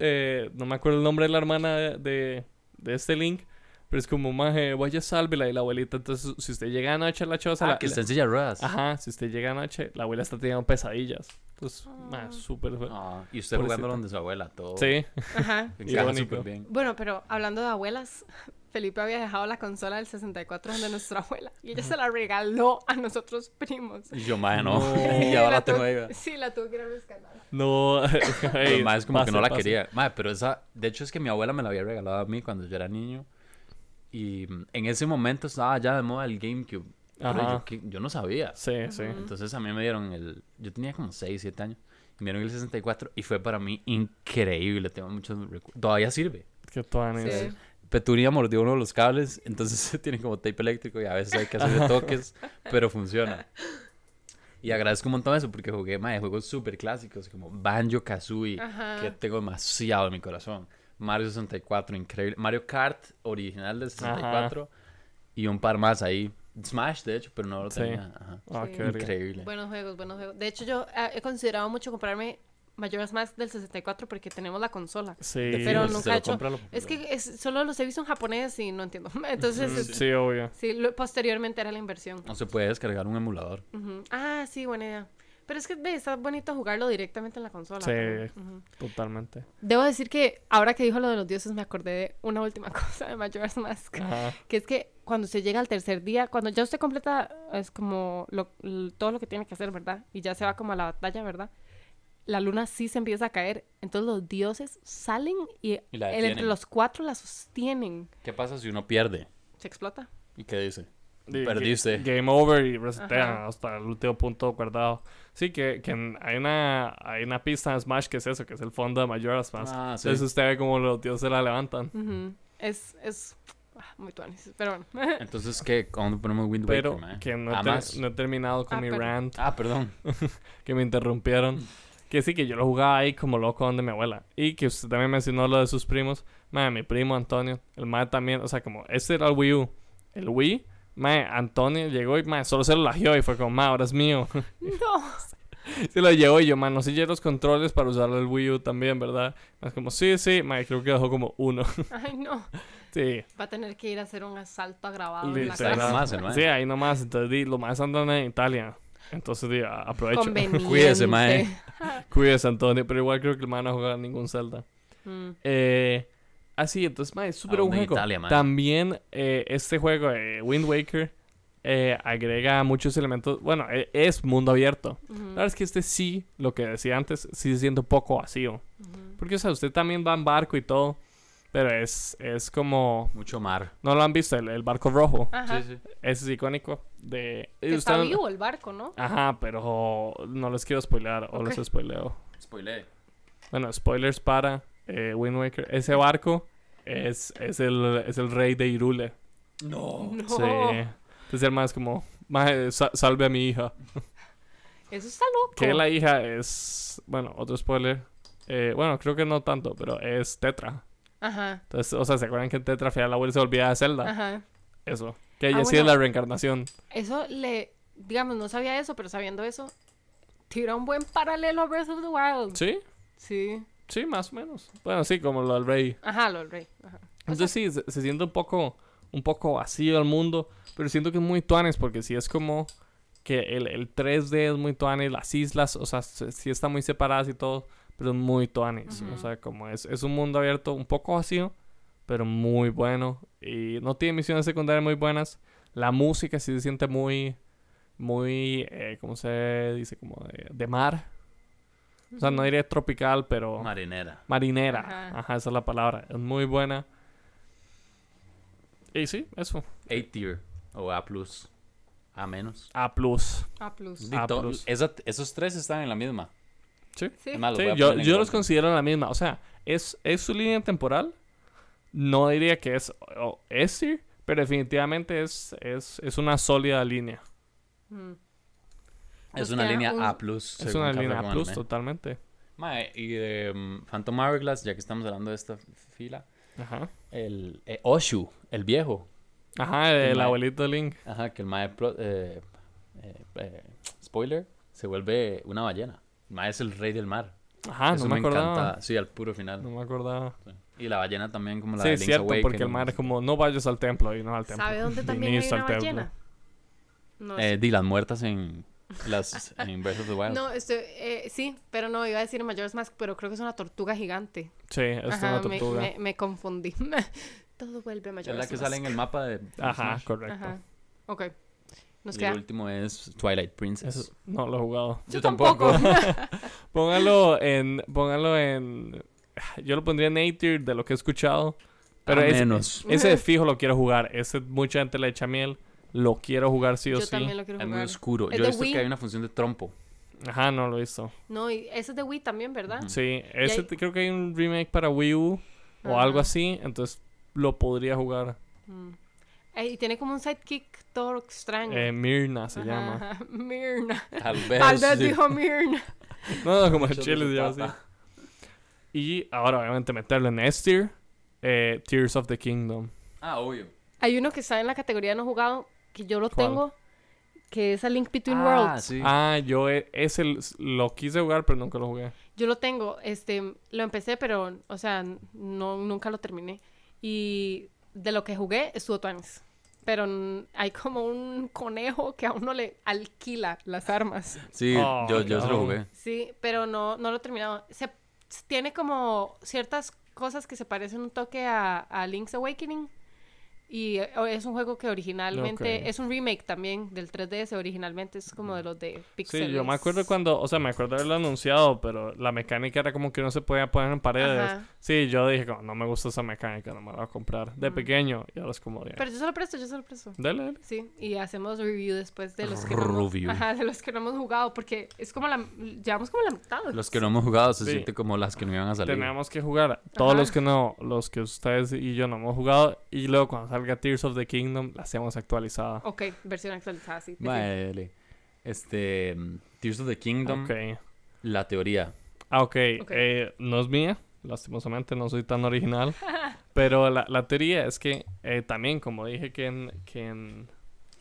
S3: eh", no me acuerdo el nombre de la hermana de, de, de este Link. Pero es como, maje, vaya, sálvela. Y la abuelita, entonces, si usted llega anoche a la choza...
S1: Ah,
S3: la-
S1: que
S3: la-
S1: está en silla de ruedas.
S3: Ajá, si usted llega anoche, la abuela está teniendo pesadillas. Entonces,
S2: Ah.
S3: más súper. fe-
S1: Ah, y usted
S3: Pobrecita.
S1: jugando donde su abuela, todo.
S3: Sí,
S2: Ah. Ajá.
S1: Encaja
S3: Irónico.
S1: súper bien.
S2: Bueno, pero hablando de abuelas, Felipe había dejado la consola del 64 donde nuestra abuela y ella se la regaló a nosotros primos.
S1: Y yo, mae, no.
S3: No.
S1: y ahora la
S2: tuvo-
S1: tengo ahí.
S2: Sí, la tuvo que ir a rescatar.
S3: no.
S1: Pero
S3: ey,
S1: mae, es como
S3: pase,
S1: que no la
S3: pase.
S1: quería. Mae, pero esa. De hecho, es que mi abuela me la había regalado a mí cuando yo era niño. Y mm, en ese momento estaba ya de moda el GameCube. Pero
S3: Ajá.
S1: yo, que- yo no sabía.
S3: Sí, sí.
S1: Entonces a mí me dieron el. Yo tenía como 6, 7 años. Y me dieron el 64 y fue para mí increíble. Tengo muchos recuerdos. Todavía sirve.
S3: Qué tuanes.
S2: Sí.
S1: Petunia mordió uno de los cables, entonces tiene como tape eléctrico y a veces hay que hacerle toques, pero funciona. Y agradezco un montón eso porque jugué mae, juegos súper clásicos como Banjo Kazooie,
S2: Ajá.
S1: que tengo demasiado en mi corazón. Mario 64, increíble. Mario Kart, original del 64. Y un par más ahí. Smash, de hecho, pero no lo
S3: Sí.
S1: tenía. Ajá.
S3: Ah,
S2: Sí.
S3: qué verga.
S1: Increíble.
S2: Buenos juegos, buenos juegos. De hecho, yo eh, he considerado mucho comprarme Mayoras Mask del 64 porque tenemos la consola.
S3: Sí.
S2: Pero
S1: si
S2: nunca
S1: se lo
S2: he hecho.
S1: compra, lo-
S2: Es que es- solo los he visto en japonés y no entiendo. Entonces,
S3: Mm,
S2: este, sí,
S3: Sí, obvio.
S2: lo- posteriormente era la inversión.
S1: No se puede descargar un emulador.
S2: Ujú. Ah, sí, buena idea. Pero es que ve, está bonito jugarlo directamente en la consola.
S3: Sí.
S2: también. Ujú.
S3: Totalmente.
S2: Debo decir que ahora que dijo lo de los dioses me acordé de una última cosa de Majora's Mask,
S3: Ajá.
S2: que es que cuando se llega al tercer día, cuando ya usted completa es como lo- l- todo lo que tiene que hacer, ¿verdad? Y ya se va como a la batalla, ¿verdad? La luna sí se empieza a caer, entonces los dioses salen y,
S1: Y la
S2: el-
S1: detienen.
S2: entre los cuatro la sostienen.
S1: ¿Qué pasa si uno pierde?
S2: Se explota.
S1: ¿Y qué dice?
S3: Di-
S1: Perdiste.
S3: ga- Game over y resetean
S2: Ajá.
S3: hasta el último punto guardado. Sí, que, que en- hay, una, hay una pista en Smash que es eso, que es el fondo de Majora's Mask.
S1: Ah, sí.
S3: Entonces usted ve como los tíos se la levantan.
S2: Ujú. Es, es ah, muy tuanis, pero bueno.
S1: Entonces, ¿qué? ¿Cuándo ponemos Wind Waker,
S3: Pero
S1: mae?
S3: que no he,
S1: Ah,
S3: ter-
S1: más.
S3: no he terminado con
S2: Ah,
S3: mi
S2: perdón.
S3: rant.
S1: Ah, perdón.
S3: que me interrumpieron. Que sí, que yo lo jugaba ahí como loco donde mi abuela. Y que usted también mencionó lo de sus primos. Mae, mi primo Antonio. El mae también, o sea, como este era el Wii U. El Wii, mae, Antonio llegó y mae, solo se lo lajeó y fue como, mae, ahora es mío.
S2: No.
S3: se lo llevó y yo, mae, no sé si hay los controles para usar el Wii U también, ¿verdad? Mae, Es como, sí, sí, mae, creo que dejó como uno.
S2: Ay, no.
S3: sí.
S2: Va a tener que ir a hacer un asalto agravado. en la
S3: Literal.
S2: casa.
S1: Más, hermano.
S3: Sí, ahí nomás. Entonces, di, lo más andan en Italia. Entonces, di, a- aprovecho.
S2: Conveniente.
S1: Cuídese, mae.
S3: Cuídese, Antonio. Pero igual creo que el mae no jugar ningún Zelda.
S2: Mm.
S3: Eh, así, entonces, mae, es súper
S1: dónde
S3: buen
S1: en
S3: juego.
S1: Ah, Italia, mae?
S3: También eh, este juego, eh, Wind Waker, eh, agrega muchos elementos. Bueno, e- es mundo abierto. La verdad es que este sí, lo que decía antes, sí se siente un poco vacío. Porque, o sea, usted también va en barco y todo. Pero es, es como.
S1: Mucho mar.
S3: No lo han visto, el, el barco rojo.
S2: Ajá.
S1: Sí, sí.
S3: Ese es icónico. De,
S2: Que
S3: y
S2: está
S3: usted-
S2: vivo el barco, ¿no?
S3: Ajá, pero no les quiero spoilear o
S2: Ok.
S3: los spoileo.
S1: Spoilé.
S3: Bueno, spoilers para eh, Wind Waker. Ese barco es, es, el, es el rey de Irule.
S1: No.
S2: No.
S3: Sí. Entonces el más como, "Mae, sa- salve a mi hija.
S2: Eso está loco.
S3: Que la hija es, bueno, otro spoiler. Eh, bueno, creo que no tanto, pero es Tetra.
S2: Ajá.
S3: Entonces, o sea, ¿se acuerdan que en Tetra al final la abuela se olvida de Zelda?
S2: Ajá.
S3: Eso. Que
S2: Ah,
S3: ella sí es
S2: bueno.
S3: la reencarnación.
S2: Eso le, digamos, no sabía eso, pero sabiendo eso, tira un buen paralelo a Breath of the Wild.
S3: ¿Sí?
S2: Sí.
S3: Sí, más o menos. Bueno, sí, como lo del rey.
S2: Ajá, Lord Rey. Ajá.
S3: Entonces sí, se, se siente un poco, un poco vacío el mundo, pero siento que es muy tuanes porque sí es como que el, el 3D es muy tuanes, las islas, o sea, se- sí están muy separadas y todo, pero es muy tuanes. O sea, como es, es un mundo abierto un poco vacío, pero muy bueno. Y no tiene misiones secundarias muy buenas. La música sí se siente muy, muy, eh, ¿cómo se dice? Como de, de mar. O sea, no diría tropical, pero...
S1: Marinera.
S3: Marinera.
S2: Ajá.
S3: Ajá. esa es la palabra. Es muy buena. Y sí, eso.
S1: A tier. O A plus. A menos.
S3: A plus.
S2: A plus.
S1: Di
S3: A
S1: to-
S3: plus.
S1: esa- esos tres están en la misma.
S3: Sí.
S2: Sí.
S1: Es más, los
S3: Sí,
S1: Ah, voy a
S3: yo,
S1: poner en
S3: yo los
S1: orden.
S3: considero la misma. O sea, es, es su línea temporal. No diría que es o, es sí, pero definitivamente es, es, es una sólida línea.
S2: Mm.
S1: Es
S2: Nos
S1: una
S2: queda
S1: línea
S2: un-
S1: A plus.
S3: es
S1: según ¿eh?
S3: una
S1: Café
S3: línea
S1: con
S3: A plus,
S1: Anime.
S3: totalmente.
S1: Mae, y de mm, Phantom Hourglass, ya que estamos hablando de esta fila,
S3: Ajá.
S1: el eh, Oshu, el viejo,
S3: Ajá, el
S1: mae-
S3: abuelito de Link.
S1: ajá, que el mae, pro- eh, eh, eh, spoiler, se vuelve una ballena. El mae es el rey del mar.
S3: Ajá,
S1: Eso
S3: Ah, no me, acordaba.
S1: encanta, sí, al puro final.
S3: No me acordaba.
S1: Y la ballena también, como la
S3: sí,
S1: de
S3: es
S1: Link's
S3: cierto, porque el
S1: Awakening.
S3: mar es como, no vayas al templo y no al templo.
S2: ¿Sabe dónde
S3: Y
S2: también
S3: ni
S2: hay
S3: está
S2: una
S3: al templo.
S2: ballena? No,
S1: Eh, di, las muertas en, las, en Breath of the Wild.
S2: No, este, eh, sí, pero no, iba a decir Majora's Mask, pero creo que es una tortuga gigante.
S3: Sí, es
S2: Ajá,
S3: una
S2: me-
S3: tortuga.
S2: Me, me confundí. Todo vuelve a
S1: es
S2: Majora's
S1: la que
S2: Mask.
S1: sale en el mapa de
S3: Ajá,
S1: Smash.
S3: correcto.
S2: Ajá. Ok. Nos
S1: Y
S2: queda.
S1: el último es Twilight Princess.
S3: Eso- no lo he jugado.
S1: Yo tampoco.
S3: Póngalo en. Póngalo en. Yo lo pondría en A-tier de lo que he escuchado. Pero
S1: A
S3: es-
S1: menos.
S3: ese de fijo lo quiero jugar. Ese mucha gente le echa miel. Lo quiero jugar sí o
S2: Yo
S3: sí.
S2: también lo quiero
S1: Es muy
S2: jugar.
S1: oscuro.
S2: Es
S1: Yo he
S2: de
S1: visto
S2: Wii.
S1: que hay una función de trompo.
S3: Ajá, no lo he visto.
S2: No, y ese es de Wii también, ¿verdad?
S3: Sí, ese
S2: hay-
S3: te- creo que hay un remake para Wii U o
S2: Ajá.
S3: algo así. Entonces lo podría jugar.
S2: Mm. Eh, y tiene como un sidekick todo extraño.
S3: Eh, Mirna se
S2: Ajá,
S3: llama.
S2: ajá. Mirna.
S1: Tal vez.
S2: Albert
S1: sí.
S2: dijo Mirna.
S3: No, no, como el
S1: Mucho
S3: chile
S1: de
S3: se
S1: su
S3: llama así.
S1: papa.
S3: Y ahora, obviamente, meterlo en S-tier. eh, Tears of the Kingdom.
S1: Ah, obvio.
S2: Hay uno que está en la categoría no jugado que yo lo
S3: ¿Cuál?
S2: tengo, que es a Link Between
S1: ah,
S2: Worlds.
S1: Sí.
S3: Ah, yo e- ese l- s- lo quise jugar, pero nunca lo jugué.
S2: Yo lo tengo, este, lo empecé, pero, o sea, no, nunca lo terminé. Y de lo que jugué estuvo Twanis. Pero mm, hay como un conejo que a uno le alquila las armas.
S1: Sí,
S3: Oh,
S1: yo, yo se lo
S3: no.
S1: jugué.
S2: Sí, pero no, no lo he terminado. Se, se- tiene como ciertas cosas que se parecen un toque a, a Link's Awakening. Y eh, o- es un juego que originalmente
S3: Ok.
S2: es un remake también del 3DS. Originalmente es como de los de Pixel.
S3: Sí, yo me acuerdo cuando, o sea, me acuerdo haberlo anunciado, pero la mecánica era como que no se podía poner en paredes.
S2: Ajá.
S3: Sí, yo dije, como, no me gusta esa mecánica, no me la voy a comprar. De
S2: Mm.
S3: pequeño, y ahora es como, ya,
S2: Pero yo se lo presto, yo se lo presto.
S3: dale, dale.
S2: Sí, y hacemos review después de los que no hemos,
S1: Review.
S2: ajá, de los que no hemos jugado, porque es como la... Llevamos como la mitad.
S1: Los que no hemos jugado se
S3: Sí.
S1: siente como las que no iban a salir.
S3: Tenemos que jugar. Todos
S2: Ajá.
S3: los que no, los que ustedes y yo no hemos jugado. Y luego cuando salga Tears of the Kingdom, la hacemos actualizada.
S2: Ok, versión actualizada, sí. definitivo.
S1: Vale. Este. mm, Tears of the Kingdom.
S3: Ok.
S1: La teoría.
S3: Ah, ok.
S2: Ok.
S3: Eh, no es mía, lastimosamente, no soy tan original. pero la, la teoría es que eh, también, como dije que en- que en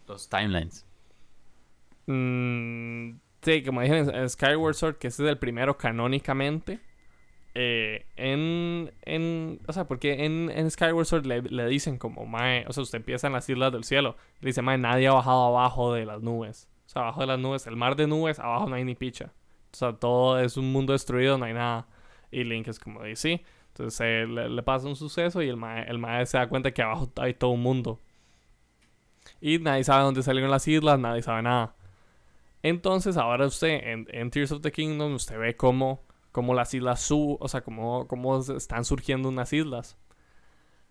S1: Los timelines.
S3: Mm, sí, como dije en, en Skyward Sword, que ese es el primero canónicamente. eh, en, en- O sea, porque en, en Skyward Sword le, le dicen como, mae, o sea, usted empieza en las islas del cielo. Le dice, mae, nadie ha bajado abajo de las nubes. O sea, abajo de las nubes, el mar de nubes, abajo no hay ni picha. O sea, todo es un mundo destruido, no hay nada. Y Link es como, de, sí. Entonces eh, le, le pasa un suceso y el mae, el mae se da cuenta que abajo hay todo un mundo. Y nadie sabe dónde salieron las islas, nadie sabe nada. Entonces ahora usted en, en Tears of the Kingdom usted ve cómo, cómo las islas suben, o sea, cómo, cómo se- están surgiendo unas islas.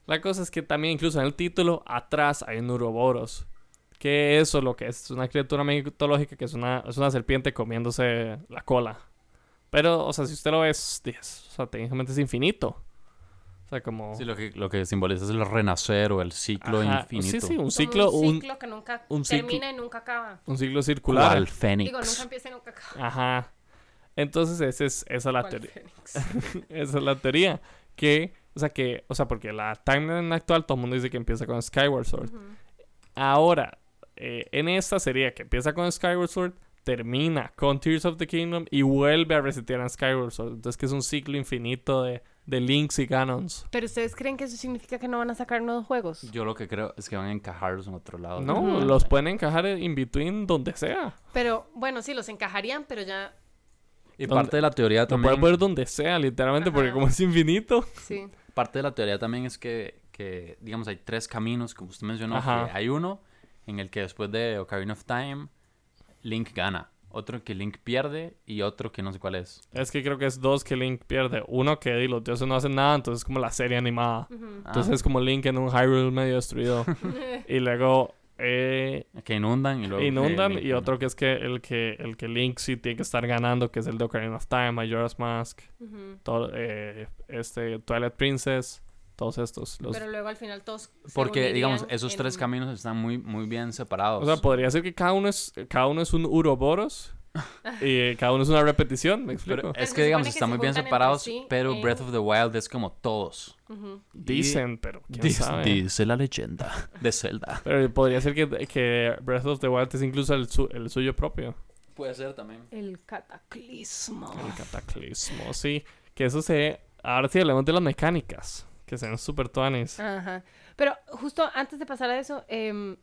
S3: La cosa es que también incluso en el título atrás hay un uroboros. Que eso lo que es, es una criatura mitológica que es una, es una serpiente comiéndose la cola. Pero, o sea, si usted lo ve, es, es- o sea, técnicamente es infinito. O sea, como...
S1: Sí, lo que, lo que simboliza es el renacer o el ciclo
S3: Ajá,
S1: infinito.
S3: Sí, sí, un ciclo,
S2: Como un
S3: un,
S2: ciclo que nunca
S3: un ciclo-
S2: termina y nunca acaba.
S3: un ciclo circular.
S1: Cual
S2: Digo, nunca
S1: fénix.
S2: empieza y nunca acaba.
S3: Ajá. Entonces esa es, esa es la
S2: ¿Cuál
S3: teoría.
S2: Fénix?
S3: Esa es la teoría. Que, o sea, que, o sea, porque la timeline actual todo el mundo dice que empieza con Skyward Sword.
S2: Ujú.
S3: Ahora, eh, en esta sería que empieza con Skyward Sword, termina con Tears of the Kingdom y vuelve a resetear a Skyward Sword. Entonces, que es un ciclo infinito de, de links y Ganons.
S2: Pero ustedes creen que eso significa que no van a sacar nuevos juegos.
S1: Yo lo que creo es que van a encajarlos en otro lado.
S3: No,
S2: Ujú.
S3: los pueden encajar in between donde sea.
S2: Pero bueno, sí, los encajarían, pero ya.
S1: Y
S3: ¿Dónde?
S1: parte de la teoría
S3: Lo
S1: también.
S3: pueden poner donde sea, literalmente, porque
S2: Ajá.
S3: como es infinito.
S2: Sí.
S1: Parte de la teoría también es que, que, digamos, hay tres caminos, como usted mencionó.
S3: Ajá.
S1: que hay uno en el que después de Ocarina of Time, Link gana. Otro que Link pierde y otro que no sé cuál es.
S3: Es que creo que es dos que Link pierde. Uno que di, los dioses no hacen nada, entonces es como la serie animada.
S2: Ujú.
S1: Ah,
S3: Entonces es como Link en un Hyrule medio destruido. y luego eh,
S1: que inundan y luego... que
S3: inundan.
S1: Link
S3: Y
S1: gana.
S3: otro que es que el que el que Link sí tiene que estar ganando, que es el de Ocarina of Time, Majora's Mask,
S2: Ujú.
S3: todo, eh, este, Twilight Princess, todos estos. los-
S2: Pero luego al final todos. se
S1: Porque, digamos,
S2: unirían
S1: esos
S2: en-
S1: tres caminos están muy, muy bien separados.
S3: o sea, podría ser que cada uno es, cada uno es un Uroboros. y eh, cada uno es una repetición, me explico.
S1: pero
S2: Pero
S1: es
S2: se
S1: que, digamos,
S2: supone que
S1: están
S2: se
S1: muy bien
S2: juntan entre
S1: separados,
S2: sí eh.
S1: pero
S2: en-
S1: Breath of the Wild es como todos.
S2: Ujú.
S3: Dicen, pero quién
S1: Dice-
S3: sabe.
S1: dice la leyenda de Zelda.
S3: Pero podría ser que, que Breath of the Wild es incluso el, su- el suyo propio.
S1: Puede ser también.
S2: El cataclismo.
S3: El cataclismo, sí. Que eso se... Ahora sí hablemos de las mecánicas. Que sean super tuanes.
S2: Ajá. Pero justo antes de pasar a eso, em,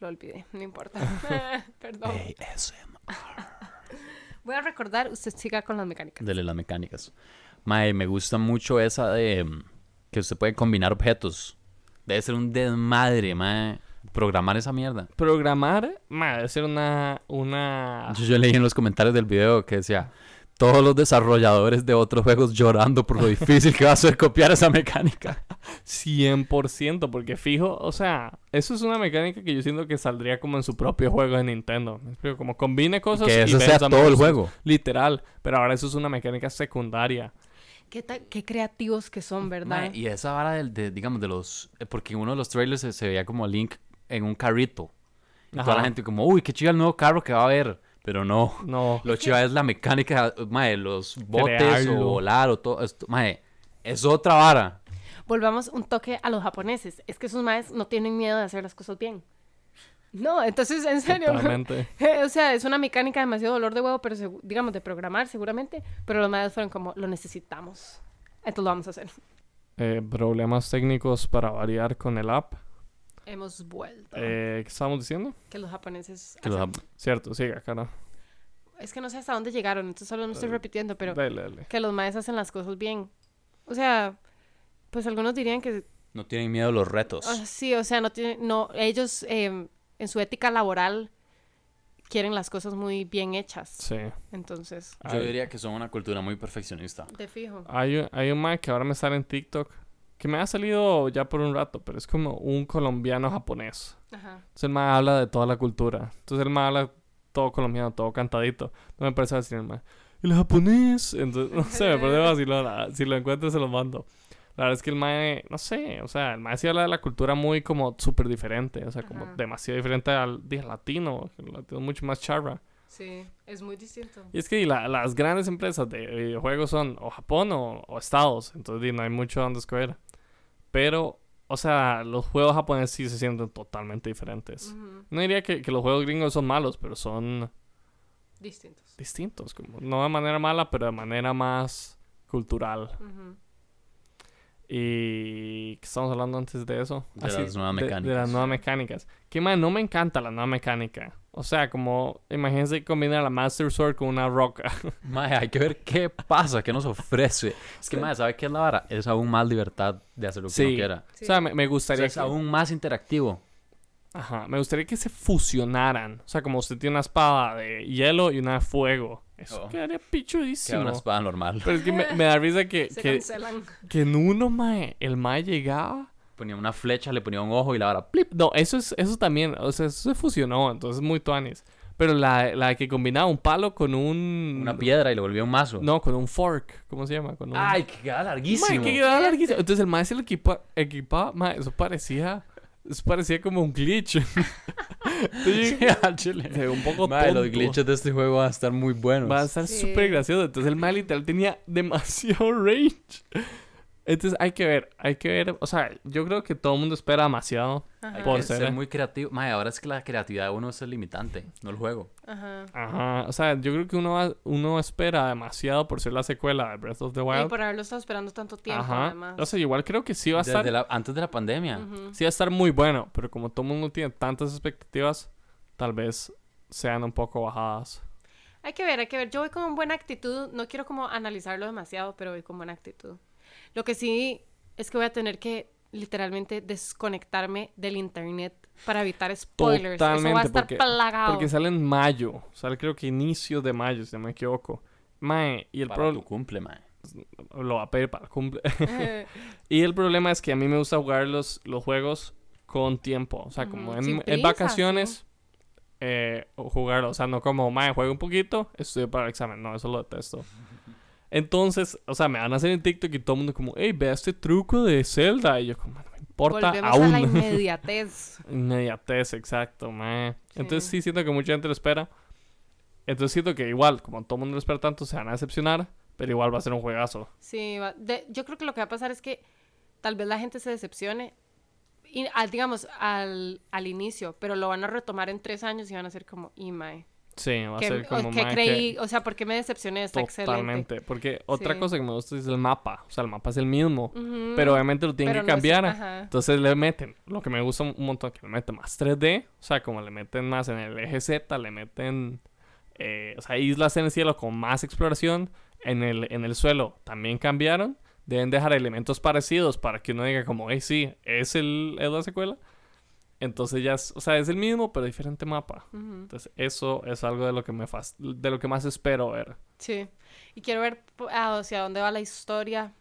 S2: lo olvidé, no importa. Perdón.
S1: Eh.
S2: Voy a recordar, usted siga con las mecánicas.
S1: Dele las mecánicas. Mae, me gusta mucho esa de mm, que usted puede combinar objetos. Debe ser un desmadre, mae. Programar esa mierda.
S3: Programar, madre, debe ser una... una...
S1: Yo, yo leí en los comentarios del video que decía: Todos los desarrolladores de otros juegos llorando por lo difícil que va a ser copiar esa mecánica.
S3: 100%, porque fijo, o sea, eso es una mecánica que yo siento que saldría como en su propio juego de Nintendo. Me explico, como combine cosas
S1: que
S3: y
S1: eso sea
S3: venza
S1: todo el
S3: monstruos.
S1: juego.
S3: Literal, pero ahora eso es una mecánica secundaria.
S2: ¿Qué, ta- qué creativos que son, ¿verdad?
S1: Mae, y esa vara del- de, digamos, de los. eh, Porque en uno de los trailers se, se veía como a Link en un carrito. Y toda
S3: Ajá.
S1: la gente, como, uy, qué chido el nuevo carro que va a haber. Pero no.
S3: No,
S1: Lo chiva es la mecánica, mae, los botes
S3: Crearlo.
S1: o volar o todo esto, mae, es otra vara.
S2: Volvamos un toque a los japoneses. Es que esos maes no tienen miedo de hacer las cosas bien. No, entonces, en serio.
S3: totalmente.
S2: o sea, es una mecánica demasiado dolor de huevo, pero segu- digamos, de programar seguramente. Pero los maes fueron como, lo necesitamos. Entonces lo vamos a hacer.
S3: Eh, problemas técnicos para variar con el app.
S2: Hemos vuelto.
S3: Eh, ¿Qué estábamos diciendo?
S2: Que los japoneses...
S1: Que los
S2: hacen-
S1: jap-
S3: Cierto, sigue acá, ¿no?
S2: Es que no sé hasta dónde llegaron, entonces solo me estoy
S3: Eh,
S2: repitiendo, pero
S3: Dale, dale.
S2: que los maes hacen las cosas bien. O sea, pues algunos dirían que
S1: no tienen miedo a los retos.
S2: ah, sí, o sea, no tienen, no, ellos eh, en su ética laboral quieren las cosas muy bien hechas.
S3: Sí.
S2: Entonces,
S1: Yo
S3: Ay.
S1: diría que son una cultura muy perfeccionista.
S2: de fijo.
S3: Hay, un- hay un man que ahora me sale en TikTok que me ha salido ya por un rato, pero es como un colombiano japonés.
S2: Ajá.
S3: Entonces el man habla de toda la cultura. Entonces el man habla todo colombiano, todo cantadito. No me parece decir el man. El japonés. Entonces, no sé, me parece vacilón. Si lo encuentro, se lo mando. La verdad es que el mae, no sé, o sea, el mae sí habla de la cultura muy como súper diferente, o sea, como
S2: Ajá.
S3: demasiado diferente al, dije, latino, el latino es mucho más charra.
S2: Sí, es muy distinto.
S3: Y es que la- las grandes empresas de videojuegos son o Japón o, o Estados, entonces di, no hay mucho donde escoger. Pero, o sea, los juegos japoneses sí se sienten totalmente diferentes. No diría que, que los juegos gringos son malos, pero son
S2: Distintos.
S3: distintos, como, no de manera mala, pero de manera más cultural. Y ¿qué estamos hablando antes de eso?
S1: De las nuevas
S3: Ah, de- De, las
S1: mecánicas.
S3: nuevas mecánicas. Que más, no me encanta la nueva mecánica. O sea, como, imagínense combinar la Master Sword con una roca.
S1: Mae, hay que ver qué pasa, qué nos ofrece. Es que, mae, ¿sabe qué es la vara? Es aún más libertad de hacer lo que
S3: Sí.
S1: uno quiera.
S3: O sea, me, me
S1: O sea,
S3: gustaría
S1: es
S3: que-
S1: aún más interactivo.
S3: Ajá, me gustaría que se fusionaran. O sea, como usted tiene una espada de hielo y una de fuego. Eso
S1: Oh.
S3: quedaría
S1: Que una
S3: pichudísimo.
S1: espada normal.
S3: Pero es que me, me da risa que,
S2: Se
S3: que,
S2: cancelan.
S3: que en uno, mae, el mae llegaba.
S1: Ponía una flecha, le ponía un ojo y la vara.
S3: Plip. No, eso es, eso también, o sea, eso se fusionó, entonces muy tuanis. Pero la, la que combinaba un palo con un.
S1: Una piedra y lo volvió un mazo.
S3: Mm. No, con un fork. ¿Cómo se llama? Con un...
S1: Ay, que queda
S3: Mae,
S1: larguísimo.
S3: que quedaba larguísimo. Entonces el maestro se lo equipa, equipaba. mae, eso parecía. Eso parecía como un glitch. Entonces, yo- se ve un poco
S1: Mae, los
S3: tonto.
S1: glitches de este juego van a estar muy buenos.
S3: Va a estar
S2: Sí.
S3: súper gracioso. Entonces el mal literal tenía demasiado range. Entonces hay que ver, hay que ver. O sea, yo creo que todo el mundo espera demasiado.
S1: Hay
S3: Por
S1: que
S3: ser,
S1: ser,
S3: eh.
S1: muy creativo. Mae, ahora es que la creatividad de uno es el limitante, no el juego.
S2: Ajá.
S3: Ajá. O sea, yo creo que uno, va- uno espera demasiado por ser la secuela de Breath of the
S2: Y
S3: Wild.
S2: por haberlo estado esperando tanto tiempo,
S3: Ajá.
S2: además.
S3: O sea, igual creo que sí va a
S1: Desde
S3: estar.
S1: la- antes de la pandemia.
S2: Ujú.
S3: Sí va a estar muy bueno. Pero como todo el mundo tiene tantas expectativas, tal vez sean un poco bajadas.
S2: Hay que ver, hay que ver. Yo voy con buena actitud. No quiero como analizarlo demasiado, pero voy con buena actitud. Lo que sí es que voy a tener que literalmente desconectarme del internet para evitar spoilers. Eso va a
S3: Totalmente,
S2: estar
S3: porque-
S2: plagado.
S3: Porque sale en mayo. Sale creo que inicio de mayo, si no me equivoco. Mae, y el
S1: Para
S3: problema
S1: tu cumple, mae.
S3: lo va a pedir para el cumple.
S2: Eh,
S3: y el problema es que a mí me gusta jugar los, los juegos con tiempo. O sea, como
S2: Ujú,
S3: en,
S2: Mm, sin
S3: en
S2: prisa,
S3: vacaciones, eh, o jugarlo. O sea, no como, mae, juego un poquito, estudio para el examen. No, eso lo detesto. Entonces, o sea, me van a hacer en TikTok y todo el mundo como, hey, vea este truco de Zelda. Y yo como, "Mae, no me importa
S2: Volvemos a la
S3: aún.
S2: inmediatez.
S3: Inmediatez, exacto, mae. Entonces
S2: Sí.
S3: sí siento que mucha gente lo espera. Entonces siento que igual, como todo el mundo lo espera tanto, se van a decepcionar. Pero igual va a ser un juegazo.
S2: Sí, va- de- yo creo que lo que va a pasar es que tal vez la gente se decepcione, y, al- digamos, al, al inicio, pero lo van a retomar en tres años y van a ser como, y mae,
S3: Sí, va a
S2: ¿qué,
S3: ser
S2: o
S3: como
S2: qué
S3: mae,
S2: creí? O sea, ¿por qué me decepcioné? Está excelente.
S3: Totalmente. Porque otra
S2: Sí.
S3: cosa que me gusta es el mapa. O sea, el mapa es el mismo.
S2: Ujú,
S3: Pero obviamente lo tienen
S2: pero
S3: que
S2: no es-
S3: cambiar.
S2: ajá.
S3: Entonces le meten, lo que me gusta un montón, que le meten más 3D, o sea, como le meten más en el eje Z, le meten, eh, o sea, islas en el cielo con más exploración, en el, en el suelo también cambiaron, deben dejar elementos parecidos para que uno diga como, hey, sí, es, el, es la secuela. Entonces ya, es- o sea, es el mismo, pero diferente mapa.
S2: Ujú,
S3: Entonces eso es algo de lo que, me fas- de lo que más espero ver.
S2: Sí. Y quiero ver pues, po- a- hacia dónde va la historia,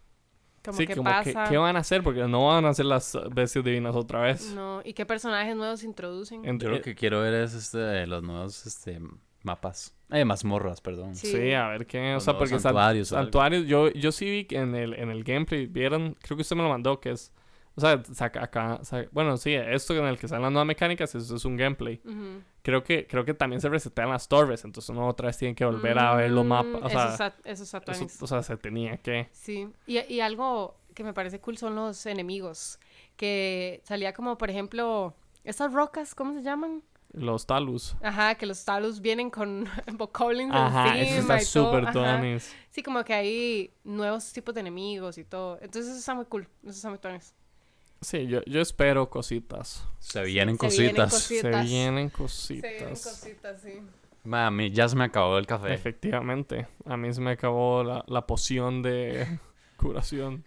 S2: como
S3: sí,
S2: qué
S3: como que-
S2: pasa,
S3: ¿qué van a hacer? Porque no van a hacer las bestias divinas otra vez.
S2: no, y qué personajes nuevos se introducen.
S3: En-
S1: Yo lo que quiero ver es este, los nuevos este, mapas. Eh, mazmorras, perdón.
S2: Sí.
S3: Sí, a ver qué. O
S1: Los
S3: sea,
S1: nuevos
S3: porque san- santuarios.
S1: santuarios o algo.
S3: yo, yo sí vi que en el, en el gameplay, vieron, creo que usted me lo mandó, que es. O sea, saca acá. saca- bueno, sí, esto en el que salen las nuevas mecánicas, eso es un gameplay.
S2: Ujú.
S3: Creo que, creo que también se resetean las torres, entonces uno otra vez tiene que volver a ver los
S2: Mm,
S3: mapas. O
S2: esos
S3: sea,
S2: at- esos
S3: eso-
S2: atuendos.
S3: o sea, se tenía que.
S2: Sí, y, y algo que me parece cool son los enemigos, que salía como, por ejemplo, esas rocas, ¿cómo se llaman?
S3: Los talus.
S2: Ajá, que los talus vienen con bokoblins
S3: Ajá, eso
S2: encima
S3: está
S2: y todo,
S3: súper
S2: ajá.
S3: tuanis.
S2: Sí, como que hay nuevos tipos de enemigos y todo. Entonces eso está muy cool, eso está muy tuanis.
S3: Sí, yo, yo espero cositas.
S1: Se vienen
S2: se vienen
S1: cositas.
S2: cosi- Cositas.
S3: Se vienen cositas.
S2: sí.
S1: Mami, ya se me acabó el café.
S3: Efectivamente. A mí se me acabó la, la poción de curación.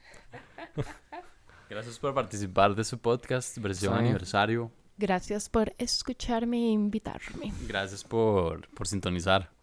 S1: Gracias por participar de su podcast, versión
S3: Sí.
S1: aniversario.
S2: Gracias por escucharme e invitarme.
S1: Gracias por, por sintonizar.